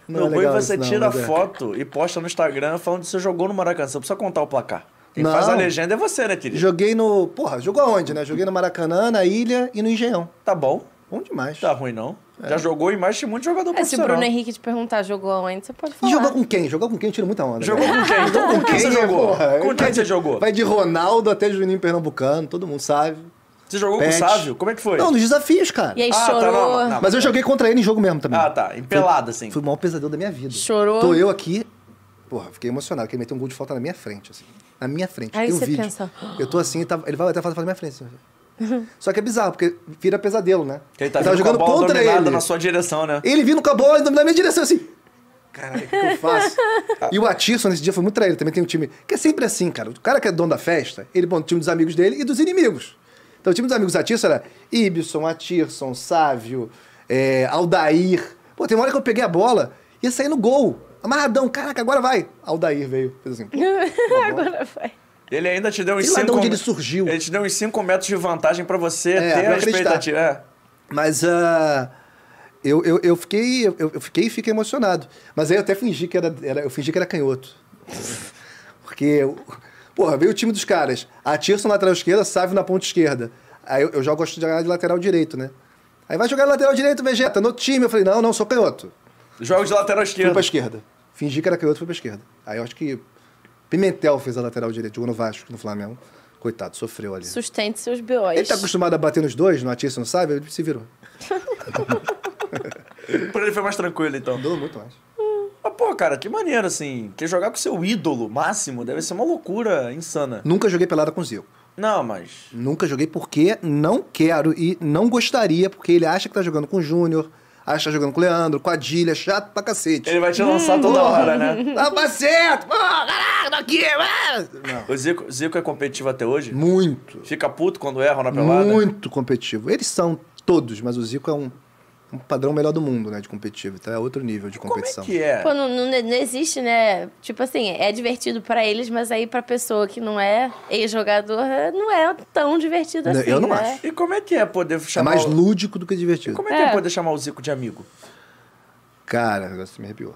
Speaker 1: No
Speaker 3: é
Speaker 1: ruim
Speaker 3: legal
Speaker 1: você
Speaker 3: isso, não,
Speaker 1: tira
Speaker 3: mas é.
Speaker 1: foto e posta no Instagram falando que você jogou no Maracanã. Você não precisa contar o placar. Quem
Speaker 3: Não.
Speaker 1: faz a legenda é você, né, querido?
Speaker 3: Joguei no. Porra, jogou aonde, né? Joguei no Maracanã, na Ilha e no Engenhão.
Speaker 1: Tá bom.
Speaker 3: Bom demais.
Speaker 1: Tá ruim, não.
Speaker 3: É.
Speaker 1: Já jogou em mais de muito jogador
Speaker 2: É, se o
Speaker 1: profissional.
Speaker 2: Bruno Henrique te perguntar, jogou aonde, você pode
Speaker 3: E
Speaker 2: falar.
Speaker 3: jogou com quem? Jogou com quem? Eu tiro muita onda. né?
Speaker 1: Jogou
Speaker 3: cara.
Speaker 1: com quem? Então, com quem você jogou?
Speaker 3: porra?
Speaker 1: Com quem
Speaker 3: Vai
Speaker 1: você
Speaker 3: de-
Speaker 1: jogou?
Speaker 3: Vai de Ronaldo até Juninho Pernambucano, todo mundo sabe.
Speaker 1: Você jogou
Speaker 3: Pet.
Speaker 1: com o Sávio? Como é que foi?
Speaker 3: Não, nos desafios, cara.
Speaker 2: E aí
Speaker 1: Ah, tá,
Speaker 2: chorou.
Speaker 1: não, não.
Speaker 3: Mas eu joguei contra ele em jogo mesmo também.
Speaker 1: Ah, tá. Em pelada, assim.
Speaker 3: Foi o maior pesadelo da minha vida.
Speaker 2: Chorou?
Speaker 3: Tô eu aqui. Porra, fiquei emocionado, que ele meteu um gol de falta na minha frente, assim. Na minha frente.
Speaker 2: Aí
Speaker 3: Tem um
Speaker 2: você
Speaker 3: vídeo.
Speaker 2: pensa,
Speaker 3: Eu tô assim, tava- ele vai até a falta na minha frente. assim. Só que é bizarro, porque vira pesadelo, né?
Speaker 1: Que ele tá
Speaker 3: Eu tava
Speaker 1: vindo com a
Speaker 3: jogando
Speaker 1: bola
Speaker 3: contra
Speaker 1: dominada
Speaker 3: ele. assim.
Speaker 1: na sua direção, né?
Speaker 3: Ele vindo com a bola na minha direção, assim. Caralho, o que eu faço? e o Atisson nesse dia foi muito traído. Também tem um time que é sempre assim, cara. O cara que é dono da festa, ele põe o time dos amigos dele e dos inimigos. Então o time dos amigos do Atisson era Ibson, Atisson, Sávio, é, Aldair. Pô, tem uma hora que eu peguei a bola e ia sair no gol. Amarradão, caraca, agora vai. Aldair veio. Fez assim. pô.
Speaker 2: Agora vai.
Speaker 1: Ele ainda te deu uns
Speaker 3: Sei lá de
Speaker 1: 5
Speaker 3: onde ele surgiu.
Speaker 1: Ele te deu uns 5 metros de vantagem pra você
Speaker 3: É,
Speaker 1: ter
Speaker 3: pra
Speaker 1: a
Speaker 3: acreditar.
Speaker 1: expectativa. É.
Speaker 3: Mas ah, eu, eu, eu fiquei eu, eu fiquei e fiquei emocionado. Mas aí eu até fingi que era, era- eu fingi que era canhoto. Porque eu- porra, veio o time dos caras. Atirson na lateral esquerda, Sávio na ponta esquerda. Aí eu, eu já gosto de jogar de lateral direito, né? Aí vai jogar de lateral direito, Vegeta, no time. Eu falei: "Não, não, sou canhoto".
Speaker 1: Jogo de lateral
Speaker 3: Fui
Speaker 1: esquerda.
Speaker 3: pra esquerda. Fingi que era canhoto, fui pra esquerda. Aí eu acho que Pimentel fez a lateral direita, jogou no Vasco, no Flamengo. Coitado, sofreu ali.
Speaker 2: Sustente seus B.O.s.
Speaker 3: Ele tá acostumado a bater nos dois, no Atirson, no Sávio, ele se virou.
Speaker 1: Por ele foi mais tranquilo, então.
Speaker 3: Andou muito mais.
Speaker 1: Mas, pô, cara, que maneiro, assim. Que jogar com seu ídolo máximo deve ser uma loucura insana.
Speaker 3: Nunca joguei pelada com o Zico.
Speaker 1: Não, mas.
Speaker 3: Nunca joguei porque não quero e não gostaria, porque ele acha que tá jogando com o Júnior, acha que tá jogando com o Leandro, com a Dília, chato pra cacete.
Speaker 1: Ele vai te lançar toda hora, né?
Speaker 3: Ah, mas certo! Ah, caraca, daqui! ah! Não.
Speaker 1: O Zico, Zico é competitivo até hoje?
Speaker 3: Muito,
Speaker 1: Fica puto quando erra na pelada?
Speaker 3: muito competitivo. Eles são todos, mas o Zico é um, um padrão melhor do mundo, né, de competitivo. Então é outro nível de
Speaker 1: Como é
Speaker 3: competição.
Speaker 1: que é?
Speaker 2: Pô, não, não- não existe, né? Tipo assim, é divertido pra eles, mas aí pra pessoa que não é ex-jogador, é- não é tão divertido
Speaker 3: Não,
Speaker 2: assim.
Speaker 3: eu não
Speaker 2: né?
Speaker 3: acho.
Speaker 1: E como é que é poder
Speaker 3: É
Speaker 1: chamar.
Speaker 3: mais
Speaker 1: o-
Speaker 3: lúdico do que divertido.
Speaker 1: Como é que é.
Speaker 2: É.
Speaker 1: poder chamar o Zico de amigo?
Speaker 3: Cara, agora você me arrepiou.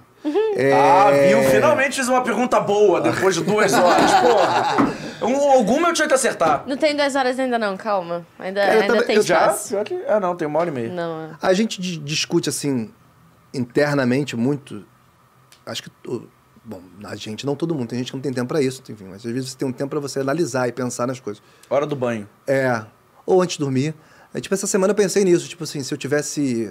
Speaker 3: É...
Speaker 1: Ah, viu? Finalmente fiz uma pergunta boa depois de duas horas, porra. Um, alguma eu tinha que acertar.
Speaker 2: Não tem duas horas ainda, não, calma. Ainda,
Speaker 3: Cara, eu
Speaker 2: ainda
Speaker 3: tava-
Speaker 2: tem
Speaker 3: eu já-
Speaker 1: Já?
Speaker 2: espaço.
Speaker 1: Pior que... Ah, não, tem uma hora e meia.
Speaker 2: Não, é.
Speaker 3: A gente di- discute, assim, internamente muito. Acho que. to- Bom, a gente, não todo mundo. Tem gente que não tem tempo pra isso, enfim. Mas às vezes você tem um tempo pra você analisar e pensar nas coisas.
Speaker 1: Hora do banho.
Speaker 3: É. Ou antes de dormir. Aí, tipo, essa semana eu pensei nisso. Tipo assim, se eu tivesse.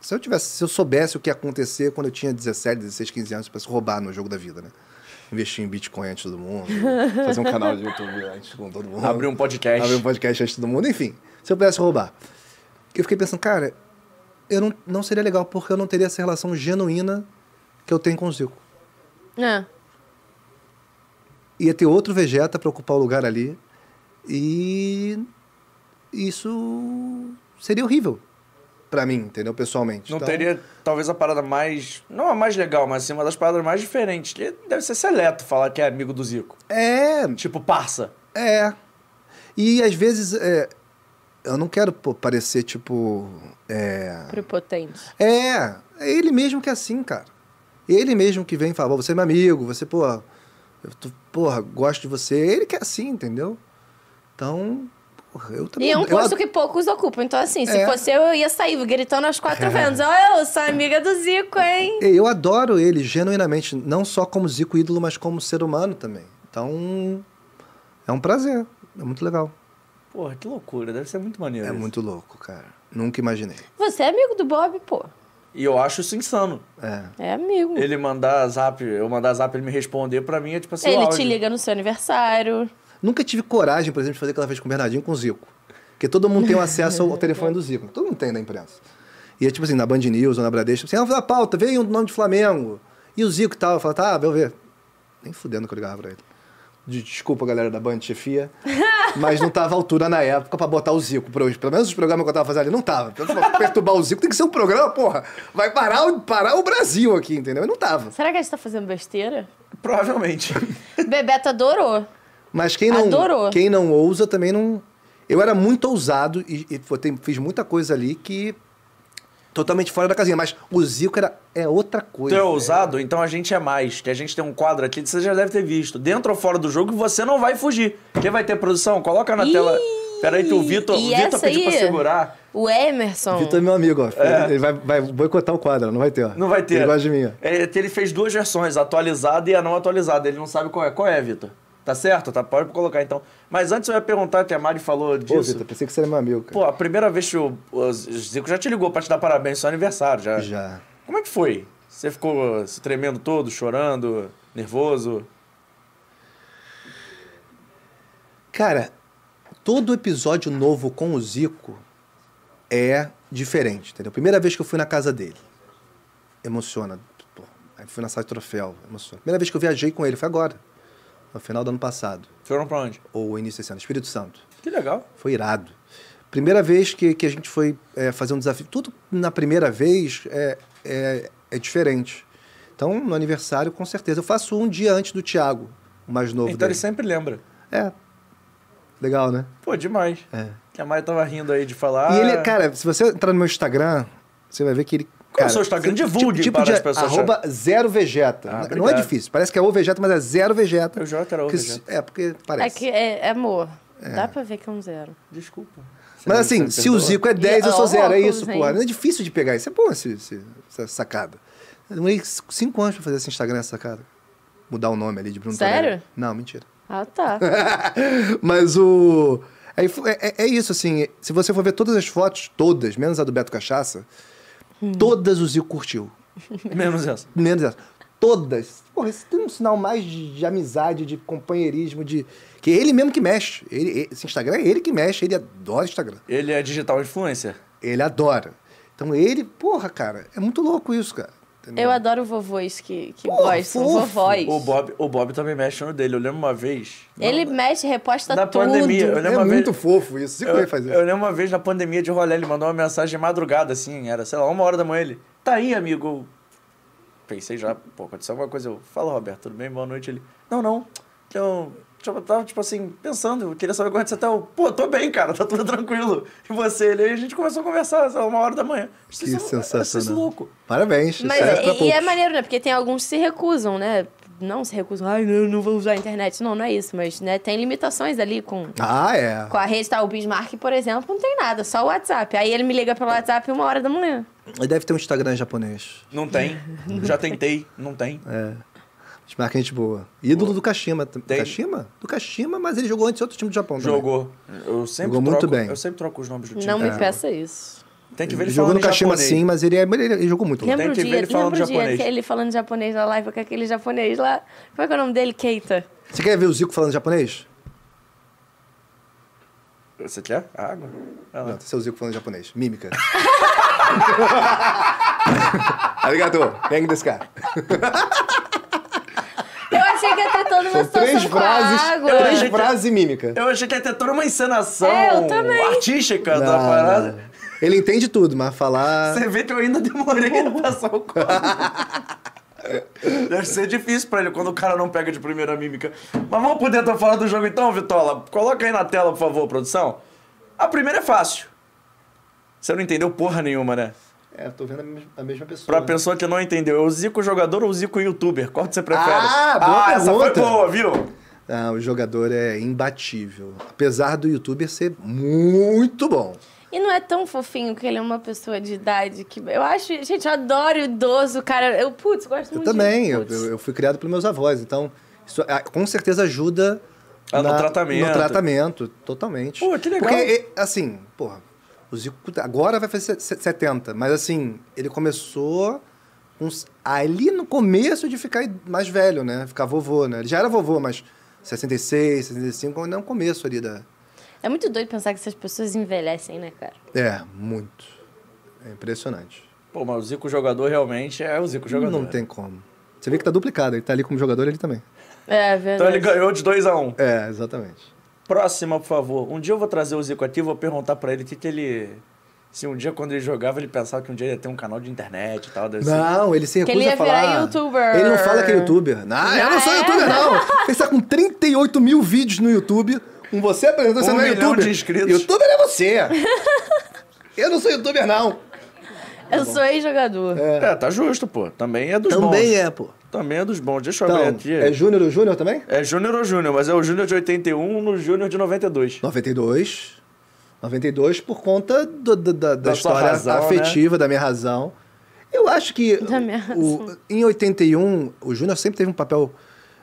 Speaker 3: Se eu tivesse. Se eu soubesse o que ia acontecer quando eu tinha 17, 16, 15 anos, pra se roubar no jogo da vida, né? Investir em Bitcoin antes do mundo. fazer um canal de YouTube antes com todo mundo.
Speaker 1: Abrir um podcast.
Speaker 3: Abrir um podcast antes do mundo. Enfim, se eu pudesse roubar. Eu fiquei pensando, cara, eu não, não seria legal porque eu não teria essa relação genuína que eu tenho com o Zico.
Speaker 2: É.
Speaker 3: Ia ter outro Vegeta pra ocupar o lugar ali. E isso seria horrível. pra mim, entendeu? Pessoalmente.
Speaker 1: Não
Speaker 3: Então,
Speaker 1: teria, talvez, a parada mais. Não a mais legal, mas assim, uma das paradas mais diferentes. Que deve ser seleto falar que é amigo do Zico.
Speaker 3: É,
Speaker 1: Tipo, parça.
Speaker 3: É. E às vezes. é, eu não quero pô, parecer tipo. É.
Speaker 2: Prepotente.
Speaker 3: É. É ele mesmo que é assim, cara. Ele mesmo que vem e fala, "Pô, você é meu amigo, você, porra. Eu, tô- porra, gosto de você. Ele que é assim, entendeu? Então. Porra, eu também.
Speaker 2: E é um
Speaker 3: eu
Speaker 2: posto
Speaker 3: ad-
Speaker 2: que poucos ocupam. Então, assim, se
Speaker 3: É.
Speaker 2: fosse eu, eu ia sair gritando aos quatro ventos. Ó, eu sou amiga do Zico, hein?
Speaker 3: Eu adoro ele genuinamente, não só como Zico ídolo, mas como ser humano também. Então. É um prazer. É muito legal.
Speaker 1: Porra, que loucura. Deve ser muito maneiro.
Speaker 3: É
Speaker 1: isso.
Speaker 3: muito louco, cara. Nunca imaginei.
Speaker 2: Você é amigo do Bob, pô.
Speaker 1: E eu acho isso insano.
Speaker 3: É.
Speaker 2: É amigo. Ele,
Speaker 1: Ele mandar zap, eu mandar zap, ele me responder, pra mim é tipo assim. o
Speaker 2: te
Speaker 1: auge.
Speaker 2: liga no seu aniversário.
Speaker 3: Nunca tive coragem, por exemplo, de fazer aquela vez com o Bernardinho e com o Zico. Porque todo mundo tem o acesso ao telefone do Zico. Todo mundo tem na imprensa. E é tipo assim, na Band News ou na Bradesco, assim, ah, vamos fazer a pauta, vem o nome de Flamengo. E o Zico e tal. Eu falo, tá, vou ver. Nem fudendo que eu ligava pra ele. De- Desculpa, galera da Band, chefia. Mas não tava à altura na época pra botar o Zico. pra hoje. Pelo menos os programas que eu tava fazendo ali não tava. Pra perturbar o Zico tem que ser um programa, porra. Vai parar, o- parar o Brasil aqui, entendeu? E não tava.
Speaker 2: Será que a gente tá fazendo besteira?
Speaker 1: Provavelmente.
Speaker 2: Bebeto adorou.
Speaker 3: Mas quem não,
Speaker 2: Adorou.
Speaker 3: quem não ousa também não. Eu era muito ousado e, e pô, tem- fiz muita coisa ali que. Totalmente fora da casinha. Mas o Zico era, é outra
Speaker 1: Tu
Speaker 3: coisa.
Speaker 1: é
Speaker 3: né?
Speaker 1: ousado, então a gente é mais. Que a gente tem um quadro aqui que você já deve ter visto. Dentro ou fora do jogo, que você não vai fugir. Quem vai ter produção? Coloca na
Speaker 2: Ih,
Speaker 1: tela. Peraí, que o Vitor,
Speaker 2: e
Speaker 1: o Vitor
Speaker 2: essa
Speaker 1: pediu pra
Speaker 2: aí?
Speaker 1: segurar.
Speaker 2: O Emerson.
Speaker 3: Vitor é meu amigo, ó. Ele vai, vai boicotar o quadro, não vai ter, ó.
Speaker 1: Não vai ter.
Speaker 3: Ele gosta de mim, ó.
Speaker 1: É, que ele fez duas versões, a atualizada e a não atualizada. Ele não sabe qual é. Qual é, Vitor? Tá certo? Tá, pode colocar então. Mas antes eu ia perguntar que a Mari falou
Speaker 3: Pô,
Speaker 1: disso.
Speaker 3: Vitor, pensei que você era meu amigo, cara.
Speaker 1: Pô, a primeira vez que o, o Zico já te ligou pra te dar parabéns, seu aniversário já.
Speaker 3: Já.
Speaker 1: Como é que foi? Você ficou se tremendo todo, chorando, nervoso?
Speaker 3: Cara, todo episódio novo com o Zico é diferente, entendeu? Primeira vez que eu fui na casa dele, emociona. Pô, aí fui na sala de troféu, emociona. Primeira vez que eu viajei com ele foi agora, no final do ano passado,
Speaker 1: Foram pra onde?
Speaker 3: ou início desse ano, Espírito Santo.
Speaker 1: Que legal.
Speaker 3: Foi irado. Primeira vez que, que a gente foi é, fazer um desafio. Tudo na primeira vez é, é, é diferente. Então, no aniversário, com certeza. Eu faço um dia antes do Thiago, o mais novo
Speaker 1: Então ele
Speaker 3: dele.
Speaker 1: sempre lembra.
Speaker 3: É. Legal, né?
Speaker 1: Pô, demais.
Speaker 3: É.
Speaker 1: Que a Mari tava rindo aí de falar.
Speaker 3: E ele, cara, se você entrar no meu Instagram, você vai ver que ele.
Speaker 1: Qual é o
Speaker 3: cara, tipo,
Speaker 1: seu Instagram? Divulgue para as pessoas
Speaker 3: Arroba zero vegeta.
Speaker 1: Ah,
Speaker 3: não é
Speaker 1: obrigado.
Speaker 3: difícil. Parece que é o vegeta, mas é zero vegeta.
Speaker 1: Eu jurava que era o
Speaker 3: Que se-
Speaker 1: vegeta.
Speaker 3: É, porque
Speaker 2: É
Speaker 3: parece.
Speaker 2: que é, é amor. Dá pra ver que é um zero.
Speaker 1: Desculpa. Você
Speaker 3: Mas
Speaker 1: me-
Speaker 3: assim,
Speaker 1: você
Speaker 3: se
Speaker 1: perdoa?
Speaker 3: o Zico é 10, eu sou
Speaker 2: ó,
Speaker 3: zero. É
Speaker 2: óculos,
Speaker 3: isso,
Speaker 2: hein?
Speaker 3: porra. Não é difícil de pegar isso. É bom esse, esse- essa sacada. Eu demorei 5 anos pra fazer esse Instagram, essa sacada. Mudar o nome ali de Bruno
Speaker 2: Sério?
Speaker 3: Tonelli. Não, mentira.
Speaker 2: Ah, tá.
Speaker 3: Mas o. Aí, fo- é, é- é isso, assim. Se você for ver todas as fotos, todas, menos a do Beto Cachaça, todas o Zico curtiu.
Speaker 1: Menos essa.
Speaker 3: Menos essa. Todas. Porra, esse tem um sinal mais de, de amizade, de companheirismo, de. Que é ele mesmo que mexe. Ele, esse Instagram é ele que mexe, ele adora Instagram.
Speaker 1: Ele é digital influencer.
Speaker 3: Ele adora. Então ele, porra, cara, é muito louco isso, cara. Entendeu?
Speaker 2: Eu adoro vovôs que, que
Speaker 3: Pô,
Speaker 2: gostam.
Speaker 3: fofo.
Speaker 2: Vovós.
Speaker 1: O Bob, o Bob também mexe no dele. Eu lembro uma vez.
Speaker 2: Ele mexe, reposta
Speaker 1: Na
Speaker 2: tudo.
Speaker 1: pandemia, eu
Speaker 3: É
Speaker 1: lembro uma
Speaker 3: muito
Speaker 1: vez-
Speaker 3: fofo isso. Zico
Speaker 1: Eu,
Speaker 3: vai fazer
Speaker 1: eu
Speaker 3: isso.
Speaker 1: lembro uma vez na pandemia de rolê, ele mandou uma mensagem de madrugada, assim, era, sei lá, uma hora da manhã. Ele, tá aí, amigo. Eu Pensei já, pô, aconteceu alguma coisa. Eu, fala, Roberto, tudo bem? Boa noite. Ele, não, não. Eu, eu tava, tipo assim, pensando, eu queria saber como é que você tá. Eu, pô, tô bem, cara, tá tudo tranquilo. E você, ele, aí a gente começou a conversar, sei lá, uma hora da manhã. Isso-
Speaker 3: Que
Speaker 1: isso- Isso, isso
Speaker 3: sensacional.
Speaker 1: louco.
Speaker 3: Parabéns. isso é pra
Speaker 2: Mas e, e é
Speaker 3: poucos.
Speaker 2: maneiro, né? Porque tem alguns que se recusam, né? Não se recusam, ai, não, não vou usar a internet. Não, não é isso, mas né, tem limitações ali com,
Speaker 3: Ah, é.
Speaker 2: com a rede, tá? O Bismarck, por exemplo, não tem nada, só o WhatsApp. Aí ele me liga pelo WhatsApp uma hora da manhã.
Speaker 3: Ele deve ter um Instagram japonês.
Speaker 1: Não tem. Já tentei, não tem.
Speaker 3: É. Marca gente boa. Ídolo do Kashima. Do
Speaker 1: Tem-
Speaker 3: Kashima? Do Kashima, mas ele jogou antes em outro time do Japão. também.
Speaker 1: Jogou. Eu sempre
Speaker 3: Jogou muito
Speaker 1: troco,
Speaker 3: bem.
Speaker 1: Eu sempre troco os nomes do time.
Speaker 2: Não
Speaker 3: É.
Speaker 2: me peça isso.
Speaker 1: Tem que ver
Speaker 3: Ele
Speaker 1: ele
Speaker 3: jogou
Speaker 1: falando
Speaker 3: no
Speaker 1: em
Speaker 3: Kashima
Speaker 1: japonês.
Speaker 3: sim, mas ele, é, ele, ele jogou muito.
Speaker 1: Lembra-
Speaker 2: Lembra o
Speaker 1: que ver
Speaker 2: dia,
Speaker 1: ele falando
Speaker 2: lembra o dia
Speaker 1: japonês.
Speaker 2: que ele falando japonês na live com aquele japonês lá. Como é que é o nome dele? Keita.
Speaker 3: Você quer ver o Zico falando japonês?
Speaker 1: Você quer? Água? Ah, lá.
Speaker 3: Não, esse é o Zico falando japonês. Mímica. Arigato. Hang desse cara.
Speaker 2: Eu achei que ia ter toda uma
Speaker 3: São
Speaker 2: situação
Speaker 3: três
Speaker 2: com a
Speaker 3: frases,
Speaker 2: água.
Speaker 3: três
Speaker 1: Gente,
Speaker 3: frases e mímica.
Speaker 1: Eu achei que ia ter toda uma encenação
Speaker 2: É, eu também.
Speaker 1: artística
Speaker 3: Não,
Speaker 1: da parada.
Speaker 3: não. Ele entende tudo, mas falar.
Speaker 1: Você vê que eu ainda demorei a passar o código. Deve ser difícil pra ele quando o cara não pega de primeira mímica. Mas vamos pro dentro fora do jogo então, Vitola? Coloca aí na tela, por favor, produção. A primeira é fácil. Você não entendeu porra nenhuma, né?
Speaker 3: É, tô vendo a mes- a mesma pessoa.
Speaker 1: Pra
Speaker 3: né?
Speaker 1: pessoa que não entendeu, eu zico jogador ou zico youtuber? Qual que você prefere?
Speaker 3: Ah, boa
Speaker 1: essa foi
Speaker 3: pergunta.
Speaker 1: boa, viu?
Speaker 3: Ah, o jogador é imbatível. Apesar do youtuber ser muito bom.
Speaker 2: E não é tão fofinho que ele é uma pessoa de idade que. Eu acho. Gente, eu adoro idoso, cara. Eu, putz, gosto
Speaker 3: Eu
Speaker 2: muito
Speaker 3: também,
Speaker 2: de-
Speaker 3: eu,
Speaker 2: putz.
Speaker 3: eu- eu fui criado pelos meus avós, então isso ah, com certeza ajuda
Speaker 1: Ah, no tratamento.
Speaker 3: No tratamento, totalmente.
Speaker 1: Pô, que legal.
Speaker 3: Porque, e- assim, porra, o Zico agora vai fazer se- se- 70, mas assim, ele começou com s- ali no começo de ficar mais velho, né? Ficar vovô, né? Ele já era vovô, mas 66, 65, ainda é um começo ali da...
Speaker 2: É muito doido pensar que essas pessoas envelhecem, né, cara?
Speaker 3: É, muito. É impressionante.
Speaker 1: Pô, mas o Zico jogador realmente é o Zico jogador.
Speaker 3: Não tem como. Você vê que tá duplicado, ele tá ali como jogador, ele também. tá
Speaker 2: É, verdade.
Speaker 1: Então ele ganhou de 2 a 1 um.
Speaker 3: É, exatamente.
Speaker 1: Próxima, por favor. Um dia eu vou trazer o Zico aqui e vou perguntar pra ele o que, que ele. Se um dia, quando ele jogava, ele pensava que um dia ele ia ter um canal de internet e tal. deve ser.
Speaker 3: Não, ele se
Speaker 2: Que
Speaker 3: recusa
Speaker 2: ele ia
Speaker 3: a falar.
Speaker 2: virar youtuber.
Speaker 3: Ele não fala que é youtuber. Não, eu não sou
Speaker 2: Ah, é?
Speaker 3: youtuber, não. Você está com 38 mil vídeos no YouTube. Com você apresentando, você
Speaker 1: Um
Speaker 3: não é
Speaker 1: milhão
Speaker 3: youtuber.
Speaker 1: de inscritos.
Speaker 3: Youtuber é você. eu não sou youtuber, não.
Speaker 2: Eu sou ex-jogador.
Speaker 1: É, tá justo, pô. Também é dos
Speaker 3: Também
Speaker 1: bons.
Speaker 3: é, pô.
Speaker 1: Também é dos bons. Deixa eu
Speaker 3: Então,
Speaker 1: ver aqui.
Speaker 3: é Júnior o Júnior também?
Speaker 1: É Júnior ou Júnior, mas é o Júnior de 81 no Júnior de 92.
Speaker 3: 92. 92 por conta do- do- da, da
Speaker 1: Da sua
Speaker 3: história
Speaker 1: razão, né?
Speaker 3: afetiva, da minha razão. Eu acho que
Speaker 2: Da minha
Speaker 3: o- em 81, o Júnior sempre teve um papel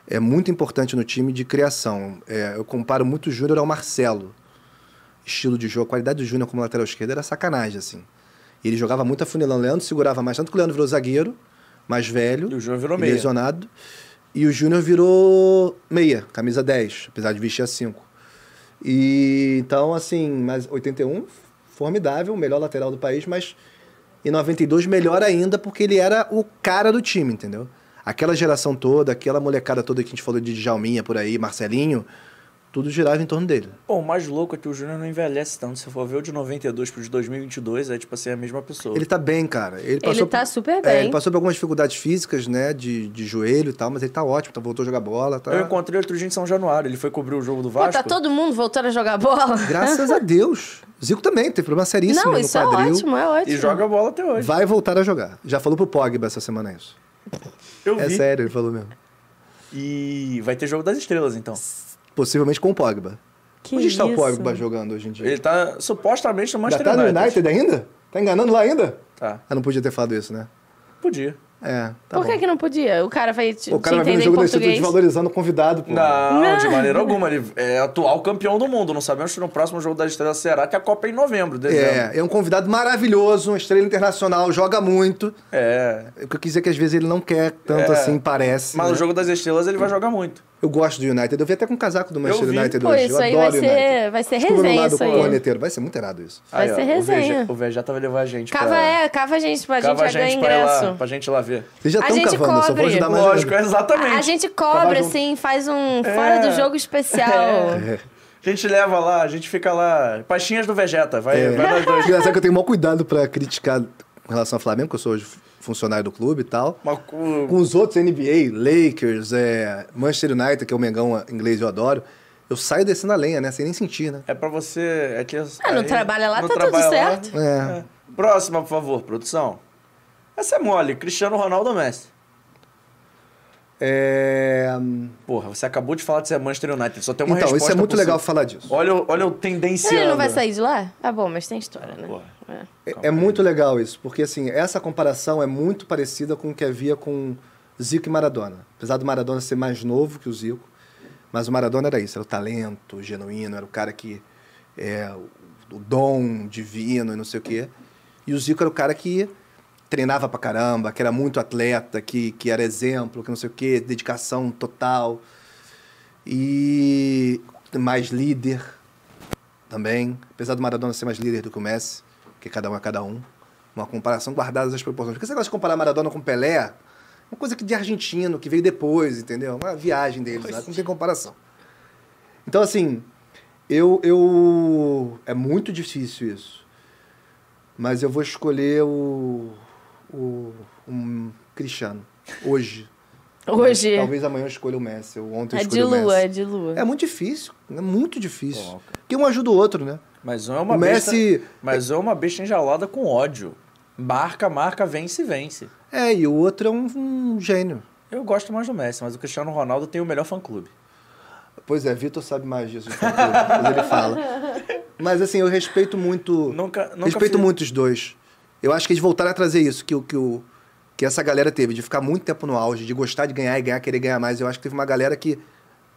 Speaker 3: é, muito importante no time de criação. É, eu comparo muito o Júnior ao Marcelo. Estilo de jogo, a qualidade do Júnior como lateral esquerdo era sacanagem, assim. E Ele jogava muito afunilando. O Leandro segurava mais, tanto que o Leandro virou zagueiro, mais velho.
Speaker 1: E o Júnior virou meia.
Speaker 3: Lesionado. E o Júnior virou meia, camisa 10, apesar de vestir a 5. E então, assim, mas 81, formidável, o melhor lateral do país, mas em 92, melhor ainda, porque ele era o cara do time, entendeu? Aquela geração toda, aquela molecada toda que a gente falou de Djalminha por aí, Marcelinho, tudo girava em torno dele.
Speaker 1: Pô, o mais louco é que o Júnior não envelhece tanto. Se for ver o de 92 pro de 2022, é tipo assim, a mesma pessoa.
Speaker 3: Ele tá bem, cara. Ele, passou
Speaker 2: tá super
Speaker 3: É,
Speaker 2: bem.
Speaker 3: ele passou por algumas dificuldades físicas, né, de, de joelho e tal, mas ele tá ótimo, tá, voltou a jogar bola, tá...
Speaker 1: Eu encontrei outro dia em São Januário. Ele foi cobrir o jogo do
Speaker 2: Pô,
Speaker 1: Vasco.
Speaker 2: tá todo mundo voltando a jogar bola?
Speaker 3: Graças a Deus. Zico também teve problema seríssimo
Speaker 2: não,
Speaker 3: no
Speaker 2: isso
Speaker 3: quadril.
Speaker 2: é ótimo, é ótimo.
Speaker 1: E joga bola até hoje.
Speaker 3: Vai voltar a jogar. Já falou pro Pogba essa semana isso.
Speaker 1: Eu
Speaker 3: É
Speaker 1: vi.
Speaker 3: sério, ele falou mesmo.
Speaker 1: E vai ter jogo das estrelas, então.
Speaker 3: Possivelmente com o Pogba.
Speaker 2: Que
Speaker 3: Onde está o
Speaker 2: isso?
Speaker 3: Pogba jogando hoje em dia?
Speaker 1: Ele tá supostamente no
Speaker 3: Ainda
Speaker 1: Manchester
Speaker 3: tá no
Speaker 1: United.
Speaker 3: United ainda? Tá enganando lá ainda?
Speaker 1: Tá.
Speaker 3: Ah, não podia ter falado isso, né?
Speaker 1: Podia.
Speaker 3: É, tá
Speaker 2: Por
Speaker 3: bom.
Speaker 2: que, que não podia? O cara vai te,
Speaker 3: O
Speaker 2: te
Speaker 3: cara vai ver no
Speaker 2: entender em
Speaker 3: jogo da Instituto
Speaker 2: português.
Speaker 3: desvalorizando o convidado, pô.
Speaker 1: Não,
Speaker 2: Não.
Speaker 1: de maneira alguma. Ele é atual campeão do mundo. Não sabemos se no próximo jogo das estrelas será que a Copa é em novembro, dezembro.
Speaker 3: É, é um convidado maravilhoso, uma estrela internacional, joga muito.
Speaker 1: É.
Speaker 3: O que eu quis dizer é que às vezes ele não quer tanto
Speaker 1: É.
Speaker 3: assim, parece.
Speaker 1: Mas
Speaker 3: né?
Speaker 1: o jogo das estrelas ele vai jogar muito.
Speaker 3: Eu gosto do United. Eu vi até com o casaco do Manchester
Speaker 1: vi.
Speaker 3: United
Speaker 2: Pô,
Speaker 3: hoje.
Speaker 2: isso
Speaker 3: eu
Speaker 2: aí
Speaker 3: adoro
Speaker 2: vai
Speaker 3: o United.
Speaker 2: ser, vai ser
Speaker 3: Desculpa meu
Speaker 2: resenha
Speaker 3: lado
Speaker 2: isso aí.
Speaker 3: corneteiro. Vai ser muito irado isso.
Speaker 2: Vai ser
Speaker 1: ó,
Speaker 2: resenha.
Speaker 1: O VJ, o VJ vai levar a gente
Speaker 2: Cava
Speaker 1: pra...
Speaker 2: é, cava a gente, pra
Speaker 1: Cava
Speaker 2: gente vai ganhar
Speaker 1: pra, ir lá,
Speaker 2: ingresso.
Speaker 1: pra gente ir lá ver.
Speaker 3: Vocês já
Speaker 2: A
Speaker 3: estão
Speaker 2: gente
Speaker 3: cavando, Ah, eu só vou
Speaker 2: cobre.
Speaker 3: ajudar mais um.
Speaker 1: Lógico,
Speaker 3: ainda.
Speaker 1: exatamente. É.
Speaker 2: A gente cobra,
Speaker 3: junto.
Speaker 2: assim, faz um fora do jogo especial.
Speaker 3: É.
Speaker 1: A gente leva lá, a gente fica lá. Pastinhas do Vegeta, vai,
Speaker 3: É.
Speaker 1: vai nós dois.
Speaker 3: Engraçado que eu tenho o maior cuidado pra criticar com relação ao Flamengo, que eu sou hoje funcionário do clube e tal.
Speaker 1: Uma cu-
Speaker 3: Com os outros NBA, Lakers, é, Manchester United, que é o Mengão inglês eu adoro, eu saio descendo a lenha, né? Sem nem sentir, né?
Speaker 1: É pra você. É que
Speaker 2: Ah, não
Speaker 1: aí-
Speaker 2: trabalha lá,
Speaker 1: não
Speaker 2: tá tudo
Speaker 1: trabalha lá.
Speaker 2: certo.
Speaker 3: É.
Speaker 1: É. Próxima, por favor, produção. Essa é mole, Cristiano Ronaldo ou Messi?
Speaker 3: É, hum,
Speaker 1: Porra, você acabou de falar de ser Manchester United, só tem uma
Speaker 3: Então,
Speaker 1: resposta
Speaker 3: isso é muito
Speaker 1: possível.
Speaker 3: legal falar disso.
Speaker 1: Olha, o- olha o tendenciando.
Speaker 2: Ele não vai sair de lá? Ah, bom, mas tem história, né?
Speaker 1: Porra.
Speaker 2: É.
Speaker 3: É- É muito legal isso, porque assim, essa comparação é muito parecida com o que havia com Zico e Maradona. Apesar do Maradona ser mais novo que o Zico, mas o Maradona era isso, era o talento genuíno, era o cara que é o o dom divino e não sei o quê. E o Zico era o cara que treinava pra caramba, que era muito atleta, que, que era exemplo, que não sei o quê, dedicação total. E mais líder, também, apesar do Maradona ser mais líder do que o Messi, que cada um é cada um, uma comparação guardada às proporções. Porque você gosta de comparar Maradona com Pelé? Uma coisa que de argentino, que veio depois, entendeu? Uma viagem deles,
Speaker 2: é.
Speaker 3: né? não tem comparação. Então, assim, eu, eu... É muito difícil isso. Mas eu vou escolher o. o um Cristiano. Hoje.
Speaker 2: Hoje.
Speaker 3: Talvez amanhã eu escolha o Messi. Ou ontem eu
Speaker 2: É de
Speaker 3: escolha o
Speaker 2: lua, é
Speaker 3: Messi.
Speaker 2: de lua.
Speaker 3: É muito difícil. É muito difícil.
Speaker 1: Coloca.
Speaker 3: Porque um ajuda o outro, né?
Speaker 1: Mas um é uma
Speaker 3: O
Speaker 1: besta.
Speaker 3: Messi-
Speaker 1: Mas um é uma besta enjaulada com ódio. Marca, marca, vence, vence.
Speaker 3: É, e o outro é um, um gênio.
Speaker 1: Eu gosto mais do Messi, mas o Cristiano Ronaldo tem o melhor fã clube.
Speaker 3: Pois é, Vitor sabe mais disso. do que eu, mas ele fala. Mas assim, eu respeito muito.
Speaker 1: Nunca- nunca
Speaker 3: respeito
Speaker 1: fiz-
Speaker 3: muito os dois. Eu acho que eles voltaram a trazer isso, que, o- que, o, que essa galera teve, de ficar muito tempo no auge, de gostar de ganhar e ganhar, querer ganhar mais. Eu acho que teve uma galera que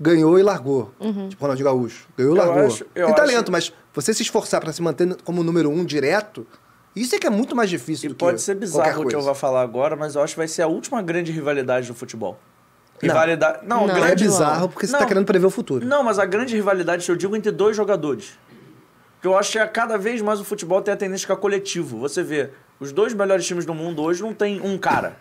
Speaker 3: ganhou e largou. Tipo Ronaldinho Gaúcho. Ganhou e
Speaker 1: Eu
Speaker 3: largou.
Speaker 1: acho- eu
Speaker 3: Tem talento,
Speaker 1: acho-
Speaker 3: mas você se esforçar pra se manter como número um direto, isso é que é muito mais difícil
Speaker 1: E
Speaker 3: do que
Speaker 1: pode ser
Speaker 3: qualquer
Speaker 1: bizarro o que eu
Speaker 3: coisa.
Speaker 1: vou falar agora, mas eu acho que vai ser a última grande rivalidade do futebol.
Speaker 3: Não.
Speaker 1: Rivalidade. Não,
Speaker 2: Não.
Speaker 1: grande.
Speaker 3: É bizarro porque você tá
Speaker 1: Não.
Speaker 3: querendo prever o futuro.
Speaker 1: Não, mas a grande rivalidade, eu digo, entre dois jogadores. Que eu acho que a cada vez mais o futebol tem a tendência de ficar coletivo. Você vê, os dois melhores times do mundo hoje não tem um cara.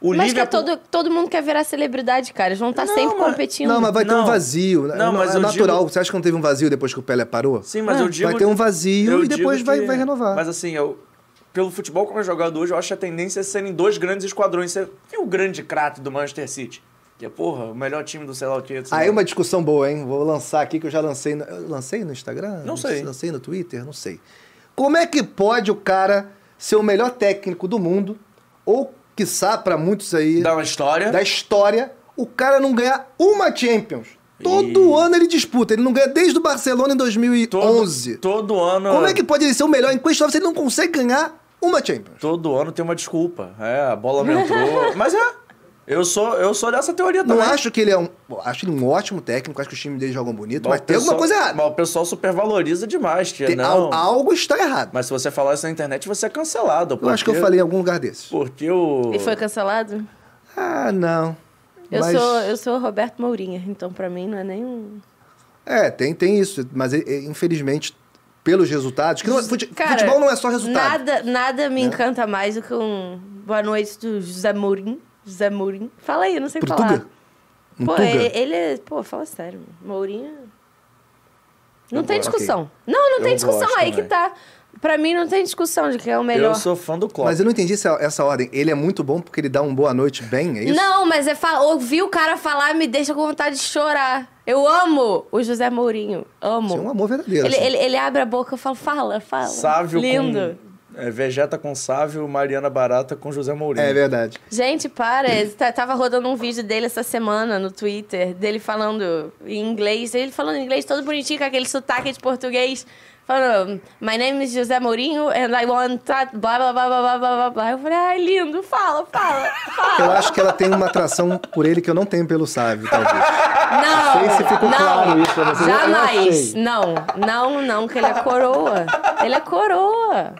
Speaker 1: O
Speaker 2: Mas que é
Speaker 1: Liverpool...
Speaker 2: todo, todo mundo quer virar celebridade, cara. Eles vão estar
Speaker 1: Não,
Speaker 2: sempre
Speaker 1: mas-
Speaker 2: competindo.
Speaker 3: Não, mas vai ter
Speaker 1: Não.
Speaker 3: um vazio.
Speaker 1: Não,
Speaker 3: Não,
Speaker 1: mas
Speaker 3: é
Speaker 1: eu
Speaker 3: natural.
Speaker 1: digo-
Speaker 3: Você acha que não teve um vazio depois que o Pelé parou?
Speaker 1: Sim, mas
Speaker 2: Ah.
Speaker 1: eu digo...
Speaker 3: Vai ter um vazio
Speaker 1: eu
Speaker 3: e depois
Speaker 1: digo
Speaker 3: vai-
Speaker 1: que-
Speaker 3: vai renovar.
Speaker 1: Mas assim, eu... pelo futebol como é jogado hoje, eu acho que a tendência é serem dois grandes esquadrões. Você... Quem é o grande craque do Manchester City? Que é, porra, o melhor time do sei lá o quê. sei lá.
Speaker 3: Aí uma discussão boa, hein? Vou lançar aqui que eu já lancei no, eu lancei no Instagram?
Speaker 1: Não sei.
Speaker 3: Lancei no Twitter? Não sei. Como é que pode o cara ser o melhor técnico do mundo, ou, quiçá, pra muitos aí,
Speaker 1: Dá uma história.
Speaker 3: da história, o cara não ganhar uma Champions? Todo ano ele disputa. Ele não ganha desde o Barcelona em 2011.
Speaker 1: Todo, todo ano...
Speaker 3: Como é que pode ele ser o melhor em questão se ele não consegue ganhar uma Champions?
Speaker 1: Todo ano tem uma desculpa. É, a bola não entrou. Mas é. Eu sou, eu sou dessa teoria
Speaker 3: Não
Speaker 1: também.
Speaker 3: acho que ele é um... bom, Acho ele um ótimo técnico, acho que os times dele jogam bonito,
Speaker 1: Mas
Speaker 3: mas
Speaker 1: o
Speaker 3: tem alguma
Speaker 1: pessoal-
Speaker 3: coisa errada.
Speaker 1: Mas o pessoal supervaloriza demais, tia.
Speaker 3: Tem-
Speaker 1: não.
Speaker 3: al- algo está errado.
Speaker 1: Mas se você falar isso na internet, você é cancelado.
Speaker 3: Eu acho que eu
Speaker 1: porque-
Speaker 3: falei em algum lugar desses.
Speaker 1: Porque o.
Speaker 2: E foi cancelado?
Speaker 3: Ah, não.
Speaker 2: Eu,
Speaker 3: Mas-
Speaker 2: sou, eu sou Roberto Mourinha, então pra mim não é nenhum.
Speaker 3: É, tem, tem isso. Mas, e- e, infelizmente, pelos resultados... Que não, é fute-
Speaker 2: Cara,
Speaker 3: futebol não é só resultado. Né?
Speaker 2: Nada, nada me encanta mais do que um Boa Noite do José Mourinho. José Mourinho. Fala aí, eu não sei
Speaker 3: Pro
Speaker 2: falar.
Speaker 3: Tuga? Um
Speaker 2: Pô,
Speaker 3: Tuga?
Speaker 2: ele, ele é... Pô, fala sério. Mourinho... Não
Speaker 1: Eu
Speaker 2: tem
Speaker 1: gosto.
Speaker 2: discussão. Não, não
Speaker 1: Eu
Speaker 2: tem discussão.
Speaker 1: gosto
Speaker 2: aí
Speaker 1: também.
Speaker 2: que tá. Pra mim não tem discussão de quem é o melhor.
Speaker 1: Eu sou fã do Klopp.
Speaker 3: Mas eu não entendi essa, essa ordem. Ele é muito bom porque ele dá um boa noite bem, é isso?
Speaker 2: Não, mas é fa- ouvir o cara falar me deixa com vontade de chorar. Eu amo o José Mourinho. Amo.
Speaker 3: Isso é um amor verdadeiro.
Speaker 2: Ele,
Speaker 3: assim.
Speaker 2: ele- ele abre a boca, eu falo, fala, fala.
Speaker 1: Sávio
Speaker 2: Lindo.
Speaker 1: com. é, Vegeta com Sávio, Mariana Barata com José Mourinho.
Speaker 3: É verdade.
Speaker 2: Gente, para. ele tá- Tava rodando um vídeo dele essa semana no Twitter, dele falando em inglês. Ele falando em inglês todo bonitinho, com aquele sotaque de português. Falando, my name is José Mourinho and I want... that Blá, blá, blá, blá, blá, blá, blá, blá. Eu falei, ai, lindo, fala, fala, fala.
Speaker 3: Eu acho que ela tem uma atração por ele que eu não tenho pelo Sávio, talvez.
Speaker 2: Não,
Speaker 3: sei se ficou
Speaker 2: não,
Speaker 3: claro isso pra você. Eu
Speaker 2: Jamais.
Speaker 3: achei.
Speaker 2: Não, não, não, que ele é coroa. Ele é coroa.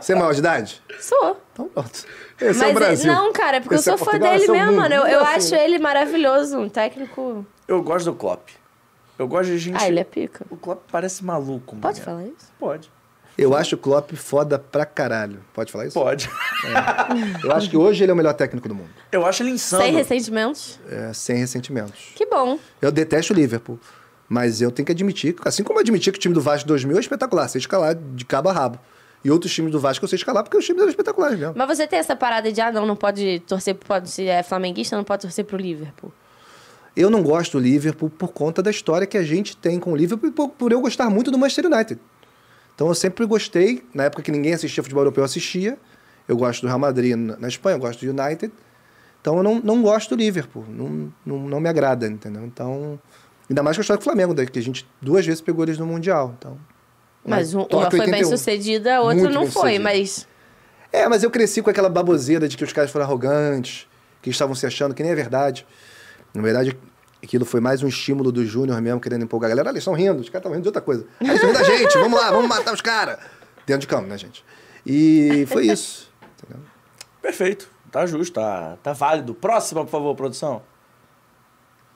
Speaker 3: Você é maior de idade?
Speaker 2: Sou.
Speaker 3: Então pronto. Esse é
Speaker 2: Mas
Speaker 3: o Brasil.
Speaker 2: ele- não, cara, é porque
Speaker 3: Esse
Speaker 2: eu
Speaker 3: é
Speaker 2: sou fã
Speaker 3: Portugal,
Speaker 2: dele
Speaker 3: esse é o
Speaker 2: mesmo,
Speaker 3: mundo.
Speaker 2: mano. Eu, eu
Speaker 3: Assim,
Speaker 2: acho ele maravilhoso, um técnico.
Speaker 1: Eu gosto do Klopp. Eu gosto de gente.
Speaker 2: Ah, ele é pica.
Speaker 1: O Klopp parece maluco, mano.
Speaker 2: Pode falar isso?
Speaker 1: Pode.
Speaker 3: Eu acho o Klopp foda pra caralho. Pode falar isso?
Speaker 1: Pode.
Speaker 3: Eu acho que hoje ele é o melhor técnico do mundo.
Speaker 1: Eu acho ele insano.
Speaker 2: Sem ressentimentos?
Speaker 3: É, sem ressentimentos.
Speaker 2: Que bom.
Speaker 3: Eu detesto o Liverpool. Mas eu tenho que admitir, que- assim como eu admiti que o time do Vasco 2000 é espetacular, sei escalar de cabo a rabo. E outros times do Vasco eu sei escalar porque os times eram espetaculares mesmo.
Speaker 2: Mas você tem essa parada de, ah, não, não pode torcer, pode se é flamenguista, não pode torcer pro Liverpool.
Speaker 3: Eu não gosto do Liverpool por conta da história que a gente tem com o Liverpool e por, por eu gostar muito do Manchester United. Então eu sempre gostei, na época que ninguém assistia futebol europeu, eu assistia. Eu gosto do Real Madrid na, na Espanha, eu gosto do United. Então eu não, não gosto do Liverpool, não, não, não me agrada, entendeu? Então, ainda mais que eu história do Flamengo, daí que a gente duas vezes pegou eles no Mundial, então...
Speaker 2: Mas um- uma
Speaker 3: Tóquio
Speaker 2: foi bem
Speaker 3: 81.
Speaker 2: sucedida, a outra
Speaker 3: Muito
Speaker 2: não
Speaker 3: bem
Speaker 2: foi,
Speaker 3: sucedida.
Speaker 2: mas.
Speaker 3: É, mas eu cresci com aquela baboseira de que os caras foram arrogantes, que estavam se achando, que nem é verdade. Na verdade, aquilo foi mais um estímulo do Júnior mesmo, querendo empolgar a galera. Olha, eles estão rindo, os caras estão rindo de outra coisa. Ah, Eles estão rindo da gente, vamos lá, vamos matar os caras. Dentro de campo, né, gente? E foi isso. entendeu?
Speaker 1: Perfeito. Tá justo, tá, tá válido. Próxima, por favor, produção.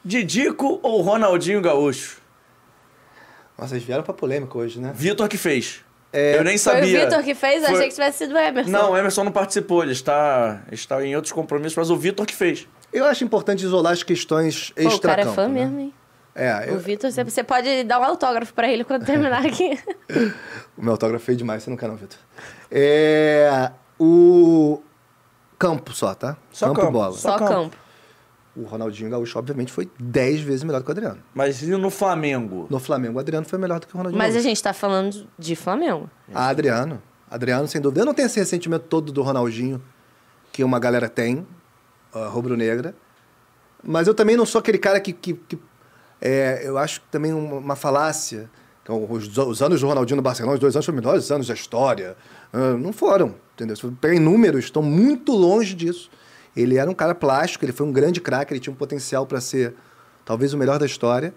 Speaker 1: Didico ou Ronaldinho Gaúcho?
Speaker 3: Nossa, vocês vieram pra polêmica hoje, né?
Speaker 1: Vitor que fez.
Speaker 3: É,
Speaker 1: Eu nem
Speaker 2: Foi
Speaker 1: sabia.
Speaker 2: o Vitor que fez,
Speaker 1: Foi-
Speaker 2: achei que tivesse sido o Emerson.
Speaker 1: Não, o Emerson não participou, ele está, está em outros compromissos, mas o Vitor que fez.
Speaker 3: Eu acho importante isolar as questões
Speaker 2: Pô, o
Speaker 3: extra
Speaker 2: cara é fã mesmo, hein?
Speaker 3: né? É,
Speaker 2: O
Speaker 3: eu,
Speaker 2: Vitor, você, você pode dar um autógrafo pra ele quando terminar aqui.
Speaker 3: o meu autógrafo é feio demais, você não quer não, Vitor. É, o campo só, tá?
Speaker 1: Só campo,
Speaker 3: e bola.
Speaker 1: Só
Speaker 2: Só
Speaker 1: campo.
Speaker 2: campo.
Speaker 3: O Ronaldinho Gaúcho, obviamente, foi 10 vezes melhor do que o Adriano.
Speaker 1: Mas e no Flamengo?
Speaker 3: No Flamengo, o Adriano foi melhor do que o Ronaldinho
Speaker 2: Mas a
Speaker 3: Gaúcho.
Speaker 2: gente tá falando de Flamengo.
Speaker 3: A Adriano. Adriano, sem dúvida. Eu não tenho esse ressentimento todo do Ronaldinho, que uma galera tem, a rubro-negra. Mas eu também não sou aquele cara que. que, que- é, eu acho que também uma, uma falácia. Então, os, os anos do Ronaldinho no Barcelona, os dois anos foram os melhores anos da história. Ah, não foram, entendeu? Se for pegar em números, estão muito longe disso. Ele era um cara plástico, ele foi um grande craque, ele tinha um potencial para ser talvez o melhor da história.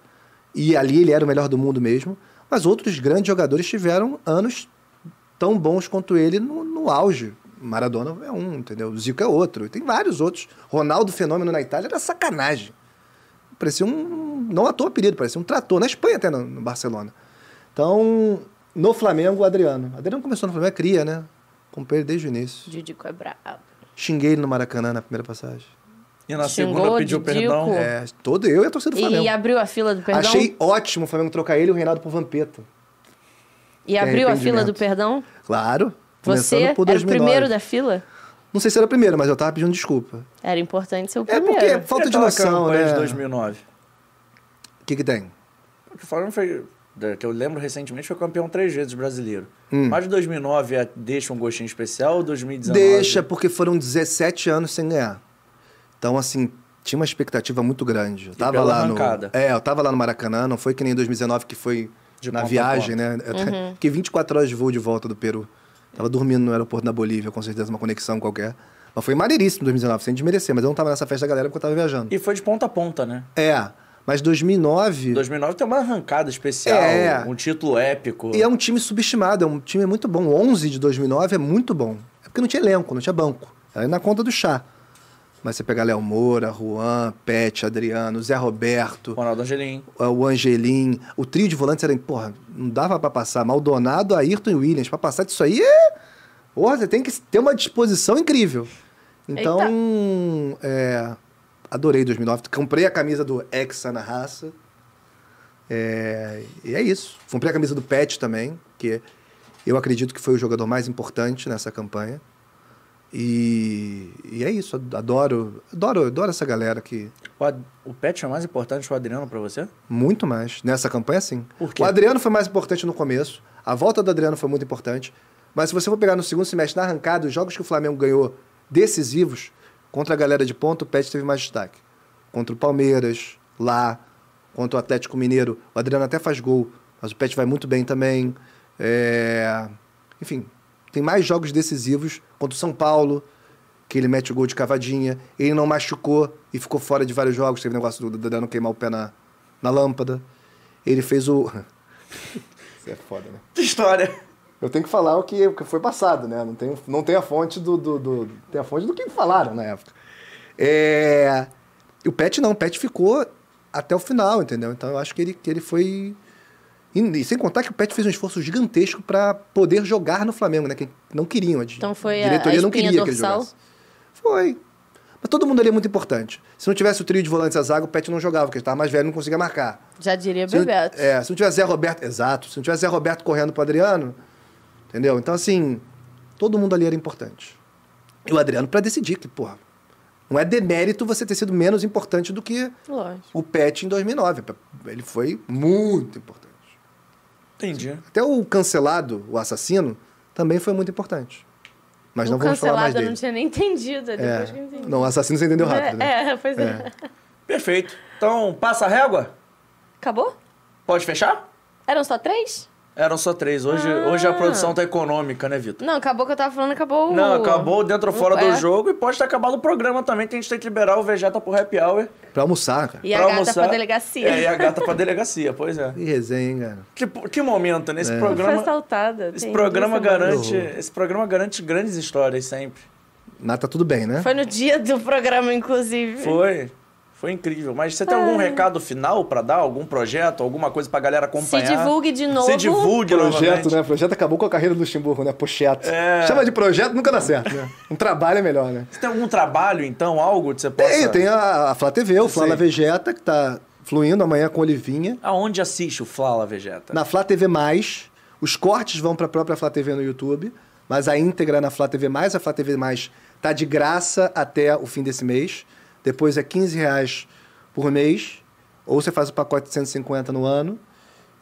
Speaker 3: E ali ele era o melhor do mundo mesmo. Mas outros grandes jogadores tiveram anos tão bons quanto ele no, no auge. Maradona é um, entendeu? Zico é outro. Tem vários outros. Ronaldo Fenômeno na Itália era sacanagem. Parecia um. Não à toa apelido, parecia um trator. Na Espanha até, no, no Barcelona. Então, no Flamengo, o Adriano. Adriano começou no Flamengo, é cria, né? Comprei ele desde o início.
Speaker 2: Didico é brabo.
Speaker 3: Xinguei ele no Maracanã na primeira passagem.
Speaker 1: E na
Speaker 2: Xingou,
Speaker 1: segunda pediu
Speaker 2: Didico.
Speaker 1: perdão.
Speaker 2: Pô.
Speaker 3: É, todo eu e a torcida do Flamengo.
Speaker 2: E, e abriu a fila do perdão?
Speaker 3: Achei ótimo o Flamengo trocar ele e o Reinaldo por Vampeta.
Speaker 2: E abriu a fila
Speaker 3: é arrependimento.
Speaker 2: do perdão?
Speaker 3: Claro.
Speaker 2: Você
Speaker 3: começando
Speaker 2: era
Speaker 3: por
Speaker 2: o
Speaker 3: 2009.
Speaker 2: primeiro da fila?
Speaker 3: Não sei se era o primeiro, mas eu tava pedindo desculpa.
Speaker 2: Era importante ser o
Speaker 3: É
Speaker 2: primeiro.
Speaker 3: porque falta
Speaker 1: E
Speaker 3: de
Speaker 1: aquela
Speaker 3: noção,
Speaker 1: campanha
Speaker 3: né?
Speaker 1: de 2009.
Speaker 3: O que que tem?
Speaker 1: O que o Flamengo foi, é, que eu lembro recentemente, foi campeão três vezes brasileiro.
Speaker 3: Hum.
Speaker 1: Mas de 2009 é- deixa um gostinho especial, 2019...
Speaker 3: Deixa, porque foram 17 anos sem ganhar. Então, assim, tinha uma expectativa muito grande. Eu tava
Speaker 1: pela
Speaker 3: lá
Speaker 1: arrancada.
Speaker 3: no. É, eu tava lá no Maracanã, não foi que nem em 2019 que foi
Speaker 1: De
Speaker 3: na
Speaker 1: ponta a
Speaker 3: viagem, né? Eu até- Fiquei 24 horas de voo de volta do Peru. Tava dormindo no aeroporto da Bolívia, com certeza, uma conexão qualquer. Mas foi maneiríssimo 2019, sem desmerecer, mas eu não tava nessa festa da galera porque eu tava viajando.
Speaker 1: E foi de ponta a ponta, né?
Speaker 3: É, mas 2009.
Speaker 1: 2009 tem uma arrancada especial,
Speaker 3: É.
Speaker 1: um título épico.
Speaker 3: E é um time subestimado, é um time muito bom. O 11 de 2009 é muito bom. É porque não tinha elenco, não tinha banco. Era na conta do chá. Mas você pegar Léo Moura, Juan, Pet, Adriano, Zé Roberto,
Speaker 1: Ronaldo Angelim.
Speaker 3: o Angelim, o trio de volantes era, porra, não dava pra passar. Maldonado, Ayrton e Williams, Pra passar disso aí é. Porra, você tem que ter uma disposição incrível. Então, é, adorei 2009. Comprei a camisa do Hexa na raça. É, e é isso. Comprei a camisa do Pet também, que eu acredito que foi o jogador mais importante nessa campanha. E, e é isso. Adoro, adoro, adoro essa galera que
Speaker 1: O, Ad- o Pet é mais importante que o Adriano pra você?
Speaker 3: muito mais. Nessa campanha, sim.
Speaker 1: Por quê?
Speaker 3: O Adriano foi mais importante no começo. A volta do Adriano foi muito importante. Mas se você for pegar no segundo semestre, na arrancada, os jogos que o Flamengo ganhou decisivos, contra a galera de ponto, o Pet teve mais destaque. Contra o Palmeiras, lá, contra o Atlético Mineiro, o Adriano até faz gol, mas o Pet vai muito bem também. É, Enfim, tem mais jogos decisivos contra o São Paulo, que ele mete o gol de cavadinha, ele não machucou e ficou fora de vários jogos. Teve negócio do- do Adriano queimar o pé na, na lâmpada. Ele fez o. Isso é foda, né?
Speaker 1: Que história!
Speaker 3: Eu tenho que falar o que, o que foi passado, né? Não tem, não tem a fonte do, do, do- Tem a fonte do que falaram na época. É... E o Pet não, o Pet ficou até o final, entendeu? Então eu acho que ele, que ele foi. E e sem contar que o Pet fez um esforço gigantesco pra poder jogar no Flamengo, né? Que não queriam. A di-
Speaker 2: Então foi a-
Speaker 3: diretoria
Speaker 2: a
Speaker 3: não
Speaker 2: espinha
Speaker 3: queria que ele
Speaker 2: dorsal?
Speaker 3: jogasse. Foi. Mas todo mundo ali é muito importante. Se não tivesse o trio de volantes a zaga, o Pet não jogava, porque ele estava mais velho e não conseguia marcar.
Speaker 2: Já diria
Speaker 3: Se não-
Speaker 2: Bebeto.
Speaker 3: é, se não tiver Zé Roberto. Exato. Se não tiver Zé Roberto correndo pro Adriano. Entendeu? Então, assim, todo mundo ali era importante. E o Adriano pra decidir que, porra, não é demérito você ter sido menos importante do que
Speaker 2: Lógico.
Speaker 3: o Pet em 2009. Ele foi muito importante.
Speaker 1: Entendi.
Speaker 3: Até o cancelado, o assassino, também foi muito importante. Mas
Speaker 2: o
Speaker 3: não vamos falar mais
Speaker 2: cancelado eu
Speaker 3: dele.
Speaker 2: não tinha nem entendido. é Depois que eu
Speaker 3: É.
Speaker 2: entendi.
Speaker 3: Não, o assassino você entendeu rápido, né?
Speaker 2: É, é, pois é.
Speaker 1: Perfeito. Então, passa a régua?
Speaker 2: Acabou?
Speaker 1: Pode fechar?
Speaker 2: Eram só três?
Speaker 1: Eram só três. Hoje,
Speaker 2: Ah.
Speaker 1: hoje a produção tá econômica, né, Vitor?
Speaker 2: Não, acabou o que eu tava falando, acabou o...
Speaker 1: Não, acabou o dentro ou fora
Speaker 2: Uh. É.
Speaker 1: do jogo e pode ter acabado o programa também, que a gente tem que liberar o Vegeta pro happy hour.
Speaker 3: Pra almoçar, cara.
Speaker 2: é. E a
Speaker 1: pra
Speaker 2: gata
Speaker 1: almoçar.
Speaker 2: pra delegacia.
Speaker 1: É, e a gata pra delegacia, pois é.
Speaker 3: Que resenha, hein, cara.
Speaker 1: Que, que momento, né? Esse
Speaker 2: É. Foi um
Speaker 1: programa.
Speaker 2: assaltada.
Speaker 1: Esse
Speaker 2: tem
Speaker 1: programa
Speaker 2: duas semanas.
Speaker 1: garante. Esse programa garante grandes histórias sempre.
Speaker 3: Nada tá tudo bem, né?
Speaker 2: Foi no dia do programa, inclusive.
Speaker 1: Foi. Foi incrível. Mas você tem algum
Speaker 2: É.
Speaker 1: recado final pra dar? Algum projeto? Alguma coisa pra galera
Speaker 2: Se
Speaker 1: acompanhar?
Speaker 2: divulgue de novo.
Speaker 1: Se divulgue,
Speaker 3: Projeto,
Speaker 1: novamente.
Speaker 3: né? Projeto acabou com a carreira do Luxemburgo, né? Pocheto.
Speaker 1: É.
Speaker 3: Chama de projeto nunca dá certo, né? Um trabalho é melhor, né?
Speaker 1: Você tem algum trabalho, então? Algo que você possa...
Speaker 3: Tem, tem a, a Flá TV, o Flá
Speaker 1: Sim.
Speaker 3: La Vegeta, que tá Fluindo amanhã com Olivinha.
Speaker 1: Aonde assiste o Flala Vegeta?
Speaker 3: Na Flá TV+, os cortes vão para a própria Flá TV no YouTube, mas a íntegra na Flá TV+, a Flá TV+, tá de graça até o fim desse mês. Depois é 15 reais por mês, ou você faz o pacote de 150 no ano.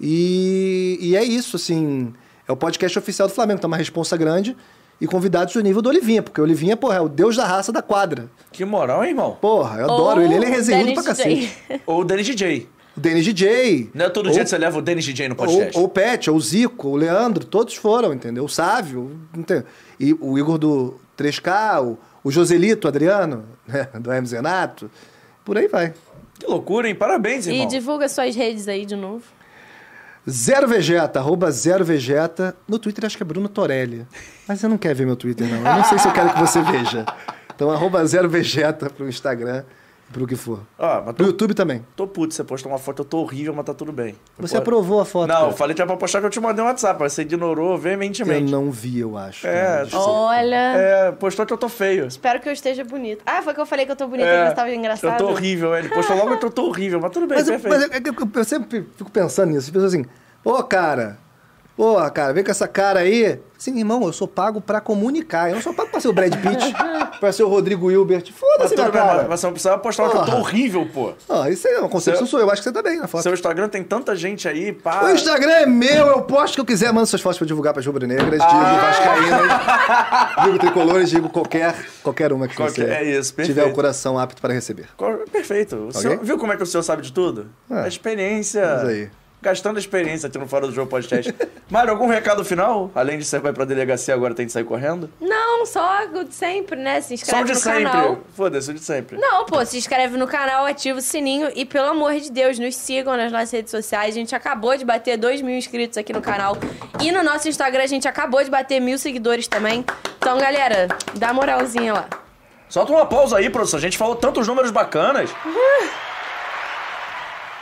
Speaker 3: E, e é isso, assim, é o podcast oficial do Flamengo, tá uma responsa grande. E convidados do nível do Olivinha, porque o Olivinha, porra, é o deus da raça da quadra.
Speaker 1: Que moral, hein, irmão?
Speaker 3: Porra, eu adoro
Speaker 2: Ou
Speaker 3: ele, ele é resenhudo
Speaker 2: Dennis
Speaker 3: pra cacete.
Speaker 2: J.
Speaker 1: Ou o Danny DJ.
Speaker 3: O Danny DJ.
Speaker 1: Não é todo
Speaker 3: ou-
Speaker 1: dia que você leva o Danny DJ no
Speaker 3: ou,
Speaker 1: podcast.
Speaker 3: ou o Pet, ou o Zico, ou o Leandro, todos foram, entendeu? O Sávio, entendeu? E o Igor do 3K, o, o Joselito, o Adriano, né? do Hermes Renato, por aí vai.
Speaker 1: Que loucura, hein? Parabéns,
Speaker 2: E
Speaker 1: irmão.
Speaker 2: divulga suas redes aí de novo.
Speaker 3: Zero Vegeta, arroba Zero Vegeta. No Twitter acho que é Bruno Torelli. Mas você não quer ver meu Twitter, não. Eu não sei se eu quero que você veja. Então, arroba Zero Vegeta pro Instagram, pro que for.
Speaker 1: Ó, mas tô,
Speaker 3: Pro YouTube também.
Speaker 1: tô puto, você postou uma foto, eu tô horrível, mas tá tudo bem.
Speaker 3: Você aprovou a foto?
Speaker 1: Não, eu
Speaker 3: cara?
Speaker 1: falei que era pra postar que eu te mandei um WhatsApp, mas você ignorou
Speaker 3: eu
Speaker 1: veementemente.
Speaker 3: não vi, eu acho.
Speaker 1: É,
Speaker 3: Mas-
Speaker 2: Olha.
Speaker 1: É, postou que eu tô feio.
Speaker 2: Espero que eu esteja bonita. Ah, foi que eu falei que eu tô bonita,
Speaker 1: É,
Speaker 2: que eu tava engraçada.
Speaker 1: Eu tô horrível, ele postou logo que eu tô horrível, mas tudo bem,
Speaker 3: Mas, eu-
Speaker 1: perfeito.
Speaker 3: mas eu, eu- eu sempre fico pensando nisso. As pessoas assim, pô, cara, pô, cara, vem com essa cara aí. Assim, irmão, eu sou pago pra comunicar. Eu não sou pago pra ser o Brad Pitt, pra ser o Rodrigo Hilbert.
Speaker 1: Mas
Speaker 3: Foda-se,
Speaker 1: tudo
Speaker 3: minha
Speaker 1: bem, mas-
Speaker 3: cara.
Speaker 1: mas você não precisava postar logo que eu tô
Speaker 3: Porra.
Speaker 1: horrível, pô.
Speaker 3: Ó, isso aí é uma concepção
Speaker 1: Seu-
Speaker 3: sua. Eu acho que você tá bem na foto.
Speaker 1: Seu Instagram tem tanta gente aí, pá.
Speaker 3: O Instagram é meu, eu posto o que eu quiser, mando suas fotos pra divulgar pras rubro-negras,
Speaker 1: Ah!
Speaker 3: digo vascaínas, digo tricolores, digo qualquer, qualquer uma que
Speaker 1: Qualquer-
Speaker 3: você
Speaker 1: é isso,
Speaker 3: tiver
Speaker 1: perfeito.
Speaker 3: o coração apto para receber.
Speaker 1: Qual- Perfeito. O senhor- viu como é que o senhor sabe de tudo?
Speaker 3: É.
Speaker 1: A experiência.
Speaker 3: Isso aí.
Speaker 1: Gastando a experiência aqui no Fora do Jogo Podcast. Mário, algum recado final? Além de você vai pra delegacia, agora tem que sair correndo?
Speaker 2: Não, só o de sempre, né? Se inscreve
Speaker 1: Só o de
Speaker 2: no
Speaker 1: sempre.
Speaker 2: canal.
Speaker 1: Foda-se, o de sempre.
Speaker 2: Não, pô, se inscreve no canal, ativa o sininho e, pelo amor de Deus, nos sigam nas nossas redes sociais. A gente acabou de bater 2 mil inscritos aqui no canal. E no nosso Instagram a gente acabou de bater mil seguidores também. Então, galera, dá moralzinha lá.
Speaker 1: Solta uma pausa aí, produção. A gente falou tantos números bacanas.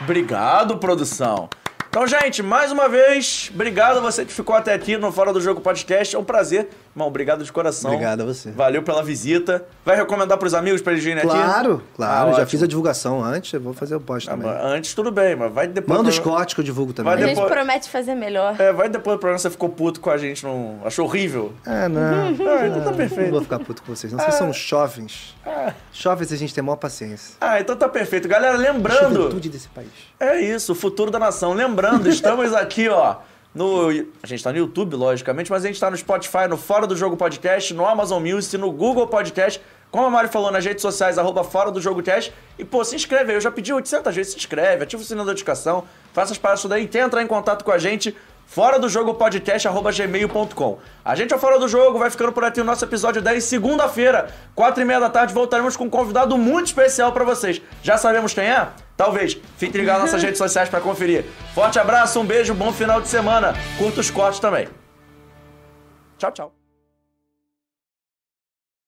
Speaker 1: Obrigado, produção. Então, gente, mais uma vez, obrigado a você que ficou até aqui no Fora do Jogo Podcast. É um prazer. Irmão, obrigado de coração.
Speaker 3: Obrigado a você.
Speaker 1: Valeu pela visita. Vai recomendar pros amigos pra eles virem aqui?
Speaker 3: Claro, claro.
Speaker 1: Ah,
Speaker 3: já
Speaker 1: ótimo.
Speaker 3: fiz a divulgação antes, eu vou fazer o post
Speaker 1: Ah,
Speaker 3: também.
Speaker 1: mas Antes tudo bem, mas vai depois.
Speaker 3: Manda
Speaker 1: do
Speaker 3: os
Speaker 1: programa-
Speaker 3: cortes que eu divulgo também.
Speaker 1: Vai
Speaker 2: A gente
Speaker 1: Depois-
Speaker 2: promete fazer melhor.
Speaker 1: É, vai depois do programa você ficou puto com a gente, não achou horrível.
Speaker 3: Ah, não.
Speaker 1: Ah, então tá
Speaker 3: Não
Speaker 1: perfeito.
Speaker 3: vou ficar puto com vocês, não. Vocês são jovens. Jovens a gente tem maior paciência.
Speaker 1: Ah, então tá perfeito. Galera, lembrando.
Speaker 3: Juventude desse país.
Speaker 1: É isso, o futuro da nação. Lembrando, estamos aqui, ó. No, a gente tá no YouTube, logicamente, mas a gente tá no Spotify, no Fora do Jogo Podcast, no Amazon Music, no Google Podcast. Como a Mari falou, nas redes sociais, arroba Fora do Jogo Cast. E, pô, se inscreve aí. Eu já pedi 800 vezes. Se inscreve, ativa o sininho da notificação, faça as paradas daí, tenta entrar em contato com a gente. Fora do Jogo Podcast, arroba gmail.com. A gente é o Fora do Jogo, vai ficando por aqui o nosso episódio 10, segunda-feira, 4 e meia da tarde, voltaremos com um convidado muito especial pra vocês. Já sabemos quem é? Talvez. Fique ligado nas nossas redes sociais pra conferir. Forte abraço, um beijo, bom final de semana. Curta os cortes também. Tchau, tchau.